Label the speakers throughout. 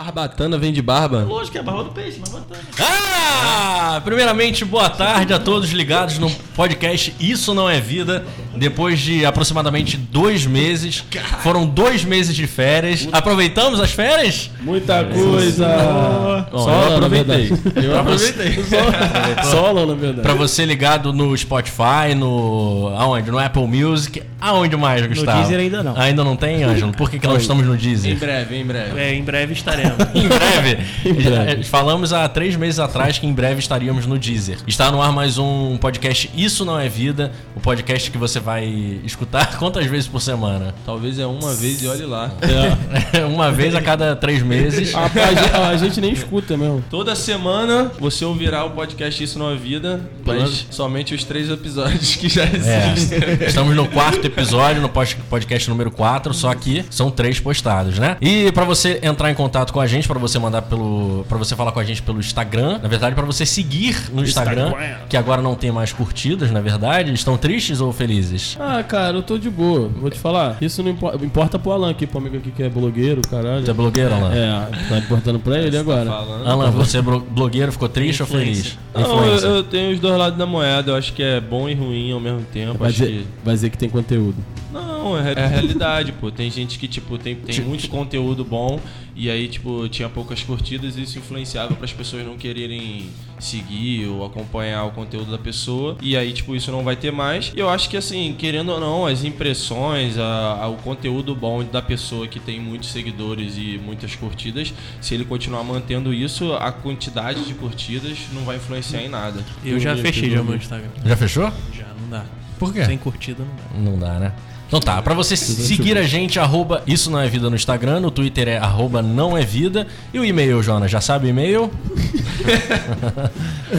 Speaker 1: Barbatana vem de barba?
Speaker 2: Lógico que é a barba do peixe, mas botando.
Speaker 3: Ah! Primeiramente, boa tarde a todos ligados no podcast Isso Não É Vida. Depois de aproximadamente dois meses, foram dois meses de férias. Aproveitamos as férias?
Speaker 4: Muita coisa!
Speaker 3: Bom,
Speaker 4: Solo,
Speaker 3: eu aproveitei.
Speaker 4: na verdade.
Speaker 3: Eu aproveitei.
Speaker 4: Solo- Solo, na verdade.
Speaker 3: Pra você ligado no Spotify, no. aonde? No Apple Music. Aonde mais, Gustavo?
Speaker 5: Deezer ainda não.
Speaker 3: Ainda não tem, Ângelo? Por que, que não estamos no
Speaker 1: Em
Speaker 3: Deezer?
Speaker 1: breve, em breve.
Speaker 5: É, em breve estaremos.
Speaker 3: Em breve. Já- eh, Falamos há três meses atrás que em breve estaríamos no Deezer. Está no ar mais um podcast Isso Não É Vida, o podcast que você vai escutar quantas vezes por semana? Então,
Speaker 1: Talvez é uma vez e olhe lá.
Speaker 3: Uma vez a cada três meses.
Speaker 4: Ah, pá, A, gente, a gente nem escuta mesmo.
Speaker 1: Toda semana você ouvirá o podcast Isso Não é Vida, mas somente os três episódios que já existem.
Speaker 3: É. Estamos no quarto episódio, no pod- podcast número 4, só que são três postados, né? E pra você entrar em contato com a gente, pra você mandar pelo, para você falar com a gente pelo Instagram, na verdade pra você seguir no Instagram,
Speaker 5: Instagram.
Speaker 3: que agora não tem mais curtidas, na verdade, estão tristes ou felizes?
Speaker 4: Ah, cara, eu tô de boa. Vou te falar. Isso não importa. Importa pro Alan aqui, pro amigo aqui que é blogueiro, caralho.
Speaker 3: Você é blogueiro, Alan?
Speaker 4: É, tá importando pra ele agora.
Speaker 1: Falando.
Speaker 3: Alan, você é blo- blogueiro, ficou triste ou feliz?
Speaker 5: Influencer.
Speaker 1: Não, eu,
Speaker 5: Ah,
Speaker 3: Influencer.
Speaker 1: eu tenho os dois lados da moeda. Eu acho que é bom e ruim ao mesmo tempo.
Speaker 4: Vai
Speaker 1: Acho
Speaker 4: dizer,
Speaker 1: que...
Speaker 4: vai dizer que tem conteúdo.
Speaker 1: Não, é, é a realidade, pô. Tem gente que, tipo, tem, tem muito conteúdo bom e aí, tipo, tinha poucas curtidas e isso influenciava para as pessoas não quererem seguir ou acompanhar o conteúdo da pessoa. E aí, tipo, isso não vai ter mais. E eu acho que, assim, querendo ou não, as impressões, a- a- o conteúdo bom da pessoa que tem muitos seguidores e muitas curtidas, se ele continuar mantendo isso, a quantidade de curtidas não vai influenciar em nada.
Speaker 5: Eu já fechei já o meu Instagram.
Speaker 3: Já fechou?
Speaker 5: Já, não dá.
Speaker 3: Por quê?
Speaker 5: Sem curtida não dá.
Speaker 3: Não dá, né? Então tá, pra você seguir a gente, arroba Isso Não É Vida no Instagram, no Twitter é arroba Não É Vida. E o e-mail, Jonas, já sabe o e-mail?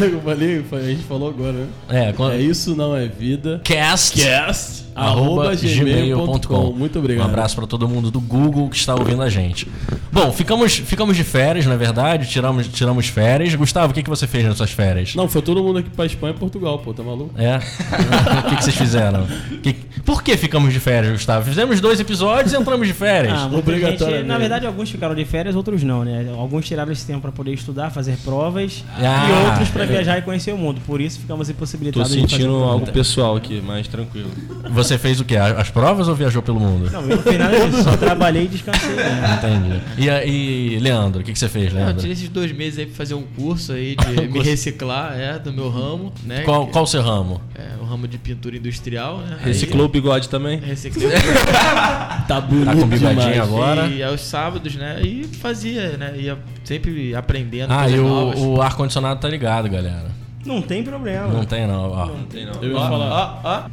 Speaker 4: Eu falei, foi- a gente falou agora, né?
Speaker 3: É, quando...
Speaker 4: É isso não é vida.
Speaker 3: cast.
Speaker 4: Yes.
Speaker 3: Arroba gmail.com.
Speaker 4: Muito obrigado.
Speaker 3: Um abraço pra todo mundo do Google que está ouvindo a gente. Bom, ficamos, ficamos de férias, na verdade, tiramos, tiramos férias. Gustavo, o que, que você fez nas suas férias?
Speaker 4: Não, foi todo mundo aqui pra Espanha e Portugal, pô, tá maluco?
Speaker 3: É? o que, que vocês fizeram? Que- Por que ficamos de férias, Gustavo? Fizemos dois episódios e entramos de férias.
Speaker 4: muita gente- obrigatoriamente.
Speaker 5: Ah, na verdade, alguns ficaram de férias, outros não, né? Alguns tiraram esse tempo pra poder estudar, fazer provas.
Speaker 3: Ah,
Speaker 5: e outros pra
Speaker 3: é.
Speaker 5: viajar e conhecer o mundo. Por isso ficamos
Speaker 1: Tô
Speaker 5: impossibilitados de fazer
Speaker 1: sentindo
Speaker 5: provas.
Speaker 1: algo pessoal aqui, mas tranquilo.
Speaker 3: Você fez o quê? As provas ou viajou pelo mundo?
Speaker 5: Não, eu não fiz nada disso. Só trabalhei e descansei. né?
Speaker 3: Entendi. E, aí, Leandro, o que, que você fez,
Speaker 6: É, Eu
Speaker 3: Leandro?
Speaker 6: tirei esses dois meses aí pra fazer um curso aí de me reciclar, é, do meu ramo, né?
Speaker 3: Qual,
Speaker 6: que-
Speaker 3: qual o seu ramo?
Speaker 6: É, o ramo de pintura industrial, né? Aí-
Speaker 1: Reciclou o bigode também?
Speaker 6: Reciclei.
Speaker 4: Tá bonito
Speaker 3: Tá com bigodinho
Speaker 4: demais.
Speaker 3: agora?
Speaker 6: E aos sábados, né? E fazia, né? Ia sempre aprendendo
Speaker 3: Ah,
Speaker 6: coisas
Speaker 3: e
Speaker 6: novas.
Speaker 3: o, o ar-condicionado tá ligado, galera.
Speaker 5: Não tem problema.
Speaker 3: Não tem, não. ó.
Speaker 4: Eu ia falar.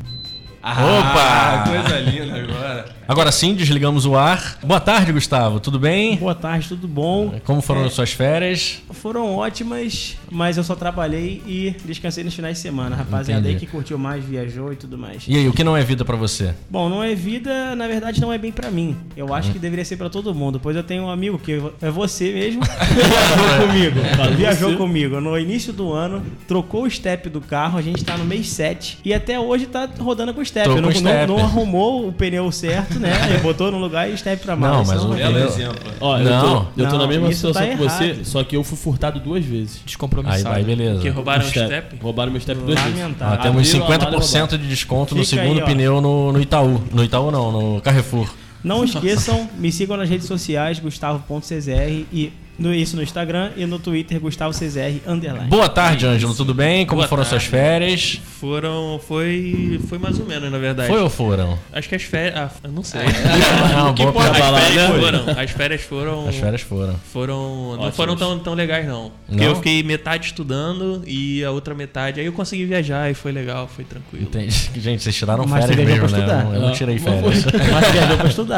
Speaker 3: Opa!
Speaker 1: Ah, Coisa linda agora.
Speaker 3: Agora sim, desligamos o ar. Boa tarde, Gustavo. Tudo bem?
Speaker 5: Boa tarde, tudo bom?
Speaker 3: Como foram as suas férias?
Speaker 5: Foram ótimas, mas eu só trabalhei e descansei nos finais de semana. Rapaziada aí
Speaker 3: Entendi.
Speaker 5: que curtiu mais, viajou e tudo mais.
Speaker 3: E aí, o que não é vida pra você?
Speaker 5: Bom, não é vida, na verdade, não é bem pra mim. Eu acho que deveria ser pra todo mundo, pois eu tenho um amigo que é você mesmo. viajou comigo. Viajou comigo. No início do ano, trocou o step do carro, a gente tá no mês 7 e até hoje tá rodando com o step.
Speaker 3: Trocou
Speaker 5: Não,
Speaker 3: o step.
Speaker 5: não- não arrumou o pneu certo, né? Ele botou no lugar e step pra mais.
Speaker 3: Não, mas
Speaker 5: senão
Speaker 3: o-
Speaker 5: vai
Speaker 1: Belo
Speaker 3: Eu-
Speaker 1: exemplo.
Speaker 4: Ó,
Speaker 3: Não.
Speaker 4: eu tô, eu tô na
Speaker 5: Não,
Speaker 4: mesma
Speaker 5: isso tá
Speaker 4: situação que você,
Speaker 5: errado.
Speaker 4: só que eu fui furtado duas vezes.
Speaker 3: Aí,
Speaker 6: Descompromissado.
Speaker 3: aí, beleza.
Speaker 5: Que roubaram o
Speaker 4: Step.
Speaker 5: step?
Speaker 4: Roubaram meu step duas vezes.
Speaker 5: Lamentável.
Speaker 3: Ah, temos
Speaker 4: Abriram a mala e
Speaker 3: 50% de desconto no
Speaker 5: Fica
Speaker 3: segundo
Speaker 5: aí, ó.
Speaker 3: pneu no, no Itaú. No Itaú não, no Carrefour.
Speaker 5: Não esqueçam, me sigam nas redes sociais, gustavo.czr e no, isso no Instagram e no Twitter, gustavo.czr, underline.
Speaker 3: Boa tarde, Ângelo. Tudo bem? Como
Speaker 7: Boa
Speaker 3: foram as suas
Speaker 7: tarde.
Speaker 3: férias?
Speaker 7: Foram. Foi. Foi mais ou menos, na verdade.
Speaker 3: Foi ou foram?
Speaker 7: Acho que as férias. Ah, eu não sei.
Speaker 3: Não,
Speaker 5: É,
Speaker 7: O que
Speaker 3: boa
Speaker 7: importa-
Speaker 3: pra
Speaker 7: as
Speaker 3: falar,
Speaker 7: férias
Speaker 3: né?
Speaker 7: foram. As férias foram.
Speaker 3: As férias foram.
Speaker 7: Foram. Não foram tão, tão legais, não. Porque
Speaker 3: Não?
Speaker 7: eu fiquei metade estudando e a outra metade. Aí eu consegui viajar e foi legal, foi tranquilo.
Speaker 3: Entendi. Gente, vocês tiraram
Speaker 5: Mas
Speaker 3: férias
Speaker 5: você viajou
Speaker 3: mesmo,
Speaker 5: pra
Speaker 3: né? Eu
Speaker 5: estudar.
Speaker 3: não- Eu não tirei
Speaker 4: Não
Speaker 3: férias.
Speaker 5: Mas viajou pra estudar.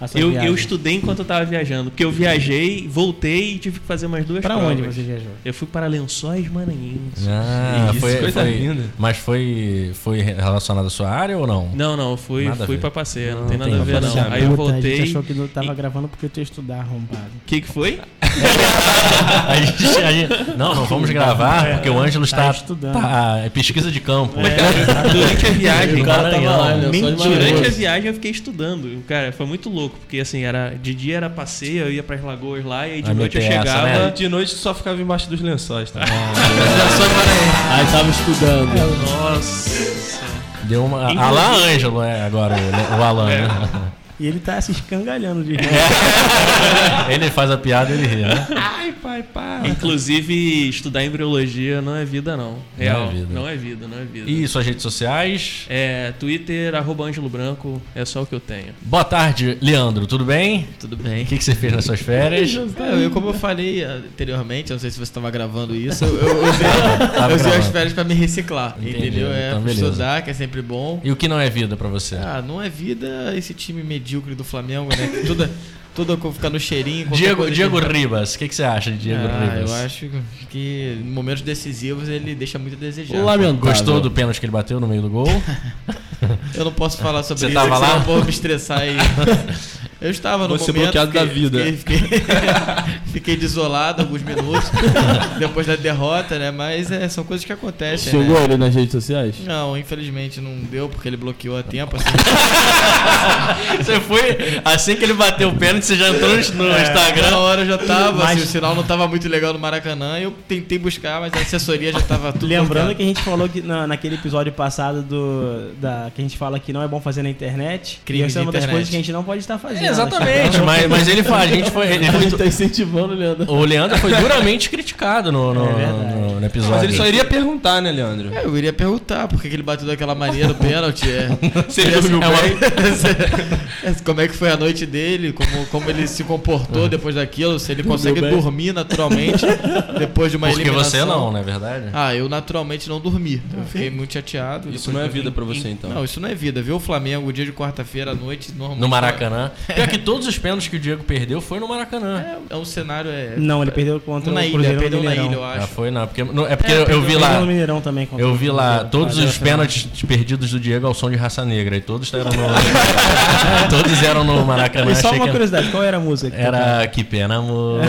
Speaker 5: A sua
Speaker 7: Eu,
Speaker 5: viagem.
Speaker 7: eu estudei enquanto eu tava viajando. Porque eu viajei, voltei e tive que fazer mais duas
Speaker 5: Pra
Speaker 7: provas.
Speaker 5: onde você viajou?
Speaker 7: Eu fui para Lençóis Maranhenses.
Speaker 3: Ah,
Speaker 1: Isso,
Speaker 3: foi,
Speaker 1: coisa
Speaker 3: foi-
Speaker 1: linda.
Speaker 3: Mas foi, foi relacionado à sua área ou não?
Speaker 7: Não, não, eu fui,
Speaker 3: Nada a
Speaker 7: fui
Speaker 3: ver.
Speaker 7: pra passeio, não, tem
Speaker 3: tem
Speaker 7: nada a ver,
Speaker 3: nada a
Speaker 7: não.
Speaker 3: ver.
Speaker 7: Aí eu
Speaker 5: Puta, A
Speaker 7: voltei.
Speaker 5: gente achou que não tava
Speaker 7: e-
Speaker 5: gravando porque eu ia estudar arrombado.
Speaker 7: O que, que foi?
Speaker 3: A gente- a gente- não, não vamos gravar, porque o Ângelo está.
Speaker 5: estudando.
Speaker 3: É. tá- é pesquisa de campo.
Speaker 7: Durante a viagem,
Speaker 3: O cara tava lá,
Speaker 7: Maranhão.
Speaker 4: né? Só de
Speaker 7: Mentira.
Speaker 4: Maranhão.
Speaker 7: Durante a viagem eu fiquei estudando. Cara, foi muito louco, porque assim, era de dia era passeio, eu ia pras lagoas lá, e aí de
Speaker 3: Ah, não
Speaker 7: noite eu
Speaker 3: tem essa,
Speaker 7: chegava.
Speaker 3: né?
Speaker 1: De É. noite tu só ficava embaixo dos lençóis, tá?
Speaker 4: Aí tava estudando.
Speaker 7: Nossa.
Speaker 3: Deu uma.
Speaker 7: Inclusive-
Speaker 3: Alain Ângelo é agora, o, o Alan. né?
Speaker 5: E ele tá se escangalhando de rir.
Speaker 3: Ele faz a piada e ele ri, né?
Speaker 7: Inclusive, estudar embriologia não é vida, não. Real.
Speaker 3: Não é vida.
Speaker 7: Não é vida, não é vida.
Speaker 3: E suas redes sociais.
Speaker 7: É, Twitter, arroba Ângelo Branco, é só o que eu tenho.
Speaker 3: Boa tarde, Leandro, tudo bem?
Speaker 6: Tudo bem.
Speaker 3: O que, que você fez nas suas férias?
Speaker 6: É, eu, como eu falei anteriormente, eu não sei se você estava gravando isso, eu, eu usei, eu usei as
Speaker 3: gravando.
Speaker 6: férias para me reciclar,
Speaker 3: Entendi,
Speaker 6: entendeu? É,
Speaker 3: então
Speaker 6: pra
Speaker 3: beleza.
Speaker 6: estudar, que é sempre bom.
Speaker 3: E o que não é vida pra você?
Speaker 6: Ah, não é vida esse time medíocre do Flamengo, né? Que Toda, toda co- ficar no cheirinho. qualquer
Speaker 3: Diego,
Speaker 6: coisa que-
Speaker 3: Diego Ribas, o que, que você acha de Diego
Speaker 6: ah,
Speaker 3: Ribas?
Speaker 6: eu acho que em momentos decisivos ele deixa muito a desejar.
Speaker 4: Lamentável.
Speaker 3: Gostou do pênalti que ele bateu no meio do gol?
Speaker 6: Eu não posso falar sobre
Speaker 3: Você
Speaker 6: isso,
Speaker 3: tava
Speaker 6: porque
Speaker 3: lá?
Speaker 6: senão eu vou me estressar e... Eu estava no
Speaker 1: Vou ser
Speaker 6: momento...
Speaker 1: bloqueado da vida.
Speaker 6: Fiquei, fiquei, fiquei desolado alguns minutos depois da derrota, né? Mas é, são coisas que acontecem,
Speaker 4: Chegou
Speaker 6: né?
Speaker 4: ele nas redes sociais?
Speaker 6: Não, infelizmente não deu, porque ele bloqueou a tempo. assim.
Speaker 3: Você foi. Assim que ele bateu o pênalti, você já entrou no
Speaker 7: É.
Speaker 6: Na É. hora eu já tava,
Speaker 5: Mas-
Speaker 6: assim, o sinal não tava muito legal no Maracanã. Eu tentei buscar, mas a assessoria já tava tudo.
Speaker 5: Lembrando que a gente falou que na- naquele episódio passado do da que a gente fala que não é bom fazer na internet. e
Speaker 6: Crimes
Speaker 5: essa é
Speaker 6: de
Speaker 5: uma das
Speaker 6: internet.
Speaker 5: coisas que a gente não pode estar fazendo. né?
Speaker 3: Exatamente, mas, mas ele foi. A gente foi. ele
Speaker 4: A
Speaker 3: foi-
Speaker 4: gente tá incentivando, Leandro.
Speaker 3: o Leandro foi duramente criticado no, no,
Speaker 5: É verdade.
Speaker 3: no- no episódio.
Speaker 1: Mas ele só iria perguntar, né, Leandro?
Speaker 6: É, eu iria perguntar por que que ele bateu daquela maneira o pênalti. É.
Speaker 3: Você dormiu
Speaker 6: É
Speaker 3: bem?
Speaker 6: uma- como é que foi a noite dele, como, como ele se comportou depois daquilo, se ele consegue
Speaker 4: bem?
Speaker 6: dormir naturalmente depois de uma
Speaker 3: Porque
Speaker 6: eliminação.
Speaker 3: você não, não é verdade?
Speaker 6: Ah, eu naturalmente não dormi. Eu fiquei muito chateado.
Speaker 1: Isso
Speaker 6: Depois
Speaker 1: não é
Speaker 6: dormi.
Speaker 1: vida pra você, então.
Speaker 6: Não, isso não é vida. Viu o Flamengo dia de quarta-feira à noite normalmente.
Speaker 3: No Maracanã. Pior que todos os pênaltis que o Diego perdeu foi no Maracanã.
Speaker 6: É, é um cenário. É,
Speaker 5: Não, ele perdeu contra
Speaker 6: na
Speaker 5: o
Speaker 6: ilha,
Speaker 5: Cruzeiro no
Speaker 6: perdeu na
Speaker 5: Mineirão.
Speaker 6: ilha, eu
Speaker 3: Ah,
Speaker 6: acho.
Speaker 3: foi não, porque, não, é porque eu, eu vi
Speaker 5: Perdeu
Speaker 3: lá.
Speaker 5: no Mineirão também contra
Speaker 3: Eu
Speaker 5: o
Speaker 3: vi
Speaker 5: Cruzeiro.
Speaker 3: lá todos
Speaker 5: Valeu,
Speaker 3: os pênaltis perdidos do Diego ao som de Raça Negra. E todos eram no. todos eram no Maracanã.
Speaker 5: E só
Speaker 3: achei
Speaker 5: é uma
Speaker 3: que-
Speaker 5: curiosidade, qual era a música? que tocava?
Speaker 3: Era que pena, amor.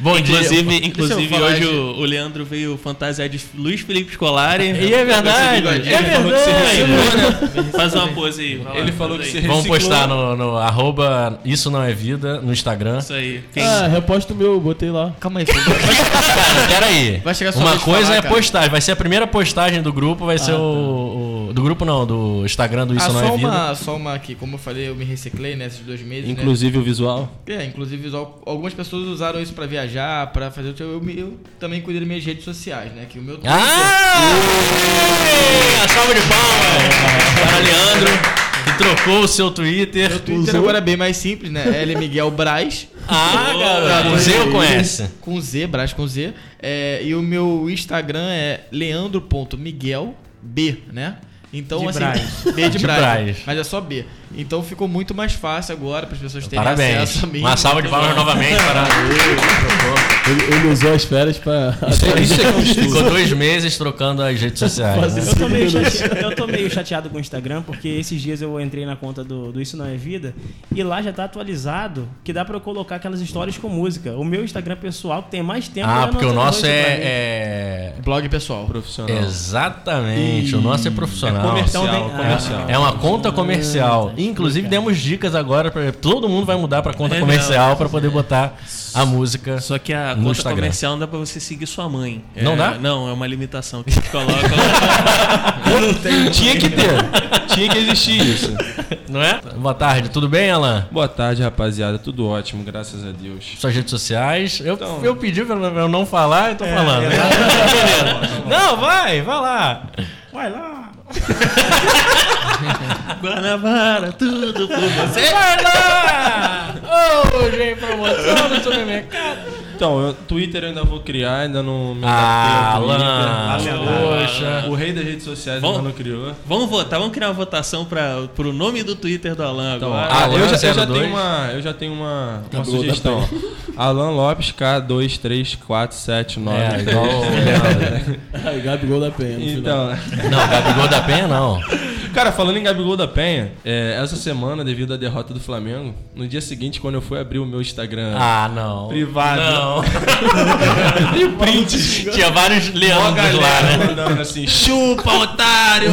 Speaker 3: Bom dia.
Speaker 7: Inclusive, É, inclusive
Speaker 6: falar
Speaker 7: hoje
Speaker 6: de-
Speaker 7: o, o Leandro veio fantasiar de Luiz Felipe Scolari.
Speaker 3: E é verdade.
Speaker 6: Ele
Speaker 3: É
Speaker 1: falou que se
Speaker 3: verdade.
Speaker 6: né?
Speaker 7: Faz uma pose aí. vai lá,
Speaker 1: Ele falou que
Speaker 7: faz
Speaker 1: se
Speaker 7: aí.
Speaker 1: reciclou.
Speaker 3: Vamos postar no, no arroba Isso Não É Vida no Instagram.
Speaker 7: Isso aí. Quem-
Speaker 4: Ah, reposto meu, botei lá.
Speaker 6: Calma aí, filho.
Speaker 3: Cara, peraí.
Speaker 6: Vai chegar sua
Speaker 3: Uma
Speaker 6: vez de
Speaker 3: coisa
Speaker 6: falar,
Speaker 3: é
Speaker 6: cara. tá.
Speaker 3: postagem. Vai ser a primeira postagem do grupo, vai ser o, o- Do grupo não, do Instagram do Isso
Speaker 6: Ah,
Speaker 3: Não É
Speaker 6: só
Speaker 3: Vida.
Speaker 6: uma, só uma aqui. Como eu falei, eu me reciclei nesses dois meses, né?
Speaker 1: Inclusive o visual.
Speaker 6: É, inclusive al- algumas pessoas usaram isso pra viajar, pra fazer o teu. Eu, me- eu também cuido das minhas redes sociais, né? Que o meu.
Speaker 3: Ah! A salva de palmas para Leandro, que trocou o seu Twitter.
Speaker 6: meu Twitter agora é bem mais simples, né? L Miguel Braz.
Speaker 3: Ah, garoto. O Zeu conhece.
Speaker 6: Com Z, Braz com Z. É, e o meu Instagram é leandro.miguel B, né? Então,
Speaker 5: De
Speaker 6: assim,
Speaker 5: Braz.
Speaker 6: B de,
Speaker 3: De
Speaker 6: Braz,
Speaker 3: Braz.
Speaker 6: Mas é só B. Então ficou muito mais fácil agora para as pessoas terem
Speaker 3: Parabéns.
Speaker 6: acesso a mim.
Speaker 3: Uma salva de palmas novamente para.
Speaker 4: Ele, ele usou as férias pra.
Speaker 3: Isso é Ficou dois meses trocando as redes sociais. né?
Speaker 5: É, Eu tô, meio chateado, eu tô meio chateado com o Instagram, porque esses dias eu entrei na conta do, do Isso Não É Vida e lá já tá atualizado que dá pra eu colocar aquelas histórias com música. O meu Instagram pessoal que tem um mais tempo. já
Speaker 3: Ah,
Speaker 5: não
Speaker 3: porque o
Speaker 5: atualizou
Speaker 3: nosso
Speaker 5: isso pra mim.
Speaker 3: é. é-
Speaker 6: Blog pessoal.
Speaker 1: Profissional.
Speaker 3: Exatamente, o nosso é profissional.
Speaker 1: Comercial,
Speaker 5: Então tem-
Speaker 1: comercial.
Speaker 3: É uma conta comercial. Inclusive demos dicas agora para todo mundo vai mudar para
Speaker 1: É,
Speaker 3: conta comercial para poder botar a música.
Speaker 7: Só que a
Speaker 3: No
Speaker 7: conta
Speaker 3: Instagram.
Speaker 7: comercial não dá pra você seguir sua mãe.
Speaker 3: Não
Speaker 7: É,
Speaker 3: dá?
Speaker 7: Não, é uma limitação que a gente coloca.
Speaker 1: Tinha que ter. Tinha que existir isso.
Speaker 3: Não é? Boa tarde, tudo bem, Alan?
Speaker 1: Boa tarde, rapaziada. Tudo ótimo, graças a Deus.
Speaker 3: Suas redes sociais. Eu,
Speaker 1: Então.
Speaker 3: eu pedi pra eu não falar e tô
Speaker 1: É,
Speaker 3: falando. né? não, vai, vai lá.
Speaker 5: Vai lá.
Speaker 7: Guanabara, tudo por você.
Speaker 1: É.
Speaker 3: Vai lá! Ô, gente, promoção no supermercado.
Speaker 1: Então, eu, Twitter eu ainda vou criar, ainda não me
Speaker 3: Ah,
Speaker 1: adaptei ao Twitter.
Speaker 3: Alan, poxa.
Speaker 1: O rei das redes sociais
Speaker 7: Bom,
Speaker 1: ainda não criou.
Speaker 7: Vamos votar, vamos criar uma votação pra, pro nome do Twitter do Alan
Speaker 1: Então,
Speaker 7: agora.
Speaker 1: ah,
Speaker 3: Alan
Speaker 1: eu, já, eu já
Speaker 3: 02.
Speaker 1: tenho uma, eu já tenho uma, uma sugestão. ó. Alan Lopes K23479.
Speaker 3: É, igual. o Leandro.
Speaker 4: Ai, Gabigol da Penha. no final.
Speaker 1: Então,
Speaker 3: Não, Gabigol da Penha não.
Speaker 1: Cara, falando em Gabigol da Penha, é, essa semana, devido à derrota do Flamengo, no dia seguinte, quando eu fui abrir o meu Instagram
Speaker 3: Ah, não.
Speaker 1: privado,
Speaker 3: Não. e prints. Tinha vários
Speaker 1: Ó, a
Speaker 3: leandros lá,
Speaker 1: galera
Speaker 3: né?
Speaker 1: mandando assim, chupa, otário!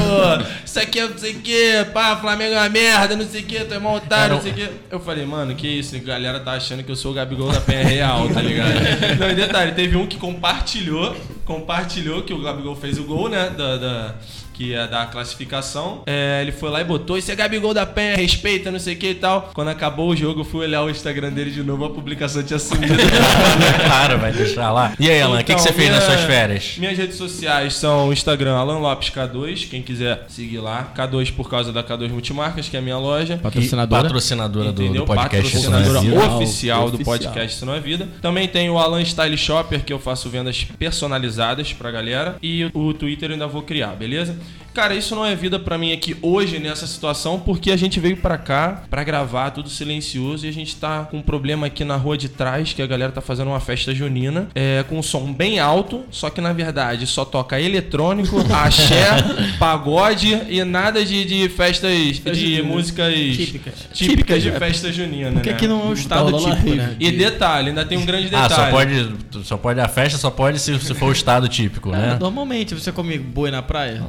Speaker 1: Isso aqui é não sei o que, pá, Flamengo é uma merda, não sei o que, tu é mó otário, não sei o que. Eu falei, mano, que isso, a galera tá achando que eu sou o Gabigol da Penha Real, tá ligado? não, e detalhe, teve um que compartilhou, compartilhou que o Gabigol fez o gol, né, da... da- que ia dar a classificação. É, ele foi lá e botou: Isso é Gabigol da Penha, respeita, não sei o que e tal. Quando acabou o jogo, eu fui olhar o Instagram dele de novo, a publicação tinha sumido.
Speaker 3: claro, vai deixar lá. E aí, Alan, o que, que
Speaker 1: Então,
Speaker 3: você fez
Speaker 1: minha-
Speaker 3: nas suas férias?
Speaker 1: Minhas redes sociais são o Instagram Alan Lopes K2, quem quiser seguir lá. K2 por causa da K2 Multimarcas, que é a minha loja.
Speaker 3: E
Speaker 6: Patrocinadora.
Speaker 3: Patrocinadora do,
Speaker 1: Entendeu?
Speaker 3: do podcast. Isso Não é
Speaker 1: Patrocinadora
Speaker 3: Vida.
Speaker 4: Vida.
Speaker 1: oficial, do
Speaker 4: Oficial.
Speaker 1: podcast Isso Não é Vida. Também tem o Alan Style Shopper, que eu faço vendas personalizadas pra galera. E o Twitter eu ainda vou criar, beleza? Cara, isso não é vida pra mim aqui hoje nessa situação, porque a gente veio pra cá pra gravar tudo silencioso e a gente tá com um problema aqui na rua de trás, que a galera tá fazendo uma festa junina, é, com um som bem alto, só que na verdade só toca eletrônico, axé, pagode e nada de, de festas, de músicas
Speaker 5: Típicas.
Speaker 1: típicas de festa junina,
Speaker 6: Porque
Speaker 1: né?
Speaker 6: aqui não é um estado
Speaker 4: rolando uma
Speaker 6: tipo,
Speaker 4: rave.
Speaker 6: né?
Speaker 1: E detalhe, ainda tem um grande
Speaker 3: Ah,
Speaker 1: detalhe.
Speaker 3: só pode, só pode. A festa só pode se, se for o estado típico, né?
Speaker 6: É. Normalmente você come boi na praia.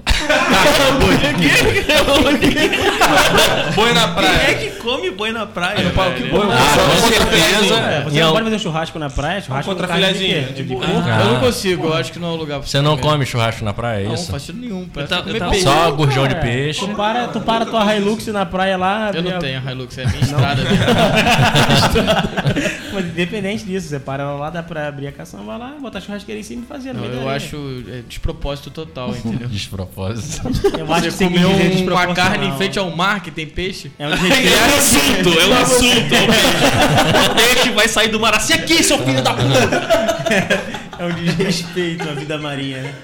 Speaker 1: Põe na
Speaker 7: Quem é
Speaker 1: praia.
Speaker 7: que come boi na praia?
Speaker 1: Eu falo que
Speaker 7: velho?
Speaker 1: boi,
Speaker 3: Ah,
Speaker 1: só-
Speaker 3: com certeza.
Speaker 5: É, você
Speaker 3: em
Speaker 5: não
Speaker 3: al-
Speaker 5: pode fazer um churrasco na praia, churrasco
Speaker 1: Contra
Speaker 5: com carne de
Speaker 1: filezinho,
Speaker 5: quê?
Speaker 1: de
Speaker 5: De
Speaker 1: porco.
Speaker 5: porco.
Speaker 3: Ah.
Speaker 6: Eu não consigo, eu acho que não é um lugar pra
Speaker 3: Você não
Speaker 6: comer.
Speaker 3: come churrasco na praia, é
Speaker 6: Não,
Speaker 3: isso?
Speaker 6: faz sentido nenhum. Pra
Speaker 7: tava-
Speaker 6: comer
Speaker 7: eu tava-
Speaker 6: peixe.
Speaker 3: Só gorjão de
Speaker 5: É,
Speaker 3: peixe.
Speaker 5: Tu para, tu para tua Hilux na praia lá.
Speaker 6: Eu
Speaker 5: minha-
Speaker 6: não tenho a Hilux, é minha estrada. né?
Speaker 5: Mas independente disso, você para lá, dá pra abrir a caçamba vai lá, botar churrasqueira em cima e fazer. no
Speaker 6: Não,
Speaker 5: meio da
Speaker 6: eu
Speaker 5: areia.
Speaker 6: acho é, despropósito total, entendeu?
Speaker 3: Despropósito.
Speaker 5: Eu acho que
Speaker 6: Você
Speaker 5: tem que
Speaker 6: comeu
Speaker 5: dizer
Speaker 6: um- uma carne em
Speaker 5: desproporcional.
Speaker 6: frente ao mar que tem peixe?
Speaker 5: É um jeito.
Speaker 7: É um assunto, é um assunto. é um assunto. O peixe vai sair do mar assim aqui, seu filho da puta.
Speaker 5: É um desrespeito à vida marinha, né?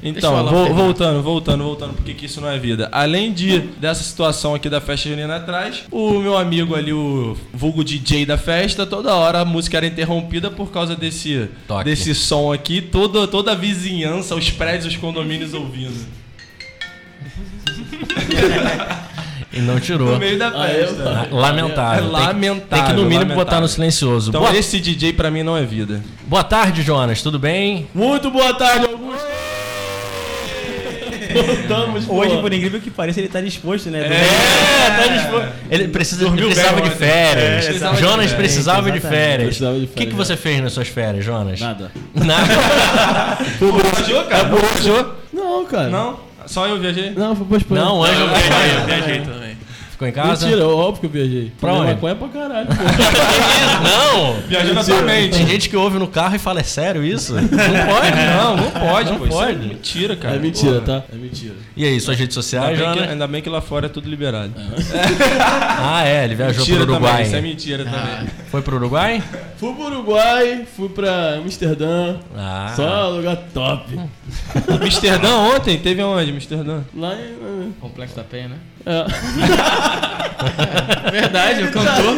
Speaker 6: eu
Speaker 1: Então,
Speaker 6: falar
Speaker 1: vo-
Speaker 6: pra ele.
Speaker 1: voltando, voltando, voltando, porque que isso não é vida. Além de dessa situação aqui da festa junina atrás, o meu amigo ali, o vulgo DJ da festa, toda hora a música era interrompida por causa desse,
Speaker 3: Toque.
Speaker 1: desse som aqui, toda, toda a vizinhança, os prédios, os condomínios ouvindo.
Speaker 3: E não tirou.
Speaker 1: No meio da festa.
Speaker 3: Lamentável.
Speaker 1: É
Speaker 3: Tem que- Tem
Speaker 1: lamentável,
Speaker 3: que, no mínimo,
Speaker 1: lamentável.
Speaker 3: botar no silencioso.
Speaker 1: Então
Speaker 3: boa,
Speaker 1: esse DJ pra mim não é vida.
Speaker 3: boa tarde, Jonas. Tudo bem?
Speaker 1: Muito boa tarde, Augusto.
Speaker 5: Hoje, por incrível que pareça, ele tá disposto, né?
Speaker 3: É, tá disposto. Ele, precisa, ele
Speaker 1: Dormiu
Speaker 3: precisava
Speaker 1: bem
Speaker 3: de
Speaker 1: ontem.
Speaker 3: férias.
Speaker 1: É, precisava de
Speaker 3: Jonas
Speaker 1: férias,
Speaker 3: precisava de
Speaker 5: exatamente.
Speaker 3: férias.
Speaker 4: Precisava de
Speaker 3: O que, que
Speaker 4: férias,
Speaker 3: você fez nas suas férias, Jonas?
Speaker 4: Nada.
Speaker 3: Nada.
Speaker 1: Viajou, cara? Viajou?
Speaker 4: Não, cara.
Speaker 1: Não? Só eu viajei?
Speaker 4: Não, foi pra Espanha.
Speaker 3: Tipo, Não, o Ângelo
Speaker 7: Eu
Speaker 3: viajou.
Speaker 7: viajei também.
Speaker 3: Ficou em casa?
Speaker 4: Mentira, é óbvio que eu viajei.
Speaker 3: Pra
Speaker 4: Fumei
Speaker 3: onde?
Speaker 4: Maconha é pra caralho, pô.
Speaker 3: Não!
Speaker 1: Viajou na tua mente.
Speaker 3: Tem gente que ouve no carro e fala, é sério isso? Não pode,
Speaker 1: Não, não pode, pô. Isso é
Speaker 3: pode.
Speaker 1: mentira, cara.
Speaker 4: É mentira,
Speaker 1: Porra.
Speaker 4: tá? É mentira.
Speaker 3: E aí, suas redes sociais,
Speaker 1: Ainda bem, que,
Speaker 3: Jonas?
Speaker 1: ainda bem que lá fora é tudo liberado.
Speaker 3: Ah, é, ele viajou
Speaker 1: Mentira
Speaker 3: pro
Speaker 1: também,
Speaker 3: Uruguai.
Speaker 1: isso é mentira
Speaker 4: Ah.
Speaker 1: também.
Speaker 3: Foi pro Uruguai?
Speaker 4: Fui pro Uruguai, fui pra Amsterdã.
Speaker 3: Ah.
Speaker 4: Só um lugar top.
Speaker 7: Hum.
Speaker 1: Amsterdã ontem? Teve onde, Amsterdã?
Speaker 4: Lá em.
Speaker 6: Complexo da Penha, né?
Speaker 4: É,
Speaker 6: É Verdade, eu cantor.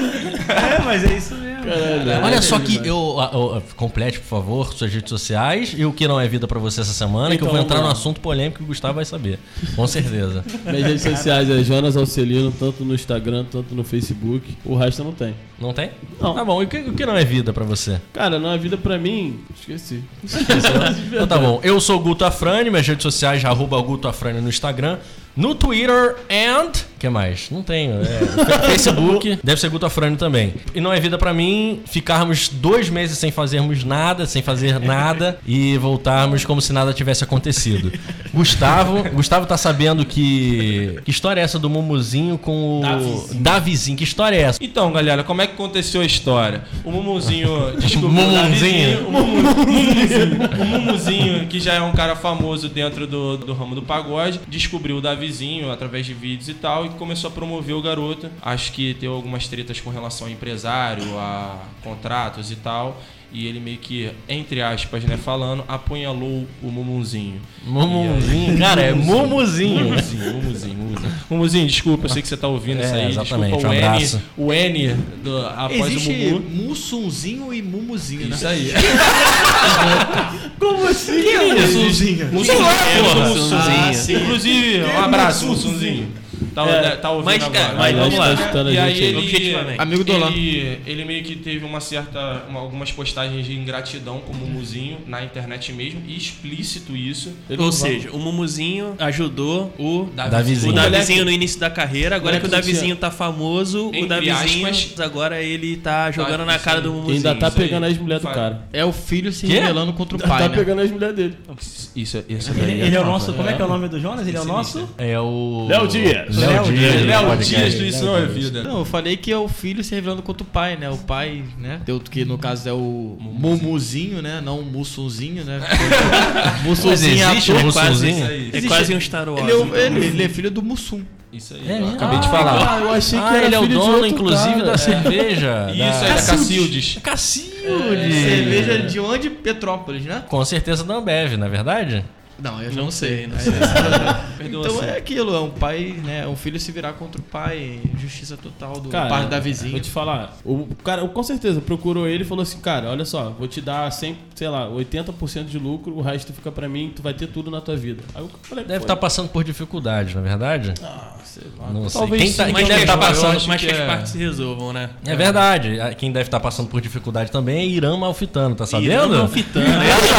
Speaker 5: É, mas é isso mesmo.
Speaker 4: caralho.
Speaker 3: Olha só que eu, a- eu- a- complete, por favor, suas redes sociais e o que não é vida pra você essa semana, que eu
Speaker 4: Então,
Speaker 3: vou entrar
Speaker 4: vamos
Speaker 3: num
Speaker 4: lá.
Speaker 3: assunto polêmico que o Gustavo vai saber. Com certeza.
Speaker 4: Minhas redes sociais é Jonas Alcelino, tanto no Instagram, tanto no Facebook. O resto eu não tem.
Speaker 3: Não tem?
Speaker 4: Não.
Speaker 3: Tá bom, e o que, o que não é vida pra você?
Speaker 4: Cara, não é vida pra mim. Esqueci.
Speaker 3: Então tá bom. Eu sou o Guto Afrani, minhas redes sociais, arroba Guto Afrani no Instagram, no Twitter and. que mais? Não tenho. É, Facebook, deve ser Guto Afrani também. E não é vida pra mim ficarmos dois meses sem fazermos nada, sem fazer nada e voltarmos como se nada tivesse acontecido. Gustavo, Gustavo tá sabendo que. Que história é essa do Mumuzinho com o. Davizinho. Que história é essa?
Speaker 1: Então, galera, como é que aconteceu a história? O Mumuzinho descobriu
Speaker 3: Mumuzinho.
Speaker 1: o Mumuzinho, o Mumuzinho, que já é um cara famoso dentro do, do ramo do pagode, descobriu o Davizinho através de vídeos e tal, e que começou a promover o garoto. Acho que teve algumas tretas com relação a empresário, a contratos e tal. E ele meio que, entre aspas, né, falando, apunhalou o Mumunzinho.
Speaker 3: Mumuzinho, cara, é mumuzinho.
Speaker 1: Mumuzinho, Mumuzinho, Mumuzinho. Mumuzinho, desculpa, eu sei que você tá ouvindo
Speaker 3: É,
Speaker 1: isso aí.
Speaker 3: exatamente,
Speaker 1: Desculpa
Speaker 3: um
Speaker 1: o
Speaker 3: abraço.
Speaker 1: N, o N do, após
Speaker 6: Existe
Speaker 1: o Mumu.
Speaker 6: Mussunzinho e Mumuzinho, né?
Speaker 1: Isso aí.
Speaker 5: Como assim?
Speaker 6: Mussunzinho.
Speaker 1: Mussunzinho,
Speaker 3: é, porra?
Speaker 1: Mussunzinho. Inclusive, um abraço, Mussunzinho. Tá,
Speaker 4: É,
Speaker 1: tá ouvindo
Speaker 3: mas,
Speaker 1: agora.
Speaker 3: cara, mas vamos lá.
Speaker 4: escutando
Speaker 1: E
Speaker 4: a
Speaker 1: aí
Speaker 4: gente aí.
Speaker 1: ele,
Speaker 7: Objetivamente.
Speaker 6: Amigo do Olan.
Speaker 1: ele, ele meio que teve uma certa, uma- algumas postagens de ingratidão com o Mumuzinho na internet mesmo, e explícito isso.
Speaker 7: Ou seja, o Mumuzinho ajudou o
Speaker 3: Davizinho.
Speaker 7: O
Speaker 3: Sim.
Speaker 7: Davizinho no início da carreira, agora
Speaker 4: Moleque
Speaker 7: que o Davizinho tá famoso,
Speaker 1: Entre
Speaker 7: o Davizinho
Speaker 1: aspas,
Speaker 7: agora ele tá jogando na
Speaker 1: isso
Speaker 7: cara
Speaker 1: aí.
Speaker 7: do
Speaker 4: Quem
Speaker 7: Mumuzinho.
Speaker 4: ainda tá
Speaker 1: isso aí.
Speaker 4: pegando as mulheres do
Speaker 1: Fala.
Speaker 4: cara.
Speaker 6: É o filho se
Speaker 3: Quê?
Speaker 6: revelando contra o pai,
Speaker 4: Tá
Speaker 6: né?
Speaker 4: pegando as mulheres dele.
Speaker 1: Isso, isso
Speaker 5: Ele, ele é o nosso. Como é que é o nome do Jonas? Ele é o nosso.
Speaker 3: É o.
Speaker 4: Léo Dias.
Speaker 3: Léo
Speaker 5: Léo
Speaker 3: Dias.
Speaker 5: Dias.
Speaker 1: Léo
Speaker 3: podcast.
Speaker 1: Dias, é isso não é vida.
Speaker 6: Não, eu falei que é o filho se revelando contra o pai, né? O pai, né? Teu- Que no caso é o Mumuzinho, né? Não o Mussunzinho, né? Porque o
Speaker 3: Mas
Speaker 6: Mussunzinho é
Speaker 3: existe um
Speaker 6: ator,
Speaker 3: o
Speaker 6: quase-
Speaker 3: Mussunzinho?
Speaker 1: Isso aí.
Speaker 7: É quase um Star Wars.
Speaker 6: Ele é, o- ele- ele é filho do Mussum.
Speaker 1: Isso aí.
Speaker 3: É,
Speaker 1: ó.
Speaker 3: é.
Speaker 1: Acabei de
Speaker 3: Ah,
Speaker 1: falar.
Speaker 4: Ah, eu achei
Speaker 3: Ah, ele é o
Speaker 4: filho de
Speaker 3: dono,
Speaker 4: outro
Speaker 3: inclusive,
Speaker 4: cara.
Speaker 3: da cerveja.
Speaker 1: Isso
Speaker 3: da-
Speaker 1: aí, é da Cacildes.
Speaker 3: Cacilde.
Speaker 6: é Cerveja de onde? Petrópolis, né?
Speaker 3: Com certeza da Ambev, não é verdade?
Speaker 6: Não, eu não, sei. né?
Speaker 1: Perdoa,
Speaker 6: Então
Speaker 1: assim.
Speaker 6: é aquilo, é um pai, né? Um filho se virar contra o pai, justiça total do
Speaker 4: Cara,
Speaker 6: pai da
Speaker 4: Vou
Speaker 6: vizinha.
Speaker 4: te falar. O cara, com certeza, procurou ele e falou assim: Cara, olha só, vou te dar 100, sei lá, 80% de lucro, o resto fica pra mim, tu vai ter tudo na tua vida. Aí eu falei:
Speaker 3: Deve
Speaker 4: "Pô,
Speaker 3: estar passando por dificuldade, não é verdade? não sei.
Speaker 4: Talvez
Speaker 3: quem tá,
Speaker 4: sim,
Speaker 3: quem
Speaker 7: Mas
Speaker 3: deve
Speaker 7: que,
Speaker 3: estar
Speaker 7: as-
Speaker 3: passando.
Speaker 7: mas que
Speaker 1: que
Speaker 7: as
Speaker 1: é-
Speaker 7: partes se resolvam, né?
Speaker 3: É verdade. Quem deve estar passando por dificuldade também é Irã Malfitano, tá sabendo?
Speaker 7: Irã Malfitano.
Speaker 5: Tá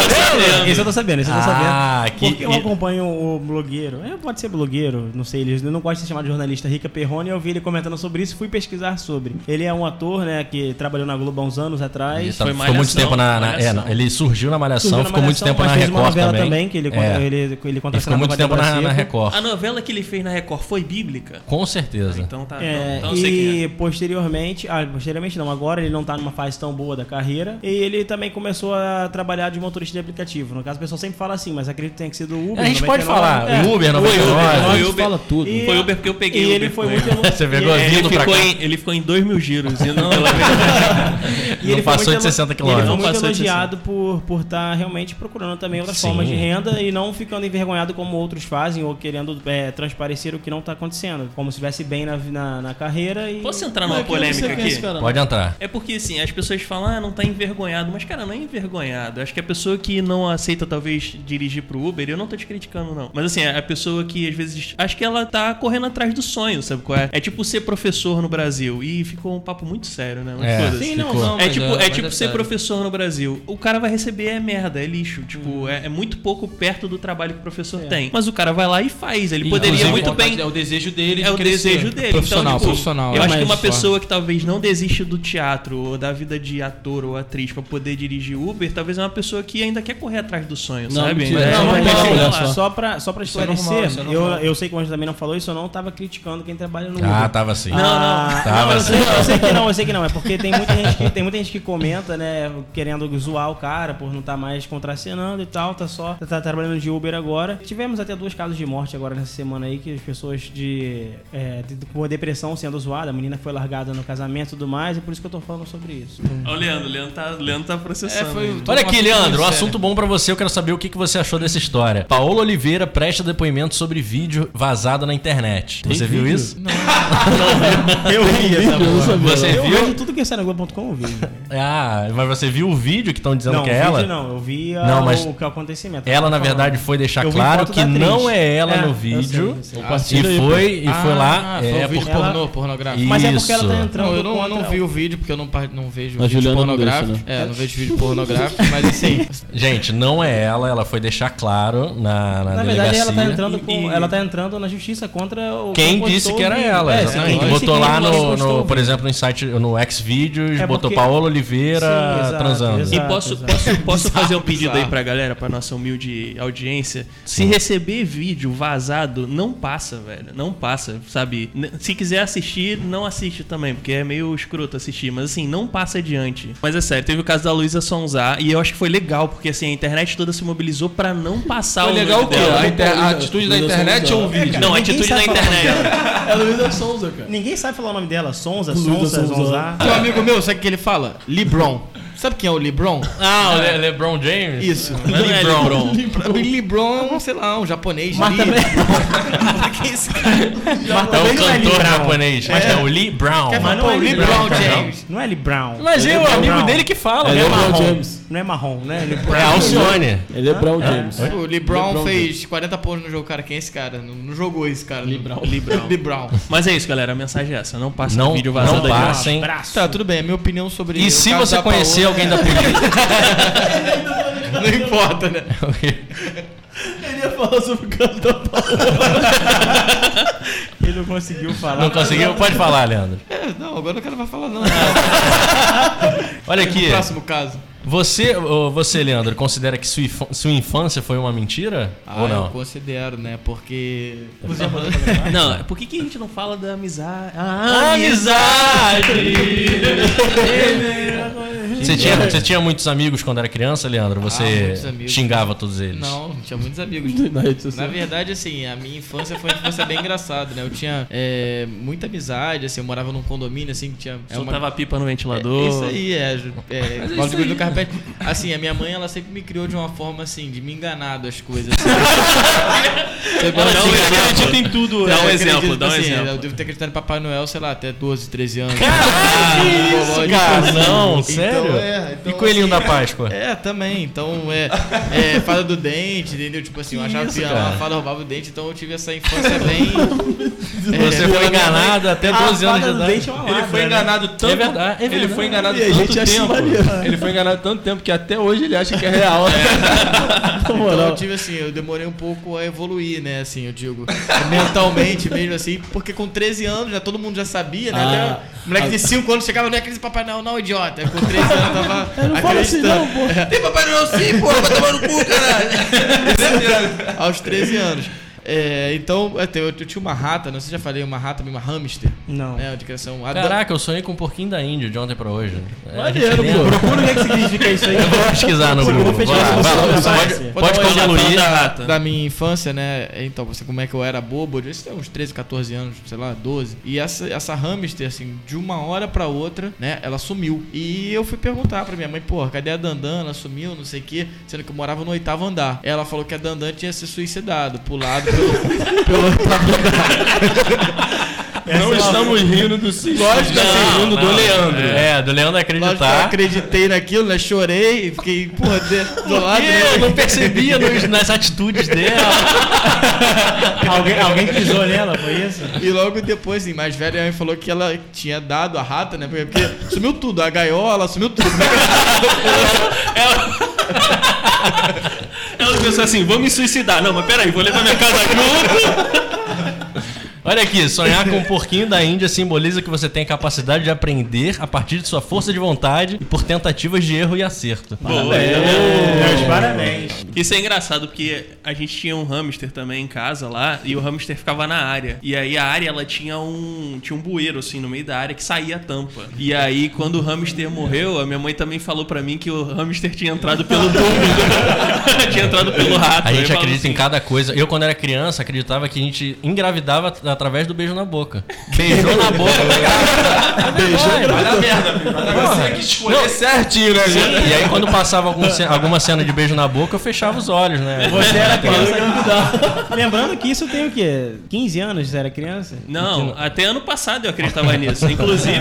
Speaker 5: Esse eu tô sabendo, esse eu tô sabendo.
Speaker 3: Ah, que.
Speaker 5: Porque eu acompanho o blogueiro. É, pode ser blogueiro, não sei, ele não gosta de ser chamado de jornalista Rica Perrone, eu vi ele comentando sobre isso e fui pesquisar sobre. Ele é um ator, né, que trabalhou na Globo há uns anos
Speaker 3: Ele
Speaker 5: atrás.
Speaker 3: tá-
Speaker 7: Foi
Speaker 3: ficou muito
Speaker 7: Malhação,
Speaker 3: tempo na. na- é,
Speaker 7: Malhação.
Speaker 3: na- ele surgiu na Malhação,
Speaker 5: Surgiu na
Speaker 3: ficou muito
Speaker 5: Malhação,
Speaker 3: tempo
Speaker 5: mas
Speaker 3: na
Speaker 5: fez uma
Speaker 3: Record
Speaker 5: novela
Speaker 3: também.
Speaker 5: que ele,
Speaker 3: É,
Speaker 5: ele, ele
Speaker 3: ele ficou
Speaker 5: contracenava
Speaker 3: muito
Speaker 5: com a
Speaker 3: tempo
Speaker 5: Débora
Speaker 3: na, na
Speaker 5: Seco.
Speaker 3: Record.
Speaker 7: A novela que ele fez na Record foi bíblica?
Speaker 3: Com certeza.
Speaker 7: Então tá. então,
Speaker 5: É,
Speaker 7: então eu sei quem
Speaker 5: e
Speaker 7: é.
Speaker 5: posteriormente, ah, posteriormente não, agora ele não tá numa fase tão boa da carreira. E ele também começou a trabalhar de motorista de aplicativo. No caso, o pessoal sempre fala assim, mas acredito que tenha que sido o Uber.
Speaker 3: a gente pode
Speaker 5: 99.
Speaker 3: falar.
Speaker 5: É.
Speaker 3: O Uber,
Speaker 7: Foi
Speaker 4: Nós
Speaker 3: 99.
Speaker 7: Uber.
Speaker 4: fala tudo.
Speaker 5: E-
Speaker 7: Foi Uber porque eu peguei
Speaker 5: E
Speaker 7: Uber
Speaker 5: ele foi
Speaker 7: com
Speaker 5: muito
Speaker 7: ele.
Speaker 5: elo-
Speaker 3: Você pegou
Speaker 7: É,
Speaker 3: vindo
Speaker 7: ele,
Speaker 3: pra
Speaker 7: ficou
Speaker 3: cá.
Speaker 7: em, ele ficou em dois mil giros indo pela
Speaker 5: E ele
Speaker 3: Não
Speaker 5: foi
Speaker 3: passou
Speaker 5: muito
Speaker 3: de 60
Speaker 5: elo- e Ele
Speaker 3: quilômetros.
Speaker 5: foi
Speaker 7: Não
Speaker 5: muito
Speaker 7: passou assim. de
Speaker 5: elogiado por por estar realmente procurando também outras
Speaker 3: Sim.
Speaker 5: formas de renda e não ficando envergonhado como outros fazem ou querendo é, transparecer o que não tá acontecendo, como se estivesse bem na, na, na carreira e
Speaker 7: Posso entrar
Speaker 4: Como é
Speaker 7: numa
Speaker 4: que você
Speaker 7: polêmica
Speaker 4: quer
Speaker 7: aqui?
Speaker 4: esse cara?
Speaker 3: Pode entrar.
Speaker 7: É porque, assim, as pessoas falam, ah, não tá envergonhado. Mas, cara, não é envergonhado. Acho que a pessoa que não aceita, talvez, dirigir pro Uber, eu não tô te criticando, não. Mas, assim, a pessoa que, às vezes, acho que ela tá correndo atrás do sonho, sabe qual é? É tipo ser professor no Brasil. E ficou um papo muito sério, né? Mas
Speaker 3: É.
Speaker 7: foda-se.
Speaker 3: Sim,
Speaker 6: não,
Speaker 3: ficou.
Speaker 6: não.
Speaker 7: É
Speaker 1: mas
Speaker 7: tipo,
Speaker 1: é-
Speaker 7: é,
Speaker 1: mas
Speaker 7: tipo
Speaker 1: é
Speaker 7: ser
Speaker 1: sério.
Speaker 7: professor no Brasil. O cara vai receber é merda, é lixo. Tipo,
Speaker 1: Uhum.
Speaker 7: é, é muito pouco perto do trabalho que o professor tem. Mas o cara vai lá e faz. Ele poderia
Speaker 1: É. Inclusive,
Speaker 7: muito
Speaker 1: a vontade-
Speaker 7: bem.
Speaker 1: É o desejo dele.
Speaker 7: É
Speaker 1: de
Speaker 7: o
Speaker 1: crescer.
Speaker 7: desejo dele.
Speaker 6: Profissional,
Speaker 7: então, tipo,
Speaker 6: profissional,
Speaker 7: Eu
Speaker 6: é
Speaker 7: acho que
Speaker 6: mais
Speaker 7: uma
Speaker 6: forte.
Speaker 7: pessoa que talvez não desiste do teatro ou da vida de ator ou atriz pra poder dirigir Uber, talvez é uma pessoa que ainda quer correr atrás do sonho,
Speaker 4: Não,
Speaker 7: sabe?
Speaker 4: mentira.
Speaker 7: Ainda
Speaker 4: Não,
Speaker 7: quer
Speaker 4: mas
Speaker 7: correr
Speaker 4: não,
Speaker 7: atrás.
Speaker 4: olha
Speaker 5: só, só pra, só pra
Speaker 1: é normal,
Speaker 5: esclarecer,
Speaker 1: isso é
Speaker 5: eu,
Speaker 1: normal.
Speaker 5: eu sei que o Anjo também não falou isso, eu não tava criticando quem trabalha no Uber.
Speaker 3: Ah, tava assim.
Speaker 7: Não,
Speaker 5: Ah,
Speaker 3: Tava
Speaker 5: eu, sei,
Speaker 3: assim.
Speaker 5: eu sei que não, eu sei que não. É porque tem muita gente que, tem muita gente que comenta, né? Querendo zoar o cara por não estar mais contracenando e tal, tá só. Tá, trabalhando de Uber agora. Tivemos até dois casos de morte agora nessa semana aí, que as pessoas de. É, de- com depressão sendo zoada, a menina foi largada no casamento e tudo mais, e por isso que eu tô falando sobre isso.
Speaker 7: Olha o Leandro, o Leandro tá, o Leandro tá processando.
Speaker 6: É, foi-
Speaker 7: ele.
Speaker 3: Olha aqui, Leandro, um
Speaker 6: Sério.
Speaker 3: assunto bom pra você. Eu quero saber o que que você achou dessa história. Paola Oliveira presta depoimento sobre vídeo vazado na internet. Você viu
Speaker 4: vídeo?
Speaker 3: isso?
Speaker 5: Eu vi essa
Speaker 4: Eu não sabia,
Speaker 3: Você
Speaker 4: não.
Speaker 5: Eu
Speaker 3: viu?
Speaker 5: vejo tudo que é sai na Globo.com, eu vi.
Speaker 3: Ah, mas você viu o vídeo que estão dizendo
Speaker 5: não,
Speaker 3: que é
Speaker 5: vídeo
Speaker 3: ela?
Speaker 5: não, eu vi ah,
Speaker 3: Não, mas
Speaker 5: o que é o acontecimento.
Speaker 3: Ela, na
Speaker 5: Falando.
Speaker 3: verdade, foi deixar
Speaker 5: Eu vi
Speaker 3: claro
Speaker 5: foto
Speaker 3: que
Speaker 5: da atriz.
Speaker 3: não é ela
Speaker 5: É,
Speaker 3: no
Speaker 5: eu
Speaker 3: vídeo.
Speaker 5: sei, eu sei.
Speaker 4: Compartilha
Speaker 3: E
Speaker 4: aí,
Speaker 3: foi, e foi lá.
Speaker 6: Ah, foi
Speaker 3: é,
Speaker 6: um vídeo
Speaker 3: por-
Speaker 5: ela-
Speaker 6: pornô, pornográfico.
Speaker 3: E-
Speaker 5: Mas é porque ela tá
Speaker 3: Isso.
Speaker 5: entrando.
Speaker 6: Não, eu não,
Speaker 5: contra
Speaker 6: não
Speaker 5: ela.
Speaker 6: vi o vídeo, porque eu não, par- não vejo
Speaker 4: A
Speaker 6: vídeo
Speaker 4: Juliana não deixa,
Speaker 6: pornográfico. É, não vejo vídeo pornográfico, mas assim.
Speaker 3: Gente, não é ela. Ela foi deixar claro na, na
Speaker 5: Na verdade,
Speaker 3: delegacia.
Speaker 5: ela tá, entrando com,
Speaker 7: E- e-
Speaker 5: ela tá entrando na justiça contra o.
Speaker 3: Quem
Speaker 5: postou
Speaker 3: disse que
Speaker 5: o
Speaker 3: era
Speaker 5: vídeo.
Speaker 3: ela,
Speaker 5: É,
Speaker 3: exatamente.
Speaker 5: quem disse
Speaker 3: botou
Speaker 5: que
Speaker 3: lá
Speaker 5: quem
Speaker 3: no,
Speaker 5: postou
Speaker 3: no-
Speaker 5: o
Speaker 3: por
Speaker 5: vídeo.
Speaker 3: exemplo, no site, no Xvideos,
Speaker 5: É
Speaker 3: botou
Speaker 5: porque-
Speaker 3: Paola Oliveira
Speaker 5: Sim, exato,
Speaker 3: transando.
Speaker 5: exato.
Speaker 7: E posso,
Speaker 5: exato.
Speaker 7: posso, posso fazer um pedido aí
Speaker 6: bizarro.
Speaker 7: pra galera, pra nossa humilde audiência?
Speaker 3: Sim.
Speaker 7: Se receber vídeo vazado, não passa, velho. Não passa, sabe? N- Se quiser assistir, não assiste também, porque é meio escroto assistir. Mas assim, não passa adiante. Mas é sério, teve o caso da Luísa Sonzar, e eu acho que foi legal, porque assim, a internet toda se mobilizou pra não passar
Speaker 2: Foi
Speaker 7: o
Speaker 2: legal o
Speaker 7: nome
Speaker 2: quê?
Speaker 7: dela.
Speaker 2: A, inter- a atitude da
Speaker 3: é
Speaker 2: internet ou o vídeo?
Speaker 7: Não, a
Speaker 5: Ninguém
Speaker 7: atitude na
Speaker 5: sabe falar
Speaker 7: internet.
Speaker 4: É Luísa Sonza, cara.
Speaker 5: Ninguém sabe falar o nome dela. Sonza,
Speaker 4: Luísa
Speaker 5: Sonza,
Speaker 4: Sonza.
Speaker 5: Zonza.
Speaker 6: Tem um amigo meu, sabe o que ele fala? Lebron. Sabe quem é o Lebron?
Speaker 3: Ah, o Le- LeBron James?
Speaker 6: Isso.
Speaker 3: Não é LeBron.
Speaker 6: O Lebron é um, sei lá, um japonês.
Speaker 5: Mas
Speaker 6: Li-
Speaker 5: também-
Speaker 6: Quem é esse cara?
Speaker 5: Mas
Speaker 3: É o
Speaker 5: também não é Lee
Speaker 3: cantor
Speaker 5: Brown.
Speaker 3: japonês. Mas é o Lee Brown.
Speaker 6: Quer falar,
Speaker 5: Mas não
Speaker 6: pô,
Speaker 5: é
Speaker 6: o
Speaker 5: Lee
Speaker 6: Lebron
Speaker 5: Brown,
Speaker 6: James.
Speaker 5: Não é Lee Brown.
Speaker 3: Imagina o
Speaker 5: Brown.
Speaker 3: amigo dele que fala.
Speaker 4: É
Speaker 3: né?
Speaker 4: LeBron
Speaker 3: Marrom.
Speaker 4: James.
Speaker 5: Não é marrom, né? Ele
Speaker 3: É Alcione.
Speaker 4: É LeBron James.
Speaker 6: O Lebron,
Speaker 4: Lebron
Speaker 6: fez 40 pontos no jogo, cara. Quem é esse cara? Não, não jogou esse cara. Lebron. Lebron.
Speaker 7: Mas é isso, galera. A mensagem é essa. Não passa
Speaker 3: Não,
Speaker 7: vídeo
Speaker 3: não
Speaker 7: vazado aí.
Speaker 3: passem.
Speaker 6: Tá, tudo bem. A minha opinião sobre
Speaker 3: E
Speaker 6: o
Speaker 3: se
Speaker 6: caso
Speaker 3: você
Speaker 6: da
Speaker 3: conhecer alguém da polícia...
Speaker 6: Paola, Não importa, né?
Speaker 5: Ele não conseguiu falar.
Speaker 3: Não conseguiu? Pode falar, Leandro.
Speaker 6: Não, agora o cara vai falar não. né?
Speaker 3: Olha aqui.
Speaker 6: Próximo caso.
Speaker 3: Você, ô, você, Leandro, considera que sua, infa- sua infância foi uma mentira?
Speaker 6: Ah,
Speaker 3: ou
Speaker 6: eu
Speaker 3: não?
Speaker 6: considero, né? Porque.
Speaker 7: Não, por que, que a gente não fala da amizade? Ah,
Speaker 3: Amizade! você, tinha, você tinha muitos amigos quando era criança, Leandro? Você
Speaker 6: muitos amigos.
Speaker 3: xingava todos eles?
Speaker 6: Não, tinha muitos amigos.
Speaker 4: Na rede
Speaker 6: Na
Speaker 4: social.
Speaker 6: verdade, assim, a minha infância foi uma infância bem engraçada, né? Eu tinha é, muita amizade, assim, eu morava num condomínio, assim, que tinha. é uma-
Speaker 7: Soltava a pipa no
Speaker 6: É
Speaker 7: ventilador.
Speaker 6: Isso aí, é. ju- é Bola de gude no carpete. Assim, a minha mãe, ela sempre me criou de uma forma, assim, de me enganar das coisas.
Speaker 7: Não, não,
Speaker 6: Assim,
Speaker 7: eu
Speaker 6: ela-
Speaker 7: acredito em tudo. um Dá um
Speaker 6: eu
Speaker 7: exemplo,
Speaker 6: acredito,
Speaker 7: dá um
Speaker 6: assim,
Speaker 7: exemplo.
Speaker 6: Eu devo ter acreditado em Papai Noel, sei lá, até 12, 13 anos.
Speaker 3: Ah, Que isso, cara? Não, sério?
Speaker 6: é, então,
Speaker 3: e coelhinho
Speaker 6: assim,
Speaker 3: da Páscoa?
Speaker 6: É, também. Então, é, é fada do dente, entendeu? Tipo assim, eu achava que a
Speaker 3: cara?
Speaker 6: fada roubava o dente, então eu tive essa infância bem. é.
Speaker 3: Você foi enganado até 12 é anos de idade.
Speaker 7: é
Speaker 2: Ele
Speaker 4: né?
Speaker 7: né?
Speaker 2: foi enganado tanto.
Speaker 3: É verdade, é
Speaker 2: Ele
Speaker 3: verdade.
Speaker 2: foi enganado tanto tempo.
Speaker 5: né?
Speaker 2: Ele foi enganado tanto tempo que até hoje ele acha que é real.
Speaker 6: Então eu tive assim, eu demorei um pouco a evoluir, né? Assim, eu digo, mentalmente mesmo assim, porque com 13 anos já todo mundo já sabia, né?
Speaker 4: Ah.
Speaker 6: Até o moleque de 5 anos chegava, não é aquele papai não, não, idiota. Com 13 anos eu tava
Speaker 4: Não fala assim,
Speaker 5: então.
Speaker 4: não, pô.
Speaker 6: Tem papai noel sim, pô, vai tomar no cu, caralho. Aos 13 anos. É, então, eu, tenho- eu tinha uma rata, não sei se já falei, uma rata, uma hamster.
Speaker 5: Não.
Speaker 7: É,
Speaker 6: Né, de criação. Adoro-
Speaker 3: Caraca, eu sonhei com um porquinho da Índia de ontem pra hoje. É,
Speaker 4: Maneiro,
Speaker 3: a gente
Speaker 4: pô.
Speaker 3: lembra.
Speaker 5: Tá Procura o que, que significa isso aí.
Speaker 3: Eu vou pesquisar no Google. Vai lá, vai lá. Pode, pode
Speaker 6: Vou dar um exemplo
Speaker 3: concluir.
Speaker 6: da, da minha infância, né? Então, você como é que eu era bobo, eu devia ter uns 13, 14 anos, sei lá, 12. E essa, essa hamster, assim, de uma hora pra outra, né? Ela sumiu. E eu fui perguntar pra minha mãe, porra, cadê a Dandan? Ela sumiu, não sei o quê, sendo que eu morava no oitavo andar. Ela falou que a Dandan tinha se suicidado, pulado pelo.
Speaker 2: Não estamos rindo do sistema.
Speaker 3: segundo do Leandro. É, do Leandro
Speaker 6: Lógico que eu
Speaker 3: acreditar.
Speaker 6: acreditei naquilo, né? Chorei, fiquei, porra, de- do lado.
Speaker 3: Eu
Speaker 6: né?
Speaker 3: não percebia nos- nas atitudes dela.
Speaker 5: Alguém, alguém pisou nela, foi isso?
Speaker 6: E logo depois, assim, mais velha, a mãe falou que ela tinha dado a rata, né? Porque, porque sumiu tudo, a gaiola, sumiu tudo. né?
Speaker 7: Ela pensou assim, vou me suicidar. Não, mas peraí, vou levar minha casa junto.
Speaker 3: Olha aqui, sonhar com um porquinho da Índia simboliza que você tem capacidade de aprender a partir de sua força de vontade e por tentativas de erro e acerto.
Speaker 7: Boa. É.
Speaker 3: É.
Speaker 5: Meus parabéns.
Speaker 7: Isso é engraçado, porque a gente tinha um hamster também em casa lá, e o hamster ficava na área. E aí a área, ela tinha um tinha um bueiro, assim, no meio da área, que saía a tampa. E aí, quando o hamster morreu, a minha mãe também falou pra mim que o hamster tinha entrado pelo túmulo. tinha entrado pelo rato.
Speaker 3: A
Speaker 7: Aí
Speaker 3: gente
Speaker 7: falou
Speaker 3: acredita em
Speaker 7: assim,
Speaker 3: cada coisa. Eu, quando era criança, acreditava que a gente engravidava at- através do beijo na boca. Beijou na boca. Beijou na boca.
Speaker 2: Você tem que escolher certinho, né, gente?
Speaker 3: E aí, quando passava algum ce- alguma cena de beijo na boca, eu fechava os olhos, né?
Speaker 5: Você era criança ainda. Lembrando que isso tem o quê? 15 anos você era criança?
Speaker 7: Não, até ano passado eu acreditava nisso. Inclusive,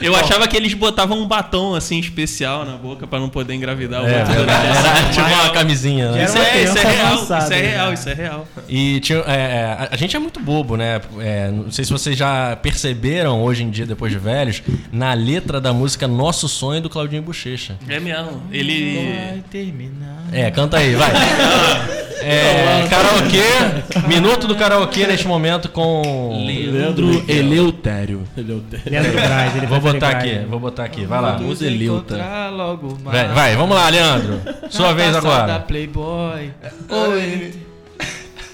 Speaker 7: eu achava que eles botavam um batom assim especial na boca pra não poder engravidar o
Speaker 3: É,
Speaker 7: outro.
Speaker 3: era tipo uma camisinha, né?
Speaker 5: Era
Speaker 7: Isso
Speaker 5: uma
Speaker 7: é, isso é
Speaker 5: criança
Speaker 7: real,
Speaker 5: avançada,
Speaker 7: isso é
Speaker 5: né?
Speaker 7: real, isso é real.
Speaker 3: E tinha, é, é, a- a gente é muito bobo, né? É, não sei se vocês já perceberam hoje em dia, depois de velhos, na letra da música Nosso Sonho do Claudinho Bochecha.
Speaker 7: É mesmo. Ele.
Speaker 6: terminar.
Speaker 3: É, canta aí, vai. É, karaokê, minuto do karaokê neste momento com.
Speaker 4: Leandro
Speaker 2: Eleutério.
Speaker 4: Eleutério.
Speaker 5: Leandro Braz, ele
Speaker 3: Vou
Speaker 5: vai
Speaker 3: botar
Speaker 5: pegar
Speaker 3: aqui,
Speaker 5: ele.
Speaker 3: vou botar aqui, vai lá.
Speaker 2: Vamos Eleuta.
Speaker 6: encontrar logo mais.
Speaker 3: Vai, vai, vamos lá, Leandro. Sua
Speaker 6: Na
Speaker 3: vez
Speaker 6: taça Da
Speaker 3: agora.
Speaker 6: Playboy. Oi.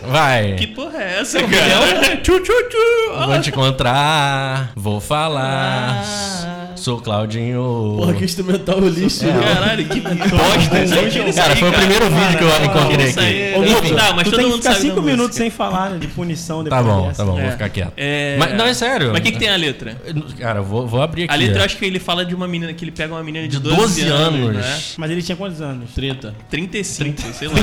Speaker 7: Que
Speaker 3: Vai.
Speaker 7: porra é essa,
Speaker 3: um
Speaker 7: cara? tchu, tchu, tchu.
Speaker 3: Vou te encontrar, vou falar. Sou Claudinho.
Speaker 4: Porra, que instrumental lixo.
Speaker 7: Caralho, que bosta. isso aí, tira isso
Speaker 3: Cara,
Speaker 7: aí,
Speaker 3: foi o primeiro vídeo que eu encontrei
Speaker 7: Isso aí,
Speaker 3: aqui.
Speaker 7: não,
Speaker 3: Enfim,
Speaker 7: tá, mas
Speaker 5: tu
Speaker 7: todo
Speaker 5: tem que
Speaker 7: mundo
Speaker 5: ficar
Speaker 7: sabe da
Speaker 5: cinco
Speaker 7: música.
Speaker 5: minutos sem falar né, de punição depois
Speaker 3: tá bom,
Speaker 5: dessa.
Speaker 3: tá bom,
Speaker 7: É.
Speaker 3: vou ficar quieto.
Speaker 7: É.
Speaker 3: Mas, não, é sério.
Speaker 7: Mas o que, que tem a letra?
Speaker 3: Cara, eu vou, vou abrir aqui.
Speaker 7: A letra, eu
Speaker 3: ó.
Speaker 7: acho que ele fala de uma menina, que ele pega uma menina de
Speaker 3: de
Speaker 7: 12,
Speaker 3: 12 anos.
Speaker 7: né?
Speaker 5: Mas ele tinha quantos anos?
Speaker 4: 30.
Speaker 7: 35, sei lá.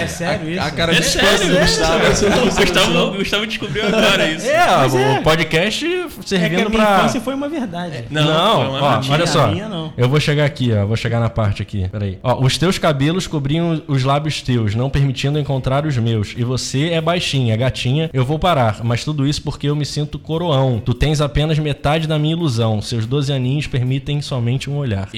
Speaker 5: é sério isso?
Speaker 1: A cara
Speaker 7: É
Speaker 1: de
Speaker 7: sério,
Speaker 1: esposa, Gustavo.
Speaker 7: Gustavo, Gustavo, Gustavo descobriu agora isso.
Speaker 3: É,
Speaker 5: Mas
Speaker 3: o
Speaker 5: é.
Speaker 3: podcast
Speaker 5: é que a
Speaker 3: servindo
Speaker 5: minha
Speaker 3: tá pra. É.
Speaker 5: infância foi uma verdade.
Speaker 3: Não,
Speaker 7: foi é uma
Speaker 3: ó,
Speaker 7: mentira.
Speaker 3: olha só.
Speaker 5: A minha não.
Speaker 3: Eu vou chegar aqui, ó. Vou chegar na parte aqui. Peraí. Ó, os teus cabelos cobriam os lábios teus, não permitindo encontrar os meus. E você é baixinha, gatinha. Eu vou parar, mas tudo isso porque eu me sinto coroão. Tu tens apenas metade da minha ilusão. Seus 12 aninhos permitem somente um olhar.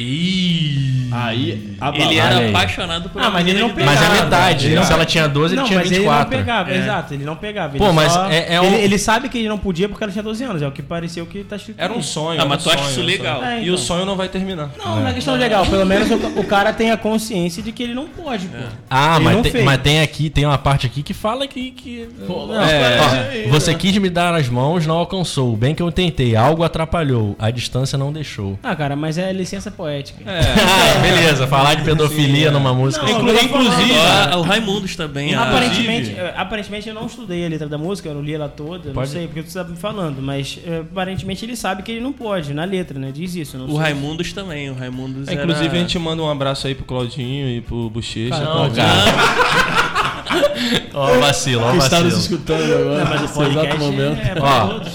Speaker 4: Aí, a
Speaker 7: Ele
Speaker 4: balada-
Speaker 7: era
Speaker 3: Olha aí.
Speaker 7: apaixonado por
Speaker 5: Ah,
Speaker 7: uma
Speaker 5: mas ele
Speaker 7: menina
Speaker 5: não
Speaker 7: de
Speaker 5: pegava.
Speaker 3: Mas é
Speaker 5: Pegado,
Speaker 3: metade.
Speaker 5: né?
Speaker 3: Se ela tinha 12, ele
Speaker 5: não,
Speaker 3: tinha
Speaker 5: mas ele não
Speaker 3: 24.
Speaker 5: pegava, exato, ele não pegava.
Speaker 3: É. Pô,
Speaker 5: ele
Speaker 3: mas
Speaker 5: só-
Speaker 3: é- é um-
Speaker 5: ele, ele sabe que ele não podia porque ela tinha 12 anos, é o que pareceu que tá escrito.
Speaker 1: Era um
Speaker 5: aí.
Speaker 1: sonho.
Speaker 7: Ah,
Speaker 1: era
Speaker 7: mas
Speaker 1: um
Speaker 7: tu acha
Speaker 1: sonho,
Speaker 7: isso
Speaker 1: era um
Speaker 7: legal?
Speaker 1: sonho.
Speaker 5: É,
Speaker 1: E o
Speaker 5: então.
Speaker 1: sonho não vai terminar.
Speaker 5: Não, não é questão legal, pelo menos o, o cara tem a consciência de que ele não pode, pô.
Speaker 3: Ah,
Speaker 5: Ele
Speaker 3: mas
Speaker 5: não
Speaker 3: tem,
Speaker 5: fez.
Speaker 3: mas tem aqui, tem uma parte aqui que fala que. que...
Speaker 4: Pô,
Speaker 3: É, ó, você quis me dar as mãos, não alcançou. Bem que eu tentei, algo atrapalhou, a distância não deixou.
Speaker 5: Ah, cara, mas é licença poética.
Speaker 3: Ah, beleza, falar de pedofilia numa música.
Speaker 5: Não,
Speaker 3: Inclu-
Speaker 5: eu tô
Speaker 7: Inclusive,
Speaker 5: falando-
Speaker 7: a- o Raimundos também. a-
Speaker 5: Aparentemente, eh, aparentemente eu não estudei a letra da música, eu não li ela toda, eu não
Speaker 3: Pode-
Speaker 5: sei porque tu tá me falando, mas eh, aparentemente ele sabe que ele não pode, na letra, né? Diz isso, eu não
Speaker 7: O
Speaker 5: sei.
Speaker 7: Raimundos também. O Raimundos
Speaker 1: É,
Speaker 7: era...
Speaker 1: inclusive, a gente manda um abraço aí pro Claudinho e pro Bochecha.
Speaker 3: Não, cara. Ó, vacilo, ó,
Speaker 4: que está nos
Speaker 3: vacilo.
Speaker 4: escutando agora,
Speaker 5: Mas o
Speaker 4: nesse exato
Speaker 5: podcast
Speaker 4: momento.
Speaker 5: é pra
Speaker 3: Ó,
Speaker 5: todos.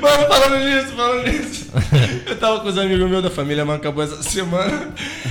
Speaker 1: Mano, falando nisso, falando nisso. Eu tava com os amigos meus da família Mancabou essa semana.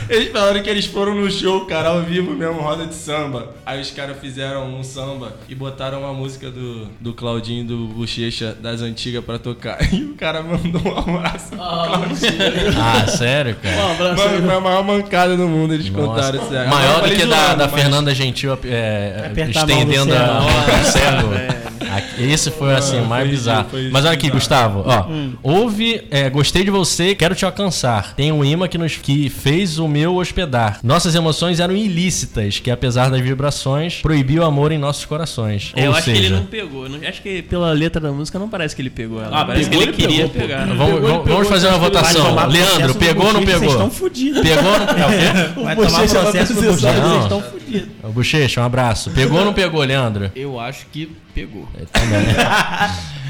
Speaker 1: Eles falaram que eles foram no show, cara, ao vivo mesmo, roda de samba. Aí os caras fizeram um samba e botaram uma música do, do Claudinho e do Bochecha das antigas pra tocar. E o cara mandou um abraço pro Claudinho.
Speaker 3: Ah, sério, cara?
Speaker 1: Mano, foi a maior mancada do mundo, eles
Speaker 3: Nossa.
Speaker 1: contaram isso. aí. Eu
Speaker 3: Maior do
Speaker 1: falei
Speaker 3: que da,
Speaker 1: zoando,
Speaker 3: da
Speaker 1: mas-
Speaker 3: Fernanda Gentil é,
Speaker 5: Apertar a mão do
Speaker 3: estendendo
Speaker 5: cego.
Speaker 3: a mão do cego. Aqui- Esse foi assim, mais
Speaker 1: foi-
Speaker 3: bizarro.
Speaker 1: foi
Speaker 3: Mas olha aqui,
Speaker 1: bizarro.
Speaker 3: Gustavo, ó. Houve, é, gostei de você, quero te alcançar. Tem um imã que, nos, que fez o meu hospedar. Nossas emoções eram ilícitas, que apesar das vibrações, proibiu o amor em nossos corações.
Speaker 7: É, eu
Speaker 3: Ou
Speaker 7: acho que ele
Speaker 3: seja,
Speaker 7: não pegou. Não- acho que pela letra da música não parece que ele pegou ela.
Speaker 4: Ah,
Speaker 7: parece
Speaker 4: pegou,
Speaker 7: que ele
Speaker 4: ele
Speaker 7: queria
Speaker 4: pegou, pô.
Speaker 7: pegar.
Speaker 3: vamos, vamos- vamos fazer uma votação.
Speaker 5: tomar
Speaker 3: Leandro,
Speaker 5: processo
Speaker 3: pegou ou não
Speaker 5: do Bochecha, Vocês
Speaker 3: pegou?
Speaker 5: estão É fodidos.
Speaker 3: Pegou ou não pegou?
Speaker 5: Vai tomar
Speaker 4: Bochecha vai
Speaker 5: processo do
Speaker 4: processar.
Speaker 5: Bochecha, vocês
Speaker 3: Não.
Speaker 5: estão fodidos.
Speaker 3: Ô, Bochecha, um abraço. Pegou ou não pegou, Leandro? É, né?
Speaker 6: Eu acho que pegou.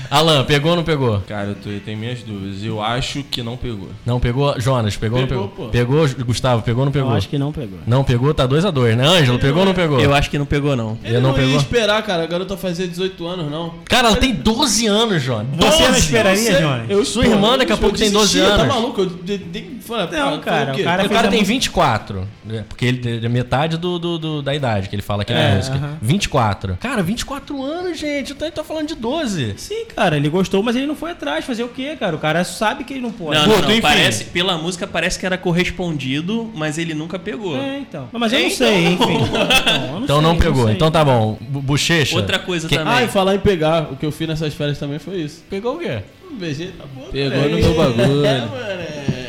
Speaker 3: Alan, pegou ou não pegou?
Speaker 1: Cara, eu, tô, eu tenho minhas dúvidas. Eu acho que não pegou.
Speaker 3: Não pegou, Jonas, pegou ou não
Speaker 4: Pegou,
Speaker 3: pegou?
Speaker 4: pô.
Speaker 3: Pegou, Gustavo, pegou ou não
Speaker 5: Eu
Speaker 3: pegou?
Speaker 5: acho que não pegou.
Speaker 3: Não pegou, tá 2 a 2 né? Ângelo, pegou ou não pegou?
Speaker 7: Eu acho que não pegou, não.
Speaker 3: Ele não
Speaker 4: ia
Speaker 3: pegou?
Speaker 4: esperar, cara. A garota fazia 18 anos, não.
Speaker 3: Cara, ela tem 12 anos, Jonas.
Speaker 5: Você não
Speaker 3: 12.
Speaker 5: esperaria, Johnny?
Speaker 4: Eu,
Speaker 3: Sua irmã daqui a pouco tem 12
Speaker 4: desistia,
Speaker 3: anos.
Speaker 4: Tá maluco? Eu de, de, falei,
Speaker 5: Não,
Speaker 4: falei
Speaker 5: cara,
Speaker 4: o quê?
Speaker 5: o cara
Speaker 3: Tá, O
Speaker 5: fez
Speaker 3: cara
Speaker 5: a
Speaker 3: tem
Speaker 5: música-
Speaker 3: 24, né? porque ele é metade do, do- do- da idade que ele fala aqui na
Speaker 5: É,
Speaker 3: música.
Speaker 5: aham.
Speaker 3: 24. Cara, 24 anos, gente. Então ele tá falando de 12.
Speaker 5: Sim, cara, ele gostou, mas ele não foi atrás. Fazer o quê, cara? O cara sabe que ele não pode.
Speaker 7: Não,
Speaker 3: Pô,
Speaker 7: não,
Speaker 3: tu
Speaker 7: não.
Speaker 3: enfim.
Speaker 7: Parece, pela música parece que era correspondido, mas ele nunca pegou.
Speaker 5: É, então. Mas eu não
Speaker 7: Então.
Speaker 5: sei, enfim. Então, eu
Speaker 3: Então não
Speaker 5: sei,
Speaker 3: pegou.
Speaker 5: sei.
Speaker 3: Então tá bom. Bu- Bochecha.
Speaker 7: Outra coisa também.
Speaker 4: Ah, e falar em pegar. O que eu fiz nessas férias também foi isso.
Speaker 3: Pegou o quê?
Speaker 4: Um beijinho na boca. né?
Speaker 1: Pegou no meu bagulho.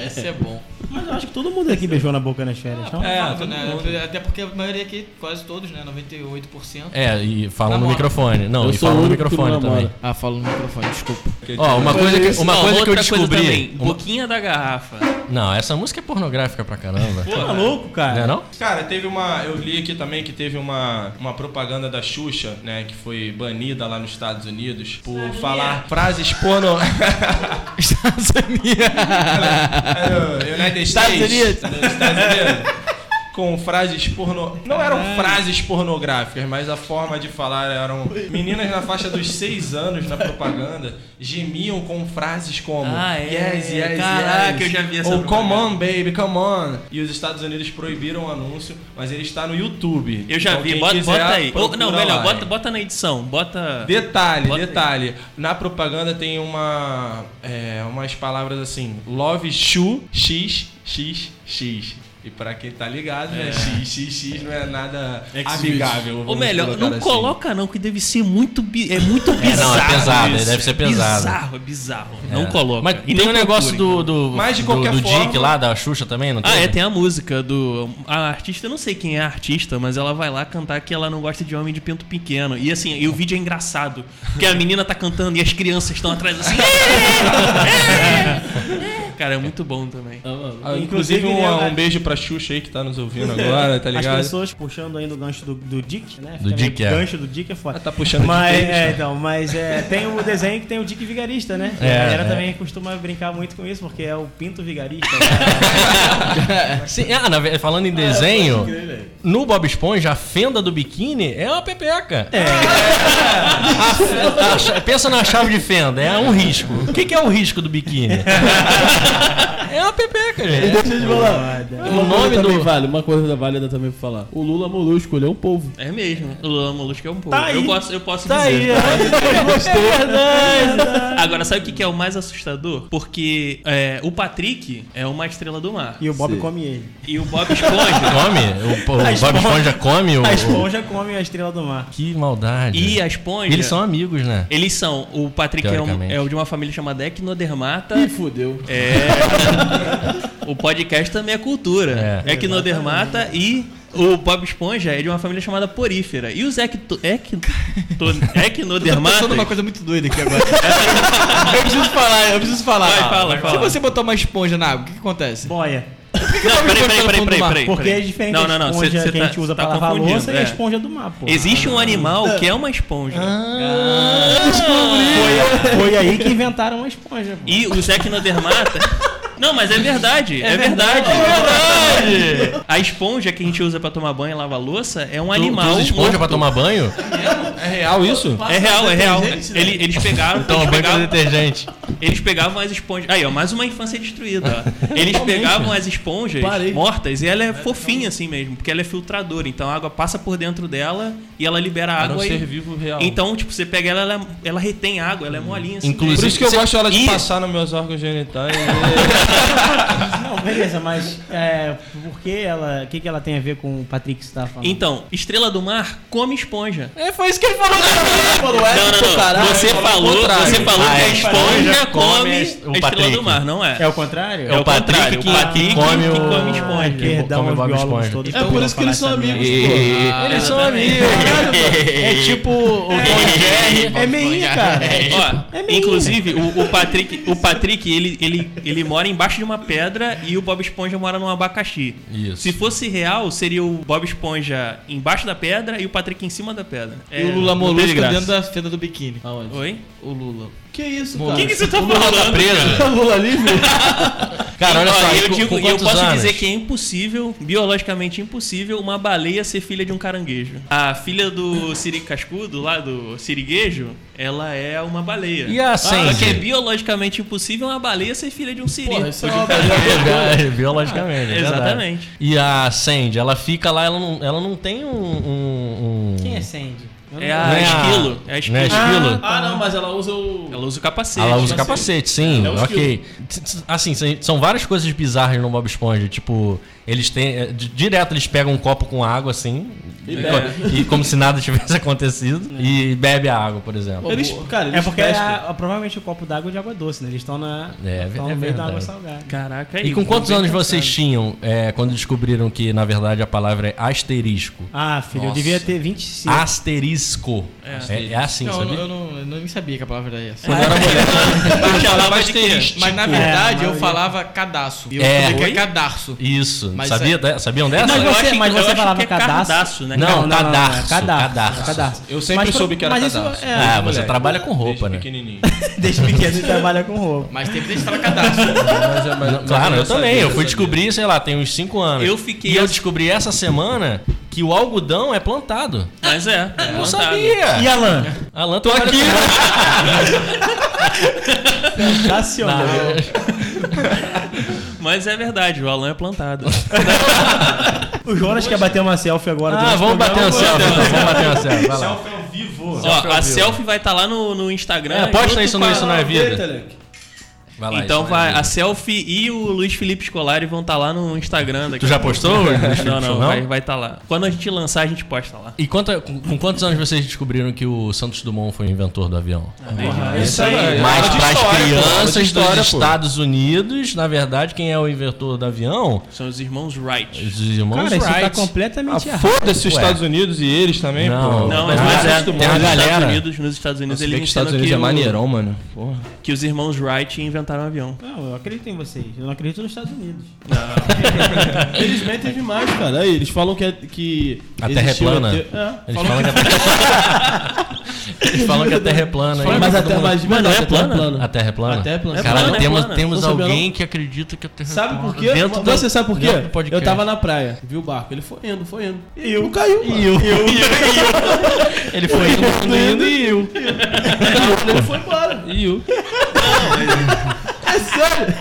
Speaker 6: Esse é bom.
Speaker 5: Mas eu acho que todo mundo aqui beijou na boca nas férias, então. não?
Speaker 1: É,
Speaker 6: Óbvio, né? Até porque a maioria aqui, quase todos, né? 98%.
Speaker 3: É, e fala no
Speaker 6: Namora.
Speaker 3: microfone. Não,
Speaker 4: Eu
Speaker 3: e
Speaker 4: sou
Speaker 3: fala
Speaker 4: o
Speaker 3: no
Speaker 4: único que não
Speaker 3: microfone também.
Speaker 4: namora.
Speaker 6: Ah, falo no microfone, desculpa.
Speaker 4: tipo
Speaker 3: Ó, uma coisa que, uma
Speaker 7: Não,
Speaker 3: coisa que eu
Speaker 7: outra coisa
Speaker 3: descobri.
Speaker 7: também,
Speaker 3: uma-
Speaker 7: Boquinha da garrafa.
Speaker 3: Não, essa música é pornográfica pra caramba.
Speaker 5: Tá maluco, cara?
Speaker 3: Não é não?
Speaker 1: Cara, teve uma. Eu li aqui também que teve uma, uma propaganda da Xuxa, né? Que foi banida lá nos Estados Unidos por falar frases porno.
Speaker 6: Estados
Speaker 1: É, United States.
Speaker 6: Unidos.
Speaker 1: Estados Unidos. Com frases porno. Não eram frases pornográficas, mas a forma de falar eram. Meninas na faixa dos 6 anos na propaganda gemiam com frases como.
Speaker 7: Ah, é.
Speaker 1: Yes, yes,
Speaker 7: Caraca,
Speaker 1: yes.
Speaker 7: eu já vi essa
Speaker 1: Ou come on,
Speaker 7: propaganda.
Speaker 1: baby, come on. E os Estados Unidos proibiram o anúncio, mas ele está no YouTube.
Speaker 7: Eu já
Speaker 1: Então,
Speaker 7: vi,
Speaker 1: quem
Speaker 7: bota,
Speaker 1: quiser,
Speaker 7: bota aí. Ou,
Speaker 1: procura
Speaker 7: não, melhor,
Speaker 1: lá. é.
Speaker 7: bota, bota na edição. Bota.
Speaker 1: Detalhe,
Speaker 7: Bota aí.
Speaker 1: detalhe. Na propaganda tem uma. é, umas palavras assim: Love Shoe X, X, X. E pra quem tá ligado, né? X, X, X não é nada amigável.
Speaker 7: Ou
Speaker 1: vamos
Speaker 7: melhor,
Speaker 1: colocar
Speaker 7: não
Speaker 1: assim.
Speaker 7: coloca não, que deve ser muito, bi- é muito
Speaker 3: É, não,
Speaker 7: bizarro.
Speaker 3: é pesado,
Speaker 7: isso.
Speaker 3: deve ser pesado.
Speaker 7: Bizarro, é bizarro. Não
Speaker 3: É.
Speaker 7: coloca.
Speaker 3: Mas
Speaker 7: E
Speaker 3: tem
Speaker 7: nem
Speaker 3: um
Speaker 7: procura,
Speaker 3: negócio do, do,
Speaker 1: Mas de
Speaker 3: do-
Speaker 1: qualquer
Speaker 3: do
Speaker 1: forma-
Speaker 3: Dick lá, da Xuxa também, não tem?
Speaker 7: Ah, é, tem a música do. A artista, eu não sei quem é a artista, mas ela vai lá cantar que ela não gosta de homem de pinto pequeno. E assim, e o vídeo é engraçado. Porque a menina tá cantando e as crianças estão atrás assim. "É, é, é, é". cara, é muito bom também.
Speaker 1: Ah, Inclusive, um,
Speaker 7: é
Speaker 5: né,
Speaker 1: um beijo pra Xuxa aí que tá nos ouvindo agora, tá ligado?
Speaker 5: As pessoas puxando ainda o gancho do, do Dick, né?
Speaker 3: Do
Speaker 5: Fica meio
Speaker 3: Dick, é.
Speaker 5: gancho do Dick é foda.
Speaker 1: Ah, tá puxando
Speaker 5: mas,
Speaker 1: de tênis,
Speaker 5: é,
Speaker 1: né?
Speaker 5: então, mas é, tem o desenho que tem o Dick Vigarista, né?
Speaker 3: É,
Speaker 5: a galera
Speaker 3: é.
Speaker 5: também costuma brincar muito com isso, porque é o Pinto Vigarista.
Speaker 3: Sim, ah, na ve- falando em desenho, no Bob Esponja, a fenda do biquíni é uma pepeca. É. pensa na chave de fenda, é um risco. O que, que é o risco do biquíni? é uma pepeca, gente.
Speaker 4: Deixa eu te falar. Uma
Speaker 3: O
Speaker 4: coisa
Speaker 3: nome
Speaker 4: também
Speaker 3: do-
Speaker 4: vale, uma coisa válida também pra falar. O Lula Molusco, ele é um povo.
Speaker 7: É mesmo. O Lula Molusco é um pouco.
Speaker 5: Tá aí.
Speaker 7: eu posso, eu posso
Speaker 5: tá aí,
Speaker 7: dizer.
Speaker 3: né?
Speaker 5: aí, gostou. É verdade.
Speaker 7: Agora, sabe o que que é o mais assustador? Porque é, o Patrick é uma estrela do mar.
Speaker 5: E o Bob come ele.
Speaker 7: E o Bob Esponja.
Speaker 3: Come? O, o
Speaker 5: A
Speaker 3: Bob
Speaker 5: esponja-
Speaker 3: Esponja come o.
Speaker 5: A
Speaker 3: o-
Speaker 5: esponja come a estrela do mar.
Speaker 3: Que maldade.
Speaker 7: e a Esponja.
Speaker 3: E eles são amigos, né?
Speaker 7: Eles são. O Patrick é, um-
Speaker 3: Teoricamente.
Speaker 7: é o de uma família chamada Ecnodermata.
Speaker 4: Ih, fudeu.
Speaker 7: O podcast também é cultura. É. Ecnodermata e o Bob Esponja é de uma família chamada Porífera. E os ecto, ecto,
Speaker 6: Tô pensando
Speaker 7: ecnodermatas...
Speaker 6: uma coisa muito doida aqui agora. eu preciso falar, eu preciso falar.
Speaker 7: Vai, fala,
Speaker 6: Se
Speaker 7: fala.
Speaker 6: você botar uma esponja na água, o que, que acontece?
Speaker 5: Boia.
Speaker 7: Não, peraí, peraí, peraí, peraí, peraí.
Speaker 5: Porque é diferente
Speaker 7: Não, não, não.
Speaker 5: a esponja
Speaker 7: cê- cê
Speaker 5: que
Speaker 7: tá-
Speaker 5: a gente usa
Speaker 7: tá
Speaker 5: pra lavar
Speaker 7: confundindo,
Speaker 5: louça e a
Speaker 7: é.
Speaker 5: esponja do mar, pô.
Speaker 7: Existe um animal que é uma esponja. Ah,
Speaker 5: Foi aí que inventaram a esponja, pô.
Speaker 7: E os ecnodermatas. Não, mas é verdade, é, verdade. É verdade. A esponja que a gente usa pra tomar banho e lavar louça é um animal.
Speaker 3: Tu esponja pra tomar banho?
Speaker 1: É real isso?
Speaker 7: É real, é real. Ele- eles pegaram,
Speaker 3: Toma
Speaker 7: eles
Speaker 3: banho com
Speaker 7: pegavam,
Speaker 3: detergente.
Speaker 7: eles pegavam as esponjas. Aí, ó, mais uma infância destruída. ó. Eles pegavam as esponjas mortas e ela é fofinha assim mesmo, porque ela é filtradora. Então a água passa por dentro dela e ela libera a
Speaker 1: Era um
Speaker 7: água.
Speaker 1: ser
Speaker 7: E...
Speaker 1: vivo real.
Speaker 7: Então, tipo, você pega ela, ela, ela retém água, ela é molinha assim.
Speaker 3: Inclusive-
Speaker 7: mesmo.
Speaker 1: Por isso que eu
Speaker 3: Cê-
Speaker 1: gosto ela de
Speaker 7: Ih.
Speaker 1: passar nos meus órgãos genitais.
Speaker 5: Não, beleza, mas é, por que ela. O que, que ela tem a ver com o Patrick que você tá falando?
Speaker 7: Então, estrela do mar come esponja.
Speaker 6: É, foi isso que ele falou. Ele falou, é,
Speaker 7: Não, não, não. você falou, você falou que a esponja
Speaker 3: come
Speaker 7: come
Speaker 3: a
Speaker 7: a
Speaker 3: es- o
Speaker 7: estrela
Speaker 3: Patrick.
Speaker 7: do mar, não é?
Speaker 5: é o contrário?
Speaker 7: É o contrário, o Patrick que come
Speaker 5: Ah,
Speaker 7: esponja.
Speaker 5: Perdão
Speaker 3: Come
Speaker 5: aos
Speaker 3: Bob
Speaker 5: biólogos
Speaker 3: Esponja.
Speaker 5: todos.
Speaker 4: É
Speaker 6: Então,
Speaker 4: por isso que eles são amigos.
Speaker 7: Eles
Speaker 6: Ah,
Speaker 7: são amigos.
Speaker 6: É tipo o
Speaker 5: É meio, cara.
Speaker 3: tipo,
Speaker 7: Ó,
Speaker 5: É meio.
Speaker 7: inclusive, o, o Patrick, o Patrick ele, ele, ele mora embaixo de uma pedra e o Bob Esponja mora num abacaxi.
Speaker 3: Isso.
Speaker 7: Se fosse real, seria o Bob Esponja embaixo da pedra e o Patrick em cima da pedra. É.
Speaker 6: E o Lula Molusco dentro da fenda do biquíni.
Speaker 7: Oi?
Speaker 6: O Lula.
Speaker 4: Que isso,
Speaker 7: O
Speaker 4: cara?
Speaker 7: que, que você tá
Speaker 3: Tá
Speaker 7: falando?
Speaker 3: preso.
Speaker 4: O Lula livre?
Speaker 3: Cara, olha
Speaker 7: Ó,
Speaker 3: só.
Speaker 7: eu,
Speaker 3: com-
Speaker 7: digo-
Speaker 3: com
Speaker 7: e eu
Speaker 3: quantos
Speaker 7: posso
Speaker 3: anos?
Speaker 7: dizer que é impossível, biologicamente impossível, uma baleia ser filha de um caranguejo. A filha do Siri Cascudo, lá do siriguejo, ela é uma baleia.
Speaker 3: E a
Speaker 7: Só que é
Speaker 3: Sandy?
Speaker 7: biologicamente impossível uma baleia ser filha de um siri.
Speaker 4: Porra, isso é uma
Speaker 3: É, Biologicamente. é verdade.
Speaker 7: Exatamente.
Speaker 3: E a Sandy, ela fica lá, ela não, ela não tem um. um- um-
Speaker 5: Quem é Sandy? Eu
Speaker 7: É
Speaker 5: não-
Speaker 3: Não
Speaker 7: a
Speaker 3: é a-
Speaker 7: esquilo. É a
Speaker 3: Não
Speaker 7: esquilo. Ah, é
Speaker 3: é esquilo?
Speaker 4: Ah, não, mas ela usa o.
Speaker 7: Ela usa o capacete.
Speaker 3: Ela usa capacete, sim,
Speaker 4: É, é um
Speaker 3: ok. T- t- Assim, s- são várias coisas bizarras no Bob Esponja, tipo, eles têm. é, di- Direto eles pegam um copo com água, assim, e, co- e como se nada tivesse acontecido, e bebe a água, por exemplo.
Speaker 4: Eles, cara, eles
Speaker 5: É porque
Speaker 4: pescam.
Speaker 5: é, provavelmente o copo d'água é de água doce, né? Eles estão na.
Speaker 3: É,
Speaker 5: estão
Speaker 3: é
Speaker 5: no meio da
Speaker 3: verdade.
Speaker 5: água salgada.
Speaker 7: Caraca,
Speaker 3: E
Speaker 7: aí,
Speaker 3: com quantos anos
Speaker 7: complicado.
Speaker 3: vocês tinham é, quando descobriram que, na verdade, a palavra é asterisco?
Speaker 5: Ah, filho, eu devia ter 25.
Speaker 3: Ah, É, assim,
Speaker 6: Então, é
Speaker 7: é
Speaker 4: é,
Speaker 3: Ah.
Speaker 7: né?
Speaker 5: é é,
Speaker 3: né? é
Speaker 7: é,
Speaker 5: Tá
Speaker 7: é
Speaker 3: Ah, é É Então assim, é é
Speaker 7: tá É Então tá é inventaram
Speaker 5: Ah, tá
Speaker 7: um avião.
Speaker 5: Não, eu acredito em vocês. Eu não acredito nos Estados Unidos. é
Speaker 4: Eles mentem demais, cara. Aí, eles falam que. é- que
Speaker 3: A Terra é
Speaker 4: existiu
Speaker 3: plana?
Speaker 4: a te- É.
Speaker 3: Eles falam que a Terra... Eles falam que a Terra é plana. hein?
Speaker 4: Mas a Terra mas de
Speaker 7: Mas não é
Speaker 4: verdade, a Terra
Speaker 7: plana?
Speaker 3: A Terra é plana?
Speaker 4: A Terra é plana.
Speaker 3: Caralho,
Speaker 7: É plana, é
Speaker 3: temos,
Speaker 7: plana.
Speaker 3: temos
Speaker 4: Não sabia,
Speaker 3: alguém
Speaker 4: não.
Speaker 3: que acredita que a Terra é
Speaker 4: Sabe
Speaker 3: plana.
Speaker 4: por quê?
Speaker 3: Dentro da-
Speaker 4: Você sabe por quê?
Speaker 3: dentro do podcast.
Speaker 4: Eu tava na praia, vi o barco. Ele foi indo, foi indo. E eu. Não caiu. mano.
Speaker 3: Ele foi indo, indo, indo.
Speaker 4: Ele foi embora. E eu. É sério.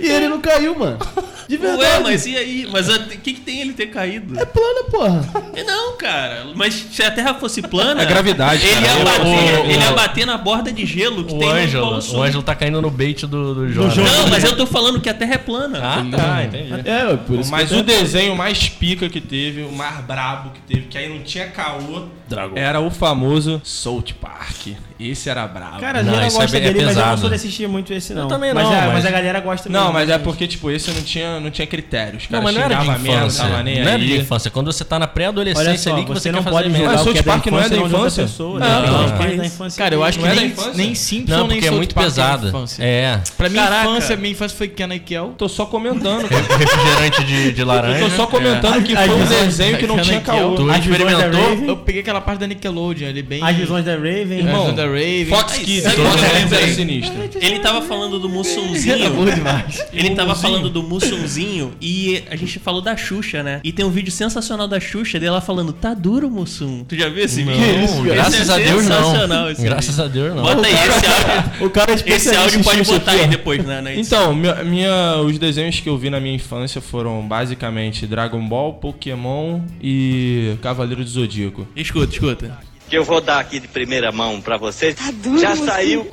Speaker 4: E ele não caiu, mano. De verdade.
Speaker 7: Ué, mas e aí? Mas a- o que, que tem ele ter caído?
Speaker 4: É plana, porra.
Speaker 7: É, Não, cara. Mas se a Terra fosse plana.
Speaker 1: É gravidade,
Speaker 7: Ele
Speaker 1: cara.
Speaker 7: ia, bater,
Speaker 3: O- o-
Speaker 7: ele ia
Speaker 3: o-
Speaker 7: bater na borda de gelo que
Speaker 3: O
Speaker 7: tem no
Speaker 3: Ângelo,
Speaker 7: Polo
Speaker 3: o
Speaker 7: Sul.
Speaker 3: Ângelo tá caindo no bait do, do Jorge.
Speaker 7: Não, mas eu tô falando que a Terra é plana.
Speaker 3: Ah, tá, entendi.
Speaker 4: É, por isso
Speaker 2: Mas
Speaker 4: que eu
Speaker 2: o
Speaker 4: tenho-
Speaker 2: desenho mais pica que teve, o mais brabo que teve, que aí não tinha caô, era o famoso South Park. Esse era brabo.
Speaker 5: Cara, a
Speaker 3: Não,
Speaker 5: galera
Speaker 3: isso é
Speaker 5: gosta
Speaker 3: bem- é
Speaker 5: dele, mas eu não
Speaker 3: pesado.
Speaker 5: sou de assistir muito esse, não.
Speaker 3: também
Speaker 5: Mas,
Speaker 3: não,
Speaker 5: a,
Speaker 3: mas-
Speaker 5: mas a galera gosta
Speaker 2: não,
Speaker 5: mesmo,
Speaker 2: mas é
Speaker 5: gente.
Speaker 2: porque, tipo, esse não tinha, não tinha critérios. Cara,
Speaker 3: Não, mas não era de
Speaker 2: xingava mesmo,
Speaker 3: infância.
Speaker 2: tava nem
Speaker 3: Não era de
Speaker 2: aí.
Speaker 3: infância. Quando você tá na
Speaker 5: Olha
Speaker 3: pré-adolescência
Speaker 5: só,
Speaker 3: ali
Speaker 5: você,
Speaker 3: que você, quer
Speaker 5: não
Speaker 3: fazer
Speaker 5: pode
Speaker 3: merda.
Speaker 5: julgar
Speaker 2: Mas
Speaker 5: o que é
Speaker 2: South
Speaker 5: da
Speaker 2: Park não é da
Speaker 5: infância, não de outra
Speaker 2: infância?
Speaker 5: pessoa.
Speaker 3: Não,
Speaker 5: né?
Speaker 3: não.
Speaker 5: Os pais da
Speaker 7: Mas-
Speaker 5: infância
Speaker 6: Cara, eu
Speaker 5: dele.
Speaker 6: acho que
Speaker 2: Não é da
Speaker 6: nem,
Speaker 2: infância?
Speaker 6: nem Simpson
Speaker 3: Não,
Speaker 6: nem
Speaker 3: porque é
Speaker 6: South
Speaker 3: muito
Speaker 6: Park
Speaker 3: pesada.
Speaker 6: infância.
Speaker 3: É.
Speaker 6: Pra minha
Speaker 7: Caraca.
Speaker 6: infância, minha infância foi Ken e Kel.
Speaker 2: Tô só comentando. cara.
Speaker 3: Refrigerante de, de
Speaker 2: Eu tô
Speaker 3: laranja.
Speaker 2: só
Speaker 4: É.
Speaker 2: comentando que
Speaker 5: As
Speaker 2: foi um
Speaker 5: visões-
Speaker 2: desenho que não tinha caô.
Speaker 3: Tu
Speaker 5: As visões da
Speaker 3: experimentou.
Speaker 5: Raven,
Speaker 6: Eu peguei aquela parte da Nickelodeon ali bem.
Speaker 5: As visões da Raven.
Speaker 6: As
Speaker 5: Irmão,
Speaker 6: visões da Raven.
Speaker 2: Fox
Speaker 7: Ai,
Speaker 2: Kids,
Speaker 7: sabe
Speaker 2: todo
Speaker 7: quando
Speaker 3: é
Speaker 7: eu
Speaker 2: mundo era
Speaker 7: lembrei?
Speaker 2: sinistro.
Speaker 7: Ele tava falando do
Speaker 6: Era
Speaker 7: Mussumzinho.
Speaker 6: bom demais.
Speaker 7: Ele tava falando do Mussumzinho e a gente falou da Xuxa, né? E tem um vídeo sensacional da Xuxa dela falando, tá duro, Mussum. Tu já viu esse vídeo?
Speaker 3: Não,
Speaker 7: Esse é
Speaker 3: graças a Deus
Speaker 7: sensacional
Speaker 3: não.
Speaker 7: esse
Speaker 3: Graças a Deus não.
Speaker 7: Bota aí esse áudio.
Speaker 4: O cara é
Speaker 7: Esse
Speaker 4: especialista
Speaker 7: áudio
Speaker 4: em
Speaker 7: pode
Speaker 4: Xuxa
Speaker 7: botar
Speaker 4: aqui,
Speaker 7: aí
Speaker 4: ó.
Speaker 7: depois, né? né?
Speaker 2: Então, minha, minha- os desenhos que eu vi na minha infância foram basicamente Dragon Ball, Pokémon e Cavaleiro do Zodíaco.
Speaker 7: Escuta, escuta.
Speaker 8: que eu vou dar aqui de primeira mão pra vocês. Já saiu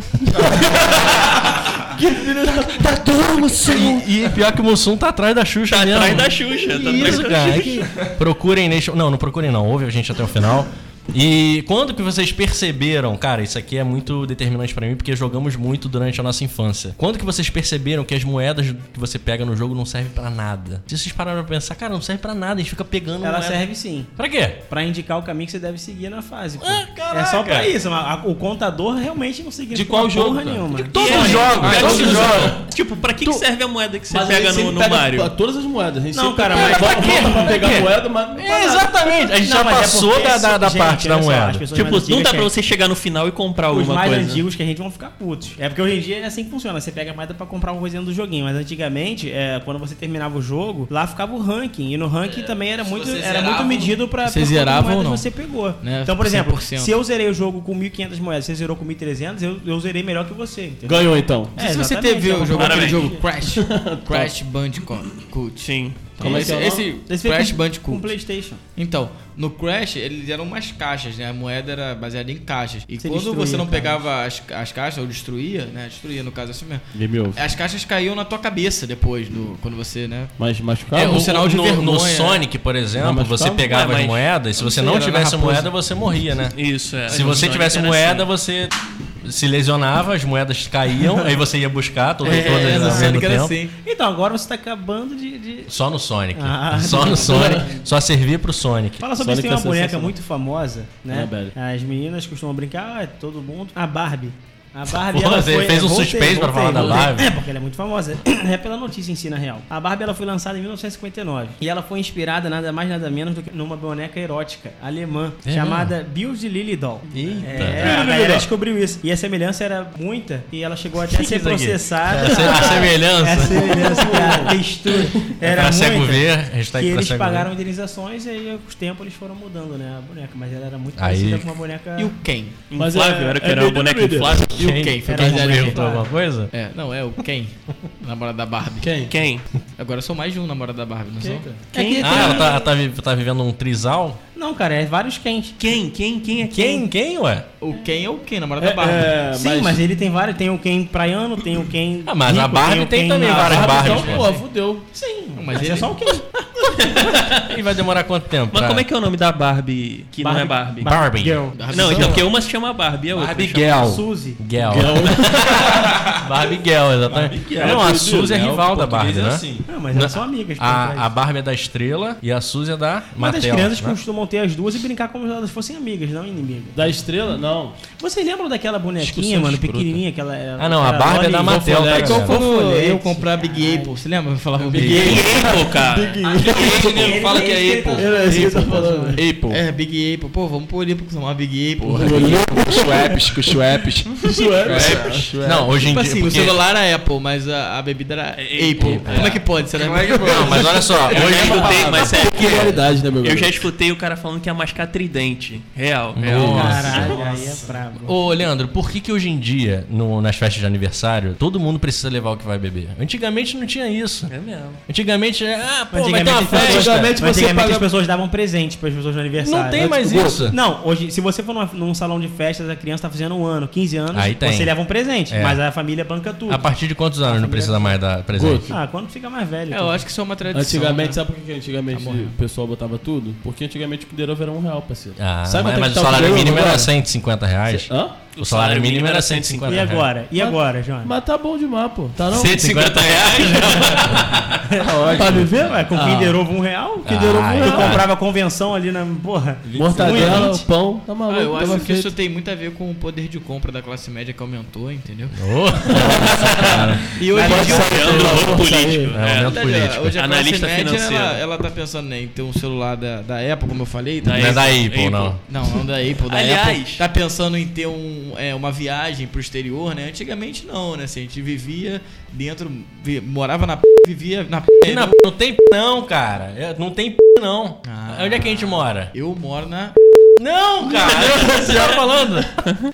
Speaker 3: E, e pior que o Mussum tá atrás da Xuxa
Speaker 7: Tá
Speaker 3: mesmo.
Speaker 7: atrás da Xuxa, tá atrás
Speaker 3: Isso,
Speaker 7: da
Speaker 3: cara. que- Procurem Nation. Não, não procurem não. Ouve a gente até o final. E quando que vocês perceberam, cara, isso aqui é muito determinante pra mim porque jogamos muito durante a nossa infância. Quando que vocês perceberam que as moedas que você pega no jogo não servem pra nada? Se vocês pararam pra pensar, cara, não serve pra nada, a gente fica pegando
Speaker 5: ela
Speaker 4: é.
Speaker 3: moeda.
Speaker 5: serve sim.
Speaker 3: Pra quê?
Speaker 5: Pra indicar o caminho que você deve seguir na fase. pô.
Speaker 3: Ah, caraca.
Speaker 5: é só pra isso. mas a- o contador realmente não significa
Speaker 2: De qual
Speaker 5: porra
Speaker 2: jogo, cara?
Speaker 5: nenhuma.
Speaker 7: E aí,
Speaker 2: jogos,
Speaker 7: cara,
Speaker 2: todos
Speaker 7: você-
Speaker 2: os
Speaker 7: Tipo, pra que, que serve a moeda que você
Speaker 4: Mas
Speaker 7: pega
Speaker 4: a gente
Speaker 7: no, no
Speaker 4: pega
Speaker 7: Mario?
Speaker 4: pra Todas as moedas. A gente
Speaker 5: Não,
Speaker 4: sempre
Speaker 5: cara,
Speaker 4: pega-
Speaker 5: mas
Speaker 4: volta
Speaker 5: pra quê?
Speaker 4: pra pegar
Speaker 3: quê?
Speaker 4: moeda, mas.
Speaker 3: É, exatamente, a gente já
Speaker 5: mas é
Speaker 3: passou
Speaker 5: porque
Speaker 3: da,
Speaker 5: isso-
Speaker 3: da, da
Speaker 5: gente,
Speaker 3: parte da
Speaker 5: olha só,
Speaker 3: moeda.
Speaker 5: as pessoas
Speaker 7: Tipo,
Speaker 5: mais
Speaker 7: não
Speaker 5: antigas
Speaker 7: dá
Speaker 5: que
Speaker 7: pra
Speaker 5: a-
Speaker 7: você chegar no final e comprar
Speaker 5: Os
Speaker 7: alguma
Speaker 5: mais
Speaker 7: coisa.
Speaker 5: antigos que a gente vão ficar putos. É porque hoje em dia é assim que funciona. Você pega a moeda pra comprar uma coisa dentro do joguinho. Mas antigamente, é, quando você terminava o jogo, lá ficava o ranking. E no ranking também era muito,
Speaker 6: É, você
Speaker 5: era
Speaker 6: zerava,
Speaker 5: muito medido pra
Speaker 6: você
Speaker 5: por quantas
Speaker 6: zerava ou
Speaker 5: moedas
Speaker 6: não?
Speaker 5: você pegou.
Speaker 6: Né?
Speaker 5: Então, por exemplo,
Speaker 6: 100%.
Speaker 5: se eu zerei o jogo com 1.500 moedas, você zerou com 1.300, eu, eu zerei melhor que você. Entendeu?
Speaker 4: Ganhou então.
Speaker 5: É,
Speaker 6: se você
Speaker 5: exatamente,
Speaker 6: teve
Speaker 5: é uma
Speaker 6: o jogo, aquele
Speaker 7: Parabéns.
Speaker 6: jogo Crash, Crash Bandicoot.
Speaker 7: Sim.
Speaker 6: Como
Speaker 4: é que é o nome?
Speaker 6: esse,
Speaker 5: Esse
Speaker 6: esse
Speaker 5: veio
Speaker 6: Crash
Speaker 5: com- Com
Speaker 6: Bandicoot.
Speaker 5: PlayStation.
Speaker 6: Então, no Crash, eles eram umas caixas, né? A moeda era baseada em caixas. E
Speaker 5: Você
Speaker 6: quando
Speaker 5: destruía
Speaker 6: você não
Speaker 5: caixas.
Speaker 6: pegava as, as caixas, ou destruía, né? Destruía, no caso, é assim mesmo.
Speaker 4: Game over.
Speaker 6: As caixas caíam na tua cabeça depois, no, quando você, né?
Speaker 4: Mas
Speaker 6: É,
Speaker 4: machucado.
Speaker 6: um sinal de
Speaker 3: no,
Speaker 6: vergonha,
Speaker 3: No
Speaker 6: né?
Speaker 3: Sonic, por exemplo,
Speaker 4: Não, mas
Speaker 3: você
Speaker 4: calma.
Speaker 3: pegava
Speaker 7: Ué, mas-
Speaker 3: as moedas, se você não,
Speaker 6: era
Speaker 3: tivesse
Speaker 6: raposa.
Speaker 3: moeda, você morria, né?
Speaker 7: Isso, é.
Speaker 3: Se você tivesse
Speaker 7: assim.
Speaker 3: moeda, você se lesionava, as moedas caíam, aí você ia buscar todo, todas
Speaker 6: no
Speaker 3: ao mesmo
Speaker 6: Sonic era
Speaker 3: tempo.
Speaker 6: assim.
Speaker 5: Então, agora você tá acabando de- de,
Speaker 3: Só no Sonic.
Speaker 5: Ah.
Speaker 3: Só no Sonic. Só servia pro Sonic. tá É,
Speaker 5: Fala sobre
Speaker 4: Sonic
Speaker 5: isso, tem uma
Speaker 4: é
Speaker 5: boneca
Speaker 4: sensacional.
Speaker 5: muito famosa, né?
Speaker 4: Annabelle.
Speaker 5: As meninas costumam brincar, ah, todo mundo. A Barbie. A Barbie
Speaker 3: Pô,
Speaker 5: ela
Speaker 3: você
Speaker 5: foi,
Speaker 3: fez um
Speaker 5: voltei,
Speaker 3: suspense pra falar
Speaker 5: voltei,
Speaker 3: da
Speaker 5: voltei.
Speaker 3: Barbie.
Speaker 5: É, porque ela é muito famosa. É pela notícia em si, na real. A Barbie ela foi lançada em 1959 e ela foi inspirada nada mais nada menos do que numa boneca erótica alemã
Speaker 3: É
Speaker 5: chamada Bild Lily Doll.
Speaker 3: Eita.
Speaker 5: É, a galera descobriu isso. E a semelhança era muita e ela chegou até a ser
Speaker 3: isso aqui?
Speaker 5: processada.
Speaker 3: A se- a semelhança. É
Speaker 5: É a semelhança, cara. A textura era
Speaker 3: pra cego
Speaker 5: muita
Speaker 3: ver,
Speaker 4: Tá
Speaker 5: que
Speaker 3: hashtag pra
Speaker 5: eles
Speaker 3: cego
Speaker 5: pagaram
Speaker 3: ver.
Speaker 5: indenizações e aí com os tempos eles foram mudando, né, a boneca, mas ela era muito
Speaker 3: Aí-
Speaker 5: parecida com uma boneca
Speaker 6: assim. E o Ken?
Speaker 4: Mas
Speaker 7: Flávio,
Speaker 4: é-
Speaker 7: era que
Speaker 4: é
Speaker 7: era o
Speaker 4: bem
Speaker 7: boneco
Speaker 4: definido.
Speaker 7: inflável.
Speaker 3: E o Ken? Foi
Speaker 5: Era
Speaker 3: quem
Speaker 5: um
Speaker 3: já
Speaker 5: boneco.
Speaker 3: perguntou alguma coisa?
Speaker 6: É, não, é o Ken, namorado da Barbie.
Speaker 4: Quem?
Speaker 7: Quem?
Speaker 6: Agora eu sou mais de um namorado da Barbie, não sou?
Speaker 5: É que
Speaker 3: Ah,
Speaker 5: tem-
Speaker 3: ela tá, ela tá vi- tá vivendo um trisal?
Speaker 5: Não, cara, é vários quentes.
Speaker 7: Quem? Quem? Quem é
Speaker 3: Quem? Quem, ué?
Speaker 6: O Ken é o Ken, namorado da Barbie.
Speaker 4: É,
Speaker 5: Sim, mas... ele tem vários, tem o Ken praiano, tem o Ken
Speaker 3: Ah, mas a
Speaker 5: rico,
Speaker 3: Barbie
Speaker 5: o
Speaker 3: tem
Speaker 5: Ken
Speaker 3: também
Speaker 5: na-
Speaker 3: várias
Speaker 6: é um
Speaker 5: Barbie-
Speaker 3: Barbies,
Speaker 4: Então,
Speaker 3: pô.
Speaker 4: pô, fudeu.
Speaker 5: Sim,
Speaker 6: Não,
Speaker 5: mas,
Speaker 6: mas
Speaker 5: é
Speaker 6: ele-
Speaker 5: só o Ken.
Speaker 4: E vai demorar quanto tempo?
Speaker 7: Mas como é que é o nome da Barbie que não é Barbie?
Speaker 4: Barbie. Girl.
Speaker 7: Não, então, porque uma se chama Barbie e a outra.
Speaker 4: Barbie
Speaker 7: chama-
Speaker 4: Girl.
Speaker 5: Suzy.
Speaker 4: Girl. Barbie Girl, exatamente. Não, a Suzy é rival da Barbie, né?
Speaker 1: assim,
Speaker 5: Não, Ah, mas elas são amigas. por trás.
Speaker 4: A, a Barbie é da Estrela e a Suzy é da
Speaker 5: Mas as
Speaker 4: Mattel,
Speaker 5: né? crianças
Speaker 4: né?
Speaker 5: costumam ter as duas e brincar como se elas fossem amigas, não inimigas.
Speaker 3: Da estrela? Não.
Speaker 5: Vocês lembram daquela bonequinha,
Speaker 4: Discussão
Speaker 5: mano,
Speaker 4: escrota.
Speaker 5: pequenininha que ela era?
Speaker 4: Ah, não, a
Speaker 5: era
Speaker 4: Barbie é
Speaker 5: Loli
Speaker 4: da
Speaker 5: e
Speaker 4: Mattel,
Speaker 5: Fofolete.
Speaker 4: tá ligado?
Speaker 6: Quando
Speaker 5: Fofolete.
Speaker 6: eu comprar a Big Apple, você lembra? Eu falava Big
Speaker 7: Big Apple, cara.
Speaker 1: Esse nego fala que é Apple.
Speaker 5: Era isso que eu tava tá falando.
Speaker 6: Apple. É, Big Apple. Pô, vamos por Apple, uma Big Apple. Tipo assim,
Speaker 1: Com Schweppes, com Schweppes. Schweppes.
Speaker 4: Não, hoje em
Speaker 6: Tipo
Speaker 4: dia.
Speaker 6: assim, o
Speaker 4: porque-
Speaker 6: celular era Apple, mas a, a bebida era Apple. Como é que pode? Será
Speaker 1: Como é que foi?
Speaker 4: Não, mas olha só,
Speaker 7: Eu já
Speaker 4: hoje
Speaker 7: escutei, mas é.
Speaker 3: Que realidade, né, meu
Speaker 7: Eu já escutei o cara falando que ia mascar tridente. Real.
Speaker 5: Caralho, aí é brabo.
Speaker 4: Ô, Leandro, por que que hoje em dia, no- nas festas de aniversário, todo mundo precisa levar o que vai beber? Antigamente não tinha isso.
Speaker 7: É mesmo.
Speaker 4: Antigamente, é, ah, pô, vai ter uma
Speaker 5: Antigamente,
Speaker 4: festa.
Speaker 5: antigamente, antigamente as pessoas davam presente para as pessoas no aniversário.
Speaker 4: Não tem mais
Speaker 5: Tipo,
Speaker 4: isso.
Speaker 5: Não, hoje, se você for numa- num salão de festas, a criança tá fazendo um ano, 15 anos,
Speaker 4: Aí tem.
Speaker 5: você leva um presente,
Speaker 4: É.
Speaker 5: mas a família banca tudo.
Speaker 4: A partir de quantos anos não precisa mais dar presente?
Speaker 5: Ah, quando fica mais velho.
Speaker 6: É,
Speaker 5: cara.
Speaker 6: eu acho que isso é uma tradição.
Speaker 3: Antigamente,
Speaker 6: né?
Speaker 3: sabe por que que
Speaker 1: Tá
Speaker 3: antigamente o pessoal botava tudo? Porque antigamente o Kinder era um real, parceiro.
Speaker 4: Ah,
Speaker 3: sabe
Speaker 4: mas,
Speaker 3: quanto é
Speaker 4: mas
Speaker 3: que tá
Speaker 4: o salário
Speaker 3: Kinder
Speaker 4: mínimo era
Speaker 3: agora?
Speaker 4: 150 reais.
Speaker 3: Hã?
Speaker 4: O salário mínimo era 150
Speaker 5: E
Speaker 4: reais.
Speaker 5: agora? E
Speaker 3: Mas-
Speaker 5: agora, João?
Speaker 3: Mas tá bom demais, pô. Tá não?
Speaker 7: 150 reais?
Speaker 5: Tá vivendo? É, com o Kinder Ovo um real? O Kinder
Speaker 4: Ah,
Speaker 5: Ovo um real.
Speaker 4: é.
Speaker 5: Tu comprava a convenção ali na. Porra.
Speaker 3: Mortadela,
Speaker 5: 1,20.
Speaker 3: pão, tá maluco,
Speaker 6: Ah, eu
Speaker 3: tava
Speaker 6: acho que
Speaker 3: feito.
Speaker 6: isso tem muito a ver com o poder de compra da classe média que aumentou, entendeu? E hoje em dia, tá
Speaker 7: Leandro, louco político.
Speaker 4: É,
Speaker 7: É.
Speaker 4: aumento
Speaker 6: verdade,
Speaker 4: político.
Speaker 6: hoje a
Speaker 7: Analista
Speaker 6: classe média
Speaker 7: financeiro.
Speaker 6: ela, ela tá pensando né, em ter um celular da, da Apple, como eu falei. Tá
Speaker 4: Não é da
Speaker 7: Apple,
Speaker 4: Apple,
Speaker 7: Apple.
Speaker 4: não.
Speaker 6: Não, não da Apple, da
Speaker 7: Aliás-
Speaker 6: Apple. Tá pensando em ter um, é, uma viagem pro exterior, né? Antigamente não, né? Assim, a gente vivia dentro, vi- morava na p, vivia na p.
Speaker 4: E na p- Não tem p não, cara. É, Não tem p não.
Speaker 6: Ah.
Speaker 4: Onde é que a gente mora?
Speaker 6: Eu moro na.
Speaker 4: Não, cara. Você já falando.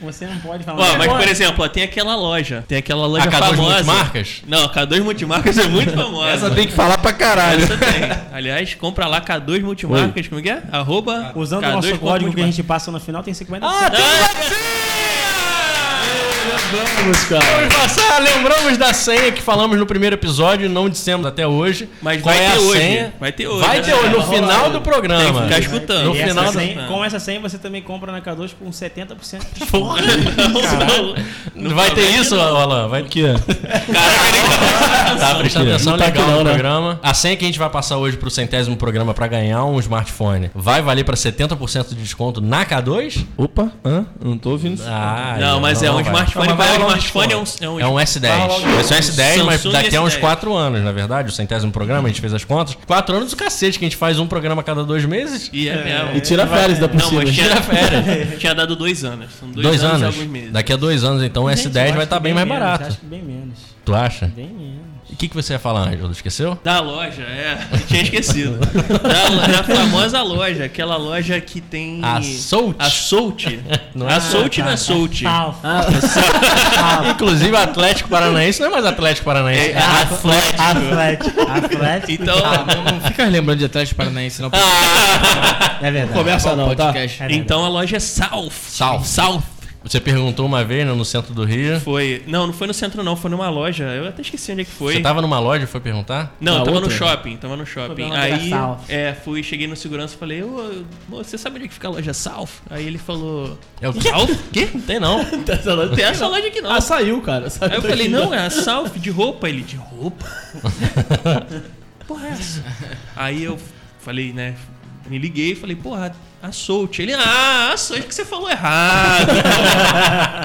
Speaker 5: Você não pode falar.
Speaker 7: Ó, mas
Speaker 5: Agora-
Speaker 7: por exemplo, ó, tem aquela loja. Tem aquela loja
Speaker 4: A K2
Speaker 7: famosa.
Speaker 4: Multimarcas?
Speaker 7: Não, a K2 Multimarcas é muito famosa. Essa né? tem que falar pra caralho. Essa tem. Aliás, compra lá K2 Multimarcas, como que é? Arroba
Speaker 5: Usando o nosso
Speaker 7: K2
Speaker 5: código que a
Speaker 7: multimarcas.
Speaker 5: gente passa no final, tem 50%.
Speaker 4: Vamos passar, lembramos da senha que falamos no primeiro episódio e não dissemos até hoje.
Speaker 7: Mas vai ter hoje, vai ter hoje,
Speaker 4: é Vai
Speaker 7: né?
Speaker 4: ter hoje, no
Speaker 7: Vai
Speaker 4: final do
Speaker 7: Tem que
Speaker 4: programa.
Speaker 7: ficar escutando.
Speaker 4: No
Speaker 5: E essa
Speaker 4: final do-
Speaker 5: senha- com essa senha você também compra na K2 com 70% de desconto.
Speaker 4: Porra, não, vai ter isso, Alan? Vai ter. Tá, presta atenção,
Speaker 3: Não tá
Speaker 4: legal
Speaker 3: aqui não,
Speaker 4: no
Speaker 3: né?
Speaker 4: programa. A senha que a gente vai passar hoje pro centésimo programa pra ganhar um smartphone vai valer pra 70% de desconto na K2?
Speaker 1: Opa, hã? Não tô ouvindo isso.
Speaker 4: Ah,
Speaker 7: Não, mas é um
Speaker 4: vai.
Speaker 7: smartphone.
Speaker 1: Mas vai
Speaker 7: Vai, um
Speaker 1: lá no
Speaker 7: smartphone é um.
Speaker 4: É um S10. Vai ser um S10, mas
Speaker 7: Samsung
Speaker 4: daqui a uns
Speaker 7: S10.
Speaker 4: 4 anos, na verdade. O centésimo programa, a gente fez as contas. 4 anos do cacete, que a gente faz um programa a cada dois meses.
Speaker 7: E é, mesmo.
Speaker 3: E tira férias da
Speaker 7: Não,
Speaker 3: piscina.
Speaker 7: mas tinha,
Speaker 4: Tira férias.
Speaker 7: tinha dado dois anos. São dois,
Speaker 4: Dois,
Speaker 7: anos, e
Speaker 4: anos.
Speaker 7: alguns meses.
Speaker 4: Daqui a dois anos, então, o
Speaker 5: Gente, eu
Speaker 4: S10
Speaker 5: acho
Speaker 4: vai estar
Speaker 5: que tá?
Speaker 4: bem mais
Speaker 5: menos,
Speaker 4: barato.
Speaker 5: Acho que bem menos.
Speaker 4: Tu acha?
Speaker 5: Bem menos.
Speaker 4: O que, que você ia falar, Ângelo? Esqueceu?
Speaker 7: Da loja, é. Eu tinha esquecido. da, lo- da famosa loja, aquela loja que tem.
Speaker 4: A Solt?
Speaker 7: A Solt. A
Speaker 4: Ah,
Speaker 7: é Solt
Speaker 5: Ah, tá.
Speaker 4: tá.
Speaker 7: na Solt.
Speaker 5: Pau.
Speaker 4: Inclusive, Atlético Paranaense não é mais Atlético Paranaense. É Atlético.
Speaker 5: Atlético. Tá, Atlético.
Speaker 7: Então,
Speaker 6: Não fica lembrando de atrás de Paranaense, não.
Speaker 5: É verdade.
Speaker 6: Começa
Speaker 3: não, tá?
Speaker 6: podcast.
Speaker 5: É verdade.
Speaker 7: Ah. então a loja é South.
Speaker 4: South.
Speaker 7: South.
Speaker 4: Você perguntou uma vez né, no centro do Rio.
Speaker 7: Foi. Não, não foi no centro, não. Foi numa loja. Eu até esqueci onde é que foi.
Speaker 4: Você tá tava numa loja e foi perguntar?
Speaker 7: Não,
Speaker 3: Na
Speaker 7: tava no
Speaker 3: outra?
Speaker 7: shopping, tava no shopping.
Speaker 5: Foi pra
Speaker 7: Aí,
Speaker 5: loja South.
Speaker 7: é, fui, cheguei no segurança e falei, ô, moço, você sabe onde é que fica a loja South? Aí ele falou,
Speaker 4: É o quê?
Speaker 7: South?
Speaker 4: Quê? Não tem não.
Speaker 7: Não tem essa loja aqui não.
Speaker 3: Ah, saiu, cara. Saiu
Speaker 7: Aí eu
Speaker 3: daqui.
Speaker 7: falei, não, é a South de roupa. Ele, de roupa? Porra, é essa? Aí eu falei, né, me liguei e falei, porra, a Soult. Ele, ah, a Soult que você falou errado.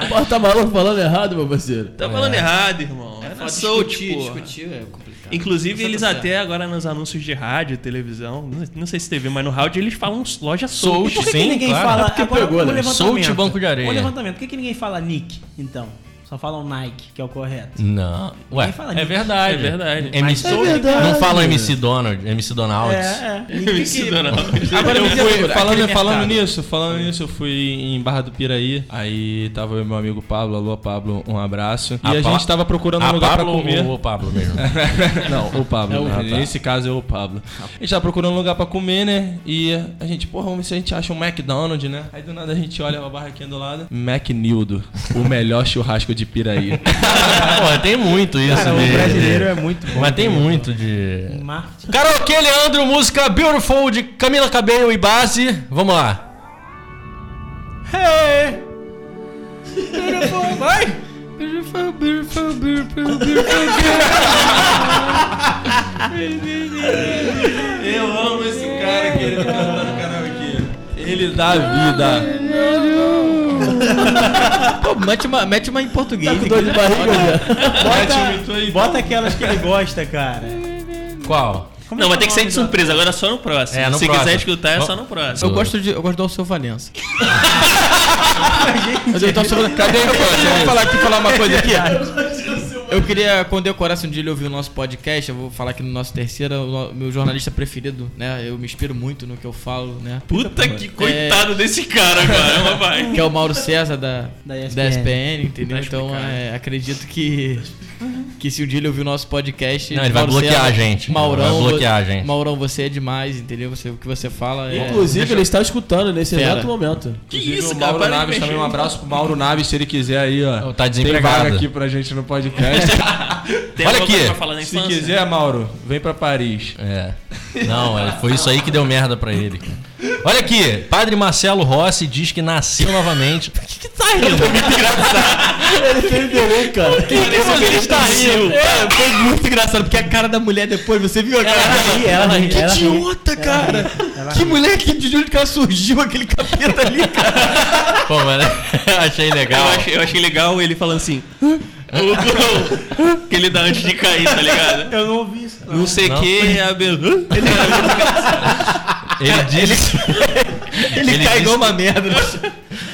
Speaker 3: Pô, tá maluco falando errado, meu parceiro.
Speaker 7: Tá falando errado, irmão. É a Soult,
Speaker 3: tipo,
Speaker 6: discutir,
Speaker 7: porra.
Speaker 6: discutir é complicado.
Speaker 7: Inclusive,
Speaker 6: Você
Speaker 7: eles
Speaker 6: tá
Speaker 7: até agora nos anúncios de rádio, televisão, não- não sei se teve, mas no rádio eles falam loja
Speaker 4: Soul.
Speaker 7: Soul.
Speaker 5: E por que, que
Speaker 4: Sim,
Speaker 5: ninguém
Speaker 4: claro.
Speaker 3: É
Speaker 5: fala.
Speaker 3: porque pegou,
Speaker 5: um
Speaker 3: né?
Speaker 5: levantamento.
Speaker 4: Solte banco de areia.
Speaker 5: Um levantamento. Por que, que ninguém fala Nick, então? Só falam Nike, que é o correto.
Speaker 4: Não. Ué,
Speaker 5: fala
Speaker 4: é
Speaker 5: nisso.
Speaker 4: verdade.
Speaker 7: É verdade.
Speaker 4: MC...
Speaker 3: É verdade.
Speaker 4: Não falam MC Donald, MC Donald.
Speaker 5: É, é.
Speaker 7: Isso, dona Alves.
Speaker 1: Agora eu fui, falando, falando
Speaker 6: mercado.
Speaker 1: nisso, falando nisso, eu fui em Barra do Piraí, aí tava eu e meu amigo Pablo, alô Pablo, um abraço.
Speaker 4: Ah,
Speaker 1: e a
Speaker 4: Pa-
Speaker 1: gente tava procurando um
Speaker 4: A
Speaker 1: lugar
Speaker 4: Pablo
Speaker 1: pra comer.
Speaker 4: ou o Pablo mesmo?
Speaker 5: É.
Speaker 1: Não, o Pablo.
Speaker 3: É o-
Speaker 1: né?
Speaker 3: Ah, tá.
Speaker 1: Nesse caso é o Pablo. A gente tá procurando um lugar pra comer, né? E a gente, porra, vamos ver se a gente acha um McDonald's, né? Aí do nada a gente olha a barraquinha do lado. McNildo, o melhor churrasco de
Speaker 9: de piraí.
Speaker 4: Porra, tem muito isso.
Speaker 5: Cara, o
Speaker 4: de-
Speaker 5: brasileiro é muito bom.
Speaker 4: Mas tem muito de.
Speaker 5: Em marketing.
Speaker 4: Karaokê Leandro, música Beautiful de Camila Cabello e Base. Vamos lá.
Speaker 5: Hey! Beautiful, vai!
Speaker 1: Eu amo esse cara que ele tá cantando karaokê.
Speaker 9: Ele dá vida.
Speaker 6: Pô, mete uma, mete uma em português.
Speaker 5: Bota, bota aquelas que ele gosta, cara. é
Speaker 4: Qual?
Speaker 7: não, vai ter que sair de surpresa, agora só no próximo.
Speaker 4: É, no
Speaker 7: Se
Speaker 4: próximo.
Speaker 7: quiser escutar, é
Speaker 4: Vamos-
Speaker 7: só no próximo.
Speaker 6: Eu
Speaker 4: Ah.
Speaker 6: gosto, de, eu gosto do Alceu Valença. Mas eu tava falando- Cadê eu vou falar aqui, falar uma coisa aqui. Eu queria condecorar se um dia ele ouvir o nosso podcast, eu vou falar aqui no nosso terceiro, o no- meu jornalista preferido, né? Eu me inspiro muito no que eu falo, né?
Speaker 7: Puta que coitado desse cara, cara. Vai.
Speaker 6: Que é o Mauro César da,
Speaker 5: Da
Speaker 6: da,
Speaker 5: ESPN.
Speaker 6: ESPN.
Speaker 4: Tá
Speaker 6: entendeu? Então é, acredito que. Que se um dia ele ouvir o nosso podcast.
Speaker 4: Não, ele vai
Speaker 6: Mauro
Speaker 4: bloquear a gente. Vai
Speaker 6: Maurão,
Speaker 4: bloquear a
Speaker 6: vo-
Speaker 4: gente.
Speaker 6: Maurão, você é demais, entendeu? Você, o que você fala é.
Speaker 3: Inclusive, ele está escutando nesse
Speaker 6: Fera.
Speaker 3: exato momento.
Speaker 7: Que
Speaker 1: Inclusive,
Speaker 7: isso,
Speaker 1: o
Speaker 7: cara?
Speaker 1: Mauro
Speaker 7: Para de
Speaker 1: Naves
Speaker 7: mexer.
Speaker 1: também, um abraço pro Mauro Naves, se ele quiser aí, ó.
Speaker 4: Tá
Speaker 1: Tem
Speaker 4: desempregado.
Speaker 1: vaga aqui pra gente no podcast.
Speaker 7: Tem
Speaker 4: Olha
Speaker 7: alguma
Speaker 4: aqui.
Speaker 7: coisa pra falar da
Speaker 1: se
Speaker 7: infância?
Speaker 1: quiser, Mauro, vem pra Paris.
Speaker 4: É. Não, é, foi isso aí que deu merda pra ele. cara. Olha aqui, Padre Marcelo Rossi diz que nasceu novamente. Por que, que tá rindo?
Speaker 6: Isso que ele tá rindo. É, foi muito engraçado, porque a cara da mulher depois, você viu a cara Ah, dela?
Speaker 5: ri, ela é ri,
Speaker 6: Que
Speaker 5: ela ri.
Speaker 6: idiota, cara!
Speaker 5: ela
Speaker 6: que mulher que de onde que ela surgiu aquele capeta ali, cara?
Speaker 4: Pô, mano, achei legal.
Speaker 7: Eu achei, eu achei legal ele falando assim. O gol que ele dá antes de cair, tá ligado?
Speaker 5: Eu não ouvi isso.
Speaker 7: Não sei o que, a be- Ele
Speaker 4: Ele disse,
Speaker 6: É. Ele,
Speaker 4: Ele
Speaker 6: cai
Speaker 4: disse-
Speaker 6: igual uma merda.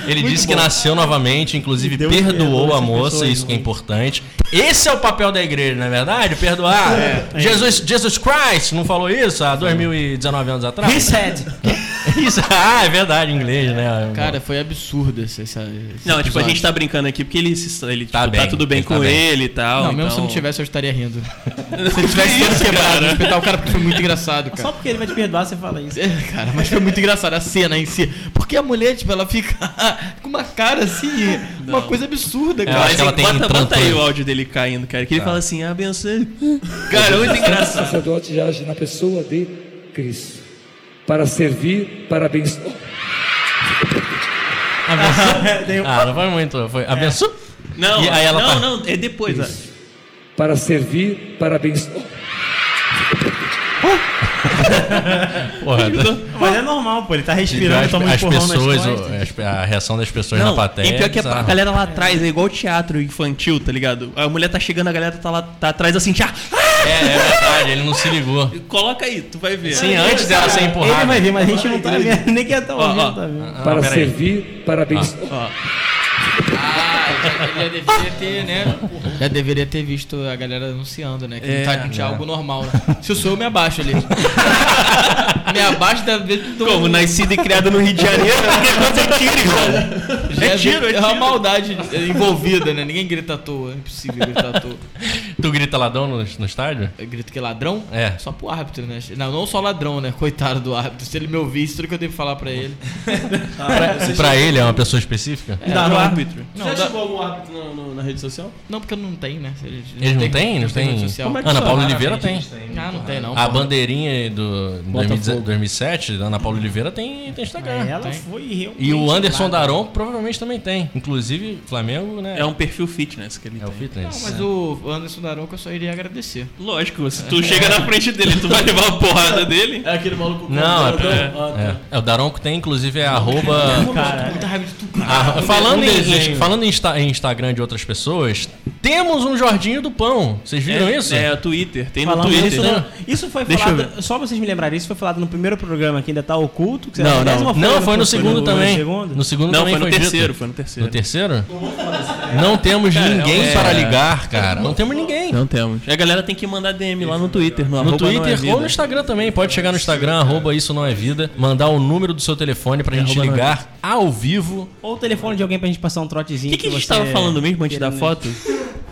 Speaker 4: ele disse que nasceu novamente, inclusive
Speaker 5: Deu
Speaker 4: perdoou
Speaker 5: medo
Speaker 4: a
Speaker 5: essas
Speaker 4: moça,
Speaker 5: pessoas,
Speaker 4: isso que é
Speaker 5: né?
Speaker 4: importante. Esse é o papel da igreja, não é verdade? Perdoar.
Speaker 7: É,
Speaker 4: Jesus, Jesus Christ não falou isso há 2019 anos atrás?
Speaker 5: He said.
Speaker 4: Isso, ah, é verdade, em inglês, né?
Speaker 6: Cara, foi absurdo esse, esse- esse
Speaker 7: Não, tipo, a
Speaker 6: episódio.
Speaker 7: gente tá brincando aqui porque ele, se- ele tipo,
Speaker 4: Tá
Speaker 7: tá,
Speaker 4: bem,
Speaker 7: tudo bem
Speaker 4: ele tá
Speaker 7: com
Speaker 4: bem.
Speaker 7: ele e tal.
Speaker 6: Não, mesmo
Speaker 7: então-
Speaker 6: se eu não tivesse, eu estaria rindo.
Speaker 7: se ele tivesse isso,
Speaker 6: Quebrado,
Speaker 7: cara.
Speaker 6: espetar o cara, porque foi muito engraçado, cara.
Speaker 5: Só porque ele vai te perdoar, você fala isso.
Speaker 6: É, cara, mas foi muito engraçado a cena em si. Porque a mulher, tipo, ela fica com uma cara assim, uma coisa absurda,
Speaker 4: Eu acho
Speaker 6: cara.
Speaker 4: que ela tem Tá.
Speaker 7: bota, bota
Speaker 4: trantor.
Speaker 7: aí o áudio dele caindo, cara. Que ele fala assim, abençoe. Cara, é muito
Speaker 10: O
Speaker 7: engraçado.
Speaker 10: sacerdote já age na pessoa de Cristo para servir, para abençoar.
Speaker 5: Tem um-
Speaker 4: Ah, não foi muito. Foi
Speaker 7: é.
Speaker 4: abençoa.
Speaker 7: Não,
Speaker 4: E aí ela
Speaker 7: não,
Speaker 4: tá-
Speaker 7: não, é depois. ó.
Speaker 10: Para servir, para abençoar.
Speaker 4: Porra,
Speaker 5: Mas é normal, pô. Ele tá respirando,
Speaker 4: as,
Speaker 5: toma um
Speaker 4: as
Speaker 5: empurrão nas
Speaker 4: pessoas,
Speaker 5: costas.
Speaker 4: o- as pe- a reação das pessoas
Speaker 7: Não,
Speaker 4: na plateia.
Speaker 7: e pior que a
Speaker 4: bizarro.
Speaker 7: galera lá atrás é igual teatro infantil, tá ligado? A mulher tá chegando, a galera tá lá tá atrás assim, já.
Speaker 4: É, é verdade, ele não se ligou.
Speaker 7: Coloca aí, tu vai ver.
Speaker 4: Sim, é antes dela ser
Speaker 5: Ele vai
Speaker 4: empurrada.
Speaker 5: ver, mas a gente não tá vendo. Nem quem tá ouvindo
Speaker 7: ó.
Speaker 5: tá vendo.
Speaker 10: para
Speaker 4: peraí.
Speaker 10: servir, para abençoar.
Speaker 6: Já deveria ter, né? Já deveria ter visto a galera anunciando, né? Que não tá que tinha algo normal. né? Se eu sou eu, me abaixo ali. me abaixo da vez que
Speaker 7: Como nascido e criado no Rio de Janeiro, é tiro, cara.
Speaker 6: é,
Speaker 7: tiro, é
Speaker 6: é uma
Speaker 7: tiro.
Speaker 6: maldade é, envolvida, né? Ninguém grita à toa. É impossível gritar à toa.
Speaker 4: Tu grita ladrão no, no estádio?
Speaker 6: Eu grito que ladrão?
Speaker 4: É.
Speaker 6: Só pro árbitro, né? Não, não só ladrão, né? Coitado do árbitro. Se ele me ouvisse, tudo que eu devo falar pra ele.
Speaker 4: Pra ele, é uma pessoa específica?
Speaker 6: Dá
Speaker 7: no árbitro.
Speaker 6: Não,
Speaker 3: Já
Speaker 6: dá-
Speaker 3: chegou algum árbitro no- no- na rede social?
Speaker 6: não, porque não tem, né?
Speaker 4: Eles não têm? Não tem?
Speaker 6: rede social.
Speaker 3: Como é que
Speaker 4: Ana Paula
Speaker 3: funciona?
Speaker 4: Oliveira tem.
Speaker 6: Ah, não tem, não.
Speaker 4: A
Speaker 6: porra.
Speaker 4: bandeirinha do 2007, da Ana Paula Oliveira, tem, tem Instagram.
Speaker 5: Ela
Speaker 6: tem.
Speaker 5: foi realmente
Speaker 4: E o Anderson
Speaker 5: lá, cara.
Speaker 4: Daron provavelmente também tem. Inclusive, Flamengo, né?
Speaker 7: É um perfil fitness que ele
Speaker 4: é o
Speaker 7: tem.
Speaker 6: Não,
Speaker 4: fitness.
Speaker 6: mas o Anderson Daronco eu só iria agradecer.
Speaker 7: Lógico, se
Speaker 4: É.
Speaker 7: tu chega na frente dele, tu vai levar uma porrada dele.
Speaker 3: É aquele maluco. com
Speaker 4: Não, é
Speaker 3: o grandão?
Speaker 4: pra-
Speaker 3: Ah, tá.
Speaker 4: É. É, o Daronco tem, inclusive, é arroba.
Speaker 5: Cara, tá
Speaker 6: Muita raiva de tu, cara.
Speaker 4: Ah,
Speaker 7: Um
Speaker 4: falando em, falando em, Insta- em Instagram de outras pessoas, temos um Jordinho do Pão. Vocês viram
Speaker 7: é,
Speaker 4: isso?
Speaker 7: É, o Twitter. Tem no
Speaker 5: falando
Speaker 7: Twitter.
Speaker 5: isso,
Speaker 7: né?
Speaker 5: não- isso foi
Speaker 7: Deixa eu
Speaker 5: falado. Só pra vocês me lembrarem, isso foi falado no primeiro programa que ainda tá oculto. que será
Speaker 7: Não,
Speaker 5: a
Speaker 7: não.
Speaker 5: décima
Speaker 4: Não, foi no segundo também.
Speaker 5: segundo?
Speaker 4: No segundo
Speaker 7: Não,
Speaker 4: também
Speaker 7: foi no
Speaker 4: dito.
Speaker 7: terceiro, foi no
Speaker 4: No
Speaker 7: terceiro.
Speaker 4: terceiro? Não temos ninguém
Speaker 7: é-
Speaker 4: para ligar, cara. Não temos ninguém.
Speaker 7: Não temos. A galera tem que mandar DM lá no Twitter. No,
Speaker 4: No
Speaker 7: arroba não é
Speaker 4: Twitter
Speaker 7: vida.
Speaker 4: ou no Instagram também. Pode chegar no Instagram, arroba isso não é vida, mandar o número do seu telefone
Speaker 7: É,
Speaker 4: pra gente ligar ao vivo.
Speaker 5: Ou o telefone de alguém pra gente passar um
Speaker 7: O
Speaker 5: trotezinho.
Speaker 7: que, que a gente
Speaker 5: você- né?
Speaker 7: tava falando mesmo antes da
Speaker 5: querendo-
Speaker 7: foto?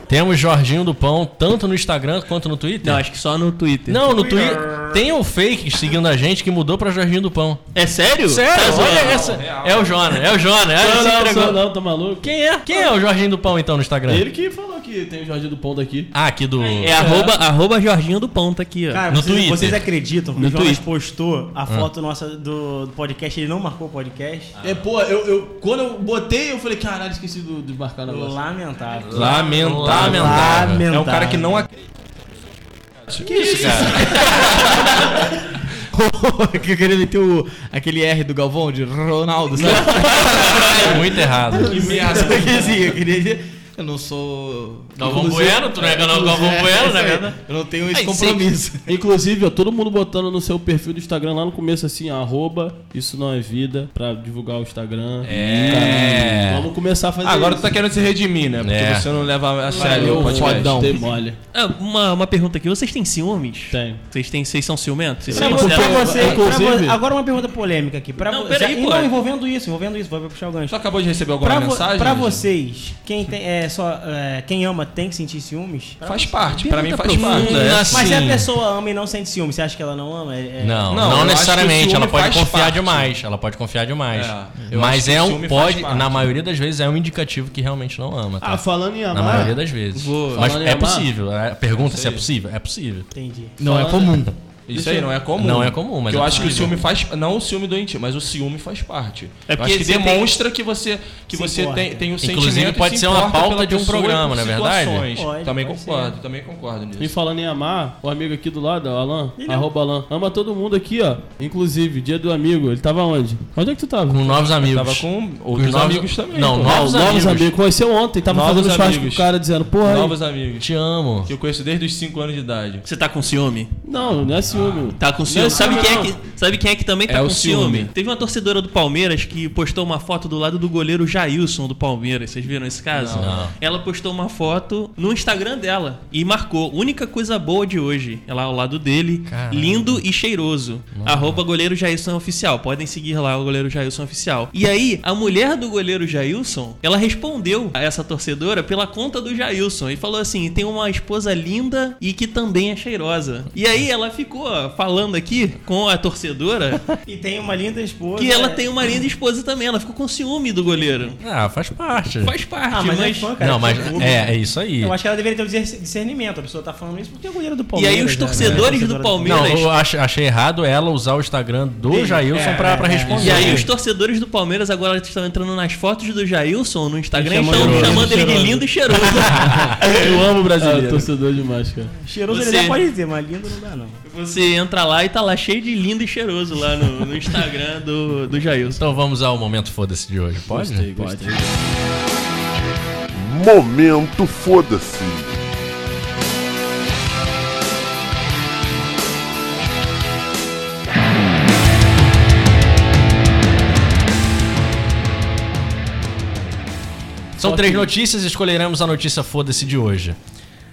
Speaker 3: Temos Jorginho do Pão, tanto no Instagram quanto no Twitter.
Speaker 7: Não, acho que só no Twitter.
Speaker 3: Não, no Twitter tem o fake seguindo a gente que mudou pra Jorginho do Pão.
Speaker 7: É sério?
Speaker 3: Sério? Olha essa. Tá É o Jonas, é o Jonas.
Speaker 4: Não,
Speaker 3: Ele se
Speaker 4: não,
Speaker 3: entregou.
Speaker 4: não, não, tá maluco?
Speaker 3: Quem é? Quem é o Jorginho do Pão então no Instagram?
Speaker 4: Ele que falou que tem o Jorge do Pão daqui.
Speaker 3: Ah, aqui do.
Speaker 7: É, Arroba, arroba Jorginho do Pão, tá aqui, ó.
Speaker 5: Cara,
Speaker 3: No
Speaker 5: vocês,
Speaker 3: Twitter.
Speaker 5: vocês acreditam que
Speaker 7: No
Speaker 5: o Jonas
Speaker 7: Twitter.
Speaker 5: postou a foto nossa do, do podcast, ele não marcou o podcast?
Speaker 4: É, pô, eu, eu- quando eu botei, eu falei, caralho, esqueci do- de marcar o negócio.
Speaker 5: Lamentável.
Speaker 3: Lamentável.
Speaker 5: Lamentável.
Speaker 2: É um cara que não acredita.
Speaker 6: que eu queria meter o, aquele R do Galvão de Ronaldo, sabe?
Speaker 3: Muito errado.
Speaker 6: assim, eu queria dizer. Eu não sou.
Speaker 3: Galvão Bueno, tu não é Galvão
Speaker 6: É,
Speaker 3: Bueno,
Speaker 6: isso
Speaker 3: né?
Speaker 6: aí.
Speaker 3: verdade?
Speaker 6: Eu não tenho esse
Speaker 3: Ai,
Speaker 6: compromisso.
Speaker 4: Inclusive, ó, todo mundo botando no seu perfil do Instagram lá no começo assim, arroba, isso não é vida, pra divulgar o Instagram.
Speaker 3: É.
Speaker 4: Vamos começar a fazer
Speaker 2: Agora tu
Speaker 4: isso.
Speaker 2: tá querendo se redimir, né? Porque
Speaker 3: É.
Speaker 2: você não leva a sério
Speaker 4: Eu
Speaker 2: o podcast.
Speaker 4: fodão. Dei mole.
Speaker 7: Ah, uma, uma pergunta aqui. Vocês têm ciúmes?
Speaker 4: Tenho.
Speaker 7: Vocês, têm, vocês são ciumentos? Vocês
Speaker 5: Pra
Speaker 7: se
Speaker 5: você, pra
Speaker 7: consideram-
Speaker 5: você, pra
Speaker 4: Inclusive-
Speaker 5: vo- agora uma pergunta polêmica aqui. Pra
Speaker 7: Não,
Speaker 5: vo-
Speaker 7: peraí,
Speaker 5: já-
Speaker 7: pô.
Speaker 5: não, envolvendo isso, envolvendo isso, vou puxar o
Speaker 2: Tu
Speaker 5: gancho.
Speaker 2: acabou de receber alguma
Speaker 5: Pra, vo-
Speaker 2: mensagem?
Speaker 5: pra
Speaker 2: Gil?
Speaker 5: vocês, quem, tem, é, só, é, quem ama tem que sentir ciúmes?
Speaker 2: Faz parte, pra mim faz
Speaker 3: profunda,
Speaker 2: parte. né?
Speaker 3: é.
Speaker 5: Mas se a
Speaker 3: Sim.
Speaker 5: pessoa ama e não sente ciúmes, você acha que ela não ama? É- é-
Speaker 2: Não,
Speaker 3: Não, não,
Speaker 2: eu acho que o
Speaker 3: necessariamente.
Speaker 2: ciúme
Speaker 3: Ela pode
Speaker 2: faz
Speaker 3: confiar
Speaker 2: parte.
Speaker 3: demais. Ela pode confiar demais.
Speaker 2: É, eu acho
Speaker 3: Mas
Speaker 2: que
Speaker 3: é
Speaker 2: o
Speaker 3: um
Speaker 2: ciúme faz
Speaker 3: pode,
Speaker 2: parte.
Speaker 3: na maioria das vezes é um indicativo que realmente não ama. tá?
Speaker 4: Ah, falando em
Speaker 3: na
Speaker 4: amar,
Speaker 3: maioria das vezes.
Speaker 4: Vou-
Speaker 3: Mas
Speaker 4: Falando em
Speaker 3: é
Speaker 4: amar-
Speaker 3: possível. A pergunta é se é possível, é possível.
Speaker 5: Entendi.
Speaker 6: Não é comum.
Speaker 2: Isso aí não é comum.
Speaker 3: Não é comum, mas
Speaker 2: eu
Speaker 3: é
Speaker 2: acho que o
Speaker 3: possível.
Speaker 2: ciúme faz, não o ciúme doentio, mas o ciúme faz parte. eu
Speaker 7: É
Speaker 2: acho
Speaker 7: porque
Speaker 2: que
Speaker 7: você tem-
Speaker 2: demonstra que você que
Speaker 5: Se
Speaker 2: você
Speaker 5: importa.
Speaker 2: tem, tem um
Speaker 3: Inclusive,
Speaker 2: sentimento e
Speaker 3: pode
Speaker 2: se
Speaker 3: ser uma
Speaker 2: importa
Speaker 3: pauta
Speaker 2: pela
Speaker 3: de um
Speaker 2: pessoa e por
Speaker 3: programa, não é verdade?
Speaker 2: situações.
Speaker 5: Pode,
Speaker 2: também
Speaker 5: pode
Speaker 2: concordo, também concordo nisso.
Speaker 4: e falando em amar, o amigo aqui do lado, ó, Alan, arroba Alan, ama todo mundo aqui, ó. Inclusive, dia do amigo, ele tava onde? Onde é que tu tava?
Speaker 3: Com novos amigos.
Speaker 2: Tava com outros
Speaker 3: novos-
Speaker 2: amigos também.
Speaker 3: Não,
Speaker 2: pô.
Speaker 3: novos amigos.
Speaker 4: Conheceu ontem, tava
Speaker 2: Novos
Speaker 4: fazendo churrasco com
Speaker 2: amigos.
Speaker 4: o
Speaker 6: Tá
Speaker 4: cara dizendo, porra, aí-
Speaker 2: novos amigos.
Speaker 3: Te amo.
Speaker 2: Que eu conheço desde os 5 anos de idade.
Speaker 7: Você tá com ciúme?
Speaker 4: não, não é ciúme.
Speaker 7: Tá com ciúme.
Speaker 4: Não,
Speaker 7: Sabe
Speaker 4: não.
Speaker 7: quem, é que, sabe quem é que também tá
Speaker 2: É o
Speaker 7: com ciúme?
Speaker 2: ciúme.
Speaker 7: Teve uma torcedora do Palmeiras que postou uma foto do lado do goleiro Jailson do Palmeiras. Vocês viram esse caso?
Speaker 3: Não.
Speaker 7: Ela postou uma foto no Instagram dela e marcou única coisa boa de hoje. Ela ao lado dele,
Speaker 3: Caralho.
Speaker 7: lindo e cheiroso. Arroba goleiro Jailson oficial. Podem seguir lá o goleiro Jailson oficial. E aí, a mulher do goleiro Jailson, ela respondeu a essa torcedora pela conta do Jailson e falou assim: "Tem uma esposa linda e que também é cheirosa". E aí ela ficou falando aqui com a torcedora
Speaker 5: E tem uma linda esposa.
Speaker 7: que ela
Speaker 5: é-
Speaker 7: tem uma linda esposa também. Ela ficou com ciúme do goleiro.
Speaker 3: Ah, faz parte.
Speaker 7: Faz parte,
Speaker 5: Ah, mas, é
Speaker 7: mas
Speaker 5: fã, cara.
Speaker 3: Não, mas
Speaker 5: é fã.
Speaker 3: é, é isso aí.
Speaker 5: Eu acho que ela deveria ter um discer- discernimento. A pessoa tá falando isso porque é goleiro do
Speaker 7: E
Speaker 5: Palmeiras.
Speaker 7: aí os
Speaker 5: né?
Speaker 7: torcedores do
Speaker 5: Torcedora
Speaker 7: Palmeiras
Speaker 3: Não, eu acho- achei erado ela usar o Instagram do Jailson pra, pra responder.
Speaker 7: E aí os torcedores do Palmeiras agora estão entrando nas fotos do Jailson no Instagram e estão
Speaker 4: Chamando ele de
Speaker 7: chamando ele de
Speaker 4: cheiroso.
Speaker 7: lindo e cheiroso.
Speaker 4: Eu amo brasileiro. Ah, torcedor demais, cara.
Speaker 5: Cheiroso ele
Speaker 7: Você-
Speaker 5: até pode ter, mas lindo não dá, não.
Speaker 7: Você entra lá e tá lá cheio de lindo e cheiroso lá no, no Instagram do, do Jailson.
Speaker 3: Então vamos ao momento foda-se de hoje. Pode? Pode.
Speaker 1: é
Speaker 11: Momento foda-se.
Speaker 3: São três notícias e escolheremos a notícia foda-se de hoje.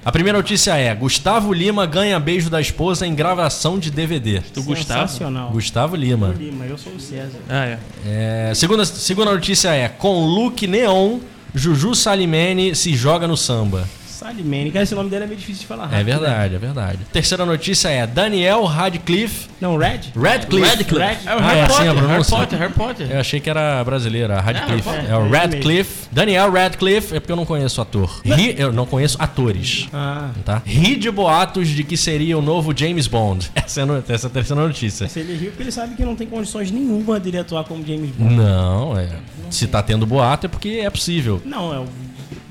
Speaker 3: A primeira notícia é: Gustavo Lima ganha beijo da esposa em gravação de DVD.
Speaker 7: Do Gustavo?
Speaker 5: Sensacional.
Speaker 3: Gustavo Lima.
Speaker 5: Lima, eu sou o César.
Speaker 7: Ah, é.
Speaker 3: É, segunda, segunda notícia é: com look neon, Juju Salimene se joga no samba.
Speaker 5: Salimene, cara, esse nome dele é meio difícil de falar
Speaker 6: Ah,
Speaker 5: rápido.
Speaker 3: É verdade, é verdade. Terceira notícia é: Daniel Radcliffe.
Speaker 5: né? Não, Red?
Speaker 3: Radcliffe.
Speaker 5: Radcliffe.
Speaker 3: Ah, é assim a
Speaker 6: Harry
Speaker 3: pronúncia?
Speaker 6: Potter, Harry Potter.
Speaker 3: Eu achei que era brasileira, a Radcliffe.
Speaker 5: Harry
Speaker 3: É,
Speaker 5: Potter.
Speaker 3: o
Speaker 5: É, é
Speaker 3: Radcliffe. Daniel Radcliffe, é porque eu não conheço ator. Ri- eu não conheço atores.
Speaker 5: Ah,
Speaker 3: Tá? Ri de boatos de que seria o novo James Bond. Essa é, a no- essa é a terceira notícia.
Speaker 5: se ele riu porque ele sabe que não tem condições nenhuma dele atuar como James Bond.
Speaker 3: Não, é. Se tá tendo boato é porque é possível.
Speaker 5: Não, é o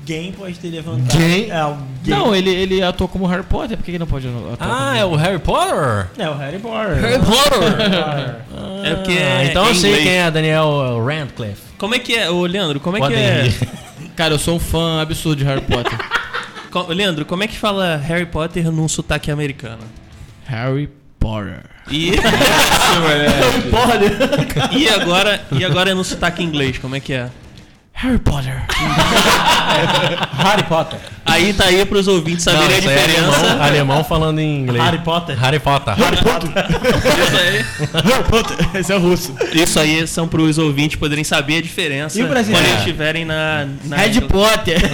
Speaker 5: game pode ter levantado.
Speaker 3: Game?
Speaker 5: É o game.
Speaker 6: Não, ele, ele atua como Harry Potter, por que que não pode atuar
Speaker 3: Ah, é o Harry Potter?
Speaker 5: É o Harry Potter.
Speaker 3: Potter!
Speaker 7: É porque
Speaker 3: Ah,
Speaker 7: é
Speaker 3: então eu
Speaker 7: em
Speaker 3: sei
Speaker 7: inglês.
Speaker 3: quem é Daniel Radcliffe.
Speaker 7: Como é que é, ô Leandro, como é que
Speaker 3: Podem
Speaker 7: é...
Speaker 3: rir.
Speaker 6: como... Cara, eu sou um fã absurdo de Harry Potter.
Speaker 7: co- Leandro, como é que fala Harry Potter num sotaque americano?
Speaker 6: Harry Potter.
Speaker 7: E... e agora, e agora é no sotaque inglês, como é que é? Harry Potter.
Speaker 5: Harry Potter.
Speaker 7: Aí tá aí pros ouvintes
Speaker 4: Não,
Speaker 7: saberem
Speaker 4: isso
Speaker 7: a
Speaker 4: aí é
Speaker 7: diferença.
Speaker 4: alemão, alemão falando em inglês.
Speaker 5: Harry Potter.
Speaker 4: Harry Potter.
Speaker 7: Isso aí.
Speaker 6: Esse é russo.
Speaker 7: Isso aí são para os ouvintes poderem saber a diferença
Speaker 5: E o brasileiro?
Speaker 7: quando eles estiverem
Speaker 5: Ah,
Speaker 7: na, na.
Speaker 6: Red
Speaker 3: então.
Speaker 6: Potter.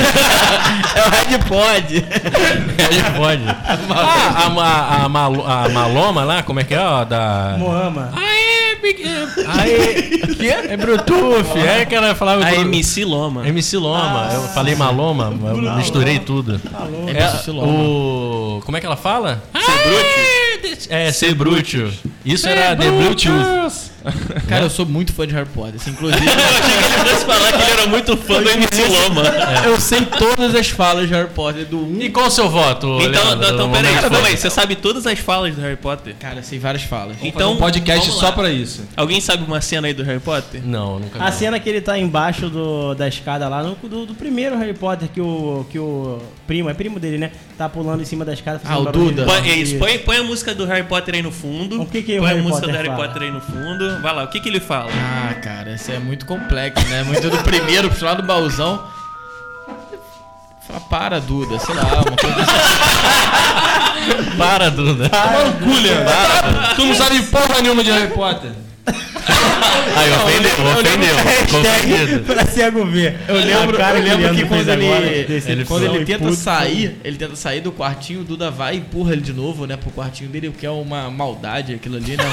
Speaker 6: é o Red Pod.
Speaker 4: Ele pode. Ah, a, ma- a Malu- a Maloma lá, como é que é? ó, Da...
Speaker 5: Moama.
Speaker 4: Aê, big... Aê, que? É Bluetooth. É que ela falava...
Speaker 7: A
Speaker 4: tudo-
Speaker 7: MC Loma.
Speaker 4: MC Loma. eu falei Maloma, eu misturei tudo. É, o... Como é que ela fala? Ser É, ser brútil. Isso era The Bluetooth.
Speaker 6: Cara, eu sou muito fã de Harry Potter. assim, inclusive,
Speaker 7: Você falar que ele era muito fã do MC
Speaker 4: É.
Speaker 7: Loma.
Speaker 6: eu sei todas as falas de Harry Potter do 1.
Speaker 4: E qual o seu voto,
Speaker 7: Então,
Speaker 4: Leandro,
Speaker 7: então
Speaker 4: no
Speaker 7: peraí,
Speaker 4: momento?
Speaker 7: calma aí. Você sabe todas as falas do Harry Potter?
Speaker 6: Cara, eu sei várias falas.
Speaker 7: Então,
Speaker 1: Um podcast
Speaker 7: vamos
Speaker 1: só
Speaker 7: lá.
Speaker 1: pra isso.
Speaker 7: Alguém sabe uma cena aí do Harry Potter?
Speaker 4: Não, nunca
Speaker 5: A cena que ele tá embaixo do, da escada lá, no- do, do primeiro Harry Potter, que o, que o primo, é primo dele, né? Tá pulando em cima da escada. fazendo
Speaker 6: Ah, o
Speaker 5: barulho de-
Speaker 6: Duda.
Speaker 7: Põe, é isso, põe, põe a música do Harry Potter aí no fundo.
Speaker 5: O que que o
Speaker 7: põe
Speaker 5: Harry
Speaker 7: a música
Speaker 5: Potter
Speaker 7: do Harry
Speaker 5: fala?
Speaker 7: Potter aí no fundo. Vai lá, o que, que ele fala?
Speaker 6: Ah, cara, isso é muito complexo, né? Muito do primeiro, pro lado do baúzão. Fala, para, Duda, sei lá, uma coisa assim.
Speaker 4: Para, Duda.
Speaker 6: Tá
Speaker 1: Tu não sabe porra nenhuma de Harry Potter.
Speaker 4: Aí, ofendeu, ofendeu. Ofendido.
Speaker 5: pra cego ver.
Speaker 6: Eu lembro,
Speaker 5: A cara
Speaker 6: eu lembro
Speaker 5: o
Speaker 6: que
Speaker 5: Leandro fez
Speaker 6: quando ele,
Speaker 5: agora, desse-
Speaker 4: ele
Speaker 6: quando
Speaker 4: foi
Speaker 6: ele tenta
Speaker 5: puto.
Speaker 6: sair, ele tenta sair do quartinho, o Duda vai e empurra ele de novo, né, pro quartinho dele, o que é uma maldade aquilo ali, né?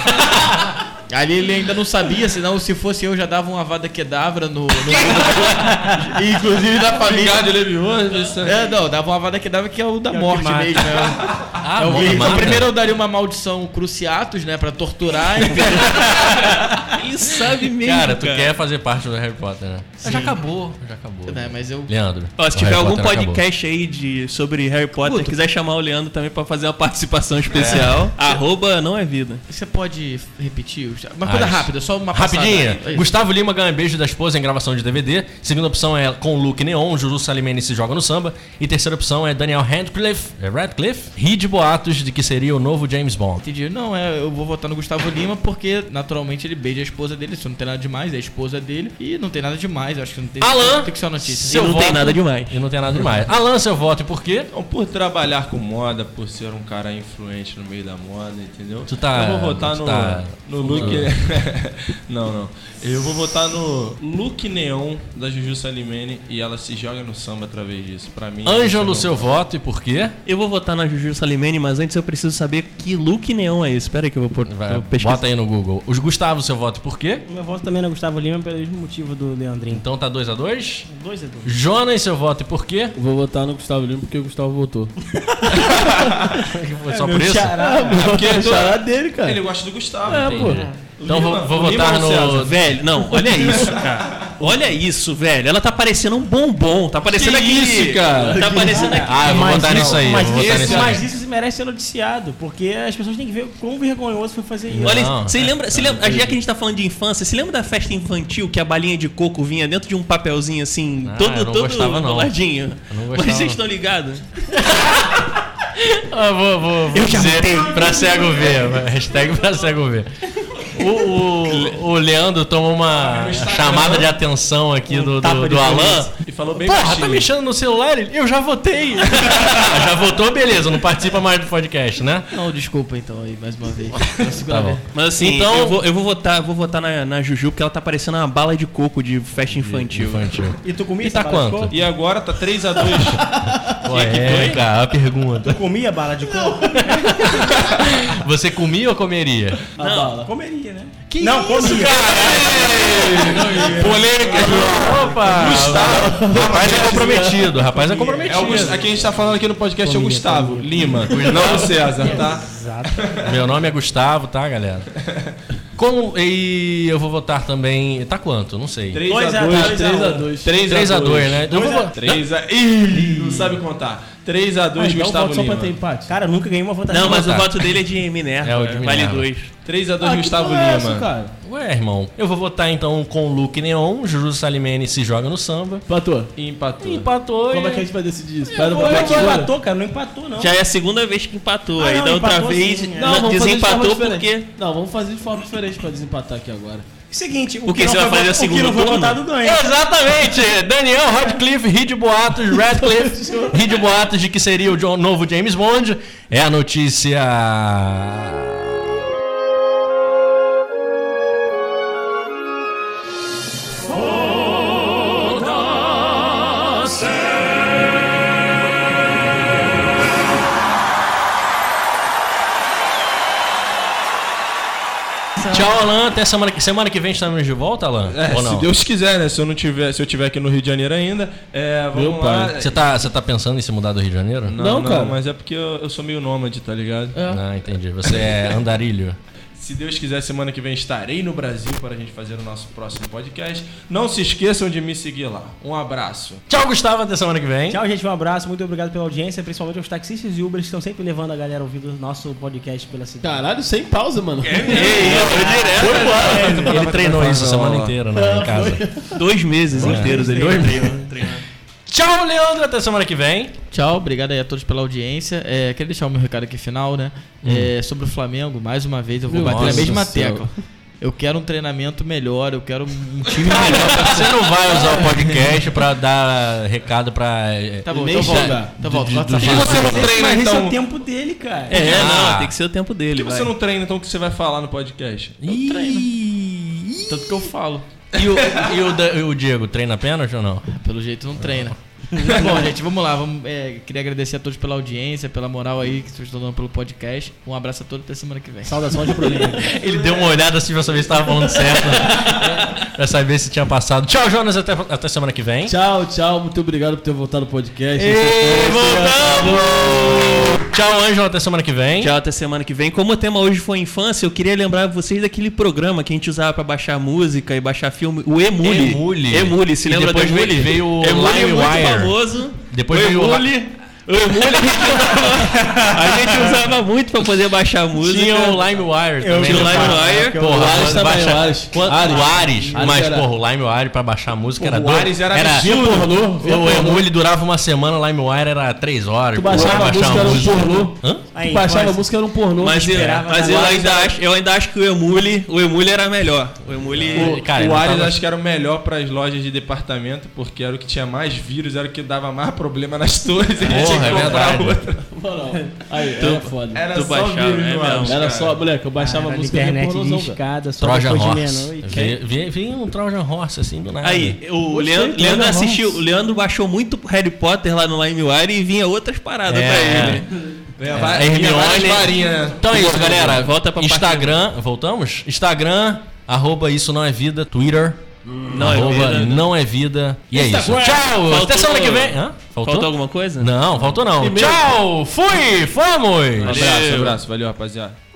Speaker 6: Ali ele ainda não sabia, senão se fosse eu já dava uma vada quedavra no. no E, inclusive na família.
Speaker 4: né?
Speaker 1: Obrigado, Levioso.
Speaker 6: É, não, dava uma vada quedavra que é o da morte
Speaker 5: mata.
Speaker 6: mesmo. né?
Speaker 4: Ah,
Speaker 6: É o
Speaker 4: bom,
Speaker 6: Virgem.
Speaker 4: mata.
Speaker 6: Então, primeiro eu daria uma maldição cruciatus, né? Pra torturar. e-
Speaker 7: Ele sabe mesmo.
Speaker 4: Cara, tu quer fazer parte do Harry Potter, né? Já acabou. Já acabou.
Speaker 6: né, mas eu.
Speaker 4: Leandro.
Speaker 7: Ó, se
Speaker 4: o
Speaker 7: tiver
Speaker 4: Harry
Speaker 7: algum
Speaker 4: Potter acabou.
Speaker 7: podcast aí de, sobre Harry Potter, quiser chamar o Leandro também pra fazer uma participação especial, arroba não é vida.
Speaker 6: Você pode repetir? os- Uma
Speaker 4: Ah,
Speaker 6: coisa
Speaker 4: isso.
Speaker 6: rápida, só uma passada. É
Speaker 4: Rapidinha.
Speaker 6: Isso.
Speaker 4: Gustavo Lima ganha beijo da esposa em gravação de DVD. Segunda opção é com Luke Neon, Juru Salimene se joga no samba. E terceira opção é Daniel Radcliffe, é Radcliffe ri de boatos de que seria o novo James Bond.
Speaker 6: Entendi. Não, é, eu vou votar no Gustavo Lima porque naturalmente ele beija a esposa dele, isso não tem nada demais, é a esposa dele e não tem nada demais, eu acho que não tem.
Speaker 4: Alan,
Speaker 6: tem que ser uma notícia.
Speaker 4: seu
Speaker 7: não tem
Speaker 4: voto-
Speaker 7: nada demais.
Speaker 4: E não tem nada demais. Alan, seu voto, e por quê?
Speaker 1: Então, por trabalhar com moda, por ser um cara influente no meio da moda, entendeu?
Speaker 4: Tu tá-
Speaker 1: Eu vou votar
Speaker 4: tu
Speaker 1: no,
Speaker 4: tá- Ah.
Speaker 1: no look. não, não. Eu vou votar no look neon da Juju Salimene e ela se joga no samba através disso. Pra mim.
Speaker 4: Ângelo,
Speaker 1: isso é
Speaker 4: seu voto, e por quê?
Speaker 7: Eu vou votar na Juju Salimene, mas antes eu preciso saber que look neon é esse. Espera aí que eu vou, por,
Speaker 4: Vai,
Speaker 7: eu vou pesquisar.
Speaker 4: bota aí no Google. Os Gustavo, seu voto, e por quê?
Speaker 5: Meu voto também no Gustavo Lima pelo mesmo motivo do Leandrinho.
Speaker 4: Então tá 2 a 2
Speaker 5: Dois é dois.
Speaker 4: Jonas, seu voto, e por quê?
Speaker 12: Vou votar no Gustavo Lima porque o Gustavo votou.
Speaker 4: Foi só por isso?
Speaker 12: Porque chará dele, cara.
Speaker 1: Ele gosta do Gustavo.
Speaker 4: Entendi. Então vou, vou
Speaker 1: Lima
Speaker 4: votar
Speaker 1: ou
Speaker 4: no.
Speaker 7: Velho, não, olha isso, cara. Olha isso, velho. Ela tá parecendo um bombom. Tá parecendo
Speaker 1: Que
Speaker 7: aquele...
Speaker 1: isso, cara?
Speaker 7: Tá parecendo aqui.
Speaker 4: Ah, eu vou votar nisso aí. eu
Speaker 5: Mas,
Speaker 4: vou votar
Speaker 5: isso,
Speaker 4: nisso aí.
Speaker 5: mas isso se merece ser noticiado, porque as pessoas têm que ver quão vergonhoso foi fazer isso.
Speaker 7: Olha,
Speaker 4: Não,
Speaker 7: você
Speaker 4: é,
Speaker 7: lembra, você lembra, já que a gente tá falando de infância, você lembra da festa infantil que a balinha de coco vinha dentro de um papelzinho assim,
Speaker 4: Ah,
Speaker 7: todo,
Speaker 4: eu não
Speaker 7: todo
Speaker 4: gostava, não.
Speaker 7: boladinho?
Speaker 4: Eu não
Speaker 7: Mas
Speaker 4: gostava,
Speaker 7: vocês
Speaker 4: não.
Speaker 7: estão ligados?
Speaker 4: Ah, vou, vou, vou dizer pra cego ver. Hashtag pra cego ver. O, o, o Leandro tomou uma chamada de atenção aqui do, do, do Alan.
Speaker 1: E falou bem
Speaker 4: Porra,
Speaker 1: baixinho.
Speaker 4: tá mexendo no celular? Ele- Eu já votei. Ah, já votou, beleza. Não participa mais do podcast, né?
Speaker 6: Não, desculpa então aí, mais uma vez. Pra segurar
Speaker 4: Tá bom.
Speaker 6: bem.
Speaker 7: Mas assim,
Speaker 4: Então-
Speaker 7: eu, vou, eu vou votar, vou votar na, na Juju, porque ela tá parecendo uma bala de coco de festa infantil.
Speaker 4: Infantil.
Speaker 5: E tu comia
Speaker 4: E tá
Speaker 5: essa bala de
Speaker 4: quanto?
Speaker 5: coco?
Speaker 1: E agora tá 3x2.
Speaker 4: Ué, é, cara, a pergunta.
Speaker 5: Comia bala de coco?
Speaker 4: Você comia ou comeria?
Speaker 5: A bala. Comeria, né?
Speaker 4: Que
Speaker 5: não, comia.
Speaker 4: Opa! Gustavo. Rapaz é comprometido, rapaz é
Speaker 1: é o
Speaker 4: comprometido.
Speaker 1: Gus- aqui a gente tá falando aqui no podcast é o
Speaker 4: tá
Speaker 1: Gustavo Lima. Não o César, tá?
Speaker 4: Meu nome é Gustavo, tá, galera? Como. E eu vou votar também. Tá quanto? Não sei.
Speaker 5: 2 a
Speaker 1: 3x2.
Speaker 5: 2 a 2.
Speaker 4: 3x2, né? Então eu vou votar.
Speaker 1: 3 a... Ih, não sabe contar.
Speaker 5: Ah,
Speaker 1: 3x2,
Speaker 5: um
Speaker 12: Então
Speaker 1: Gustavo
Speaker 12: voto só pra ter
Speaker 1: Lima.
Speaker 12: empate.
Speaker 5: Cara, eu nunca ganhei uma votação.
Speaker 7: Não, mas
Speaker 4: votar.
Speaker 7: o voto dele é de Minerva.
Speaker 4: É, o de
Speaker 7: Vale
Speaker 4: Minerva.
Speaker 7: dois.
Speaker 1: 3x2,
Speaker 5: Ah,
Speaker 1: Gustavo
Speaker 12: porra é essa,
Speaker 1: Lima.
Speaker 12: cara.
Speaker 4: Ué, irmão. Eu vou votar então com o Luke Neon, Juru Salimene se joga no samba.
Speaker 12: Empatou.
Speaker 1: E empatou.
Speaker 4: Empatou.
Speaker 12: Como é
Speaker 4: e-
Speaker 12: que a gente vai decidir isso? Vai no
Speaker 5: Como é
Speaker 12: papel
Speaker 5: que
Speaker 12: de ouro?
Speaker 5: empatou, cara? Não empatou, não.
Speaker 7: Já é a segunda vez que empatou.
Speaker 5: Ah,
Speaker 7: aí
Speaker 5: não,
Speaker 7: da outra
Speaker 5: empatou
Speaker 7: vez
Speaker 5: sim, é.
Speaker 7: ela
Speaker 12: Não, vamos fazer de forma
Speaker 7: desempatou
Speaker 12: diferente.
Speaker 7: porque.
Speaker 12: Não, vamos fazer de forma diferente pra desempatar aqui agora.
Speaker 5: Seguinte, o,
Speaker 7: O que
Speaker 5: não
Speaker 7: você vai
Speaker 5: foi
Speaker 7: fazer
Speaker 5: votado-
Speaker 7: segundo
Speaker 5: O que não foi
Speaker 7: turno?
Speaker 5: votado
Speaker 4: É.
Speaker 5: ganha.
Speaker 4: Exatamente! Daniel Radcliffe ri de boatos, Radcliffe ri de boatos de que seria o jo- novo James Bond. É a notícia. Tchau, Alan. Tá Até semana que, semana que vem estamos de volta, Alan?
Speaker 1: É,
Speaker 4: Ou
Speaker 1: se
Speaker 4: não?
Speaker 1: Deus quiser, né? Se eu não tiver, se eu tiver aqui no Rio de Janeiro ainda, é, vamos
Speaker 3: Meu
Speaker 1: lá.
Speaker 3: pai.
Speaker 4: Você tá, você tá pensando em se mudar do Rio de Janeiro?
Speaker 1: Não,
Speaker 3: Não,
Speaker 1: não,
Speaker 3: cara.
Speaker 1: mas é porque eu, eu sou meio nômade, tá ligado?
Speaker 4: Ah, entendi. Você é andarilho.
Speaker 1: Se Deus quiser, semana que vem estarei no Brasil para a gente fazer o nosso próximo podcast. Não se esqueçam de me seguir lá. Um abraço.
Speaker 4: Tchau, Gustavo. Até semana que vem.
Speaker 5: Tchau, gente. Um abraço. Muito obrigado pela audiência, principalmente aos taxistas e Ubers que estão sempre levando a galera ouvindo o nosso podcast pela cidade.
Speaker 3: Caralho, sem pausa, mano.
Speaker 1: É,
Speaker 4: Ele treinou isso a semana inteira né, em casa.
Speaker 7: Dois meses inteiros ele treinando, treinando.
Speaker 4: Tchau, Leandro. Até semana que vem.
Speaker 6: Tchau, obrigado aí a todos pela audiência. É, quero deixar o meu recado aqui final, né?
Speaker 3: Hum.
Speaker 6: É, sobre o Flamengo, mais uma vez, eu vou
Speaker 3: Meu
Speaker 6: bater na
Speaker 3: Deus
Speaker 6: mesma
Speaker 3: do céu.
Speaker 6: tecla. Eu quero um treinamento melhor, eu quero um time melhor.
Speaker 4: Ah, Você não vai usar o podcast pra dar recado pra. é,
Speaker 6: Tá bom,
Speaker 3: Nem
Speaker 6: então
Speaker 3: chegar.
Speaker 6: volta. Então volta, volta.
Speaker 4: gente.
Speaker 1: Você não treina,
Speaker 5: Mas esse é o
Speaker 1: então.
Speaker 5: tempo dele, cara.
Speaker 7: É,
Speaker 4: Ah.
Speaker 7: não, tem que ser o tempo dele, vai.
Speaker 1: Você não treina, então o que você vai falar no podcast?
Speaker 6: Tanto que eu falo.
Speaker 4: E, o, e o da- e o Diego treina pênalti ou não?
Speaker 6: Pelo jeito não treina. Tá bom, gente, vamos lá. Vamos, é, queria agradecer a todos pela audiência, pela moral aí que vocês estão dando pelo podcast. Um abraço a todos até semana que vem.
Speaker 5: Saudações de problema.
Speaker 4: Ele deu uma olhada assim pra saber se tava falando certo. né? pra saber se tinha passado. Tchau, Jonas. Até, até semana que vem.
Speaker 3: Tchau, tchau. Muito obrigado por ter voltado ao podcast.
Speaker 4: E voltamos! Tchau, Ângelo. Até semana que vem.
Speaker 7: Tchau, até semana que vem. Como o tema hoje foi infância, eu queria lembrar vocês daquele programa que a gente usava pra baixar música e baixar filme, o Emule.
Speaker 4: Emule.
Speaker 7: Emule, se
Speaker 4: E
Speaker 7: lembra
Speaker 4: depois
Speaker 7: do Emule?
Speaker 4: veio o
Speaker 7: Emule é
Speaker 4: Lime
Speaker 7: muito
Speaker 4: Wire.
Speaker 7: famoso.
Speaker 4: Depois
Speaker 7: o
Speaker 4: veio o
Speaker 7: Emule. O Emule a gente usava, a gente usava muito pra poder baixar música.
Speaker 4: Tinha o LimeWire
Speaker 7: Eu
Speaker 4: também.
Speaker 7: vi o
Speaker 4: né, cara?
Speaker 7: LimeWire.
Speaker 4: Porra,
Speaker 3: O Ares
Speaker 4: quando
Speaker 3: também,
Speaker 4: baixa-
Speaker 3: o Ares.
Speaker 4: quando-
Speaker 3: Ares.
Speaker 4: O Ares.
Speaker 3: Ares
Speaker 4: Mas,
Speaker 3: era-
Speaker 4: porra, o LimeWire pra baixar a música era...
Speaker 1: o
Speaker 4: doido.
Speaker 1: Ares era
Speaker 3: Via pornô, via
Speaker 4: O
Speaker 3: pornô.
Speaker 4: emule durava uma semana, o LimeWire era três horas.
Speaker 3: Tu
Speaker 4: porra,
Speaker 3: baixava a
Speaker 4: baixar
Speaker 3: música, era um pornô.
Speaker 4: Hã?
Speaker 5: Aí,
Speaker 3: Tu baixava a
Speaker 5: pode-
Speaker 3: música, era um pornô.
Speaker 7: Mas, eu,
Speaker 5: Esperava
Speaker 7: mas
Speaker 5: na
Speaker 7: eu,
Speaker 5: loja.
Speaker 7: ainda acho, eu ainda acho que o Emule, o Emule era melhor. O
Speaker 4: É.
Speaker 7: Emule.
Speaker 4: Cara,
Speaker 1: o
Speaker 4: não
Speaker 1: Ares
Speaker 4: tava-
Speaker 1: acho que era o melhor para as lojas de departamento, porque era o que tinha mais vírus, era o que dava mais problema nas torres. Ele tinha
Speaker 4: Porra,
Speaker 1: que
Speaker 4: é
Speaker 1: comprar
Speaker 4: verdade.
Speaker 1: outra.
Speaker 3: Mano, aí, era foda.
Speaker 1: Era
Speaker 7: Tu
Speaker 1: só
Speaker 7: baixava,
Speaker 1: vírus
Speaker 7: é
Speaker 1: no
Speaker 7: mesmo.
Speaker 1: Ares,
Speaker 3: Era
Speaker 1: cara.
Speaker 3: só, moleque, eu baixava a
Speaker 5: Cara,
Speaker 3: música era um
Speaker 5: internet
Speaker 3: pornôzão, velho.
Speaker 5: discada, só
Speaker 4: Trojan
Speaker 5: depois de
Speaker 4: Horse.
Speaker 5: meia-noite.
Speaker 4: Vinha- Vinha vinha um Trojan Horse, assim, do nada.
Speaker 7: Aí, o Leandro,
Speaker 3: que
Speaker 7: Leandro
Speaker 3: legal.
Speaker 7: assistiu, o Leandro baixou muito Harry Potter lá no LimeWire e vinha outras paradas
Speaker 4: É.
Speaker 7: pra ele.
Speaker 1: É,
Speaker 4: É,
Speaker 1: vai-
Speaker 4: a
Speaker 1: tinha várias
Speaker 4: Hermione.
Speaker 1: varinhas, né?
Speaker 4: Então é isso, galera.
Speaker 7: Volta pra parte-
Speaker 4: Instagram. Voltamos? Instagram, arroba isso não é vida. Twitter. Não
Speaker 7: é
Speaker 4: arroba
Speaker 7: vida.
Speaker 4: não é vida. E é isso.
Speaker 7: Instagram.
Speaker 4: Tchau! Até
Speaker 7: Faltou-
Speaker 4: semana que vem. Hã? Faltou?
Speaker 7: Faltou alguma coisa?
Speaker 4: Não, faltou não. Tchau! Fui! Fomos!
Speaker 1: Abraço, abraço. Valeu, rapaziada.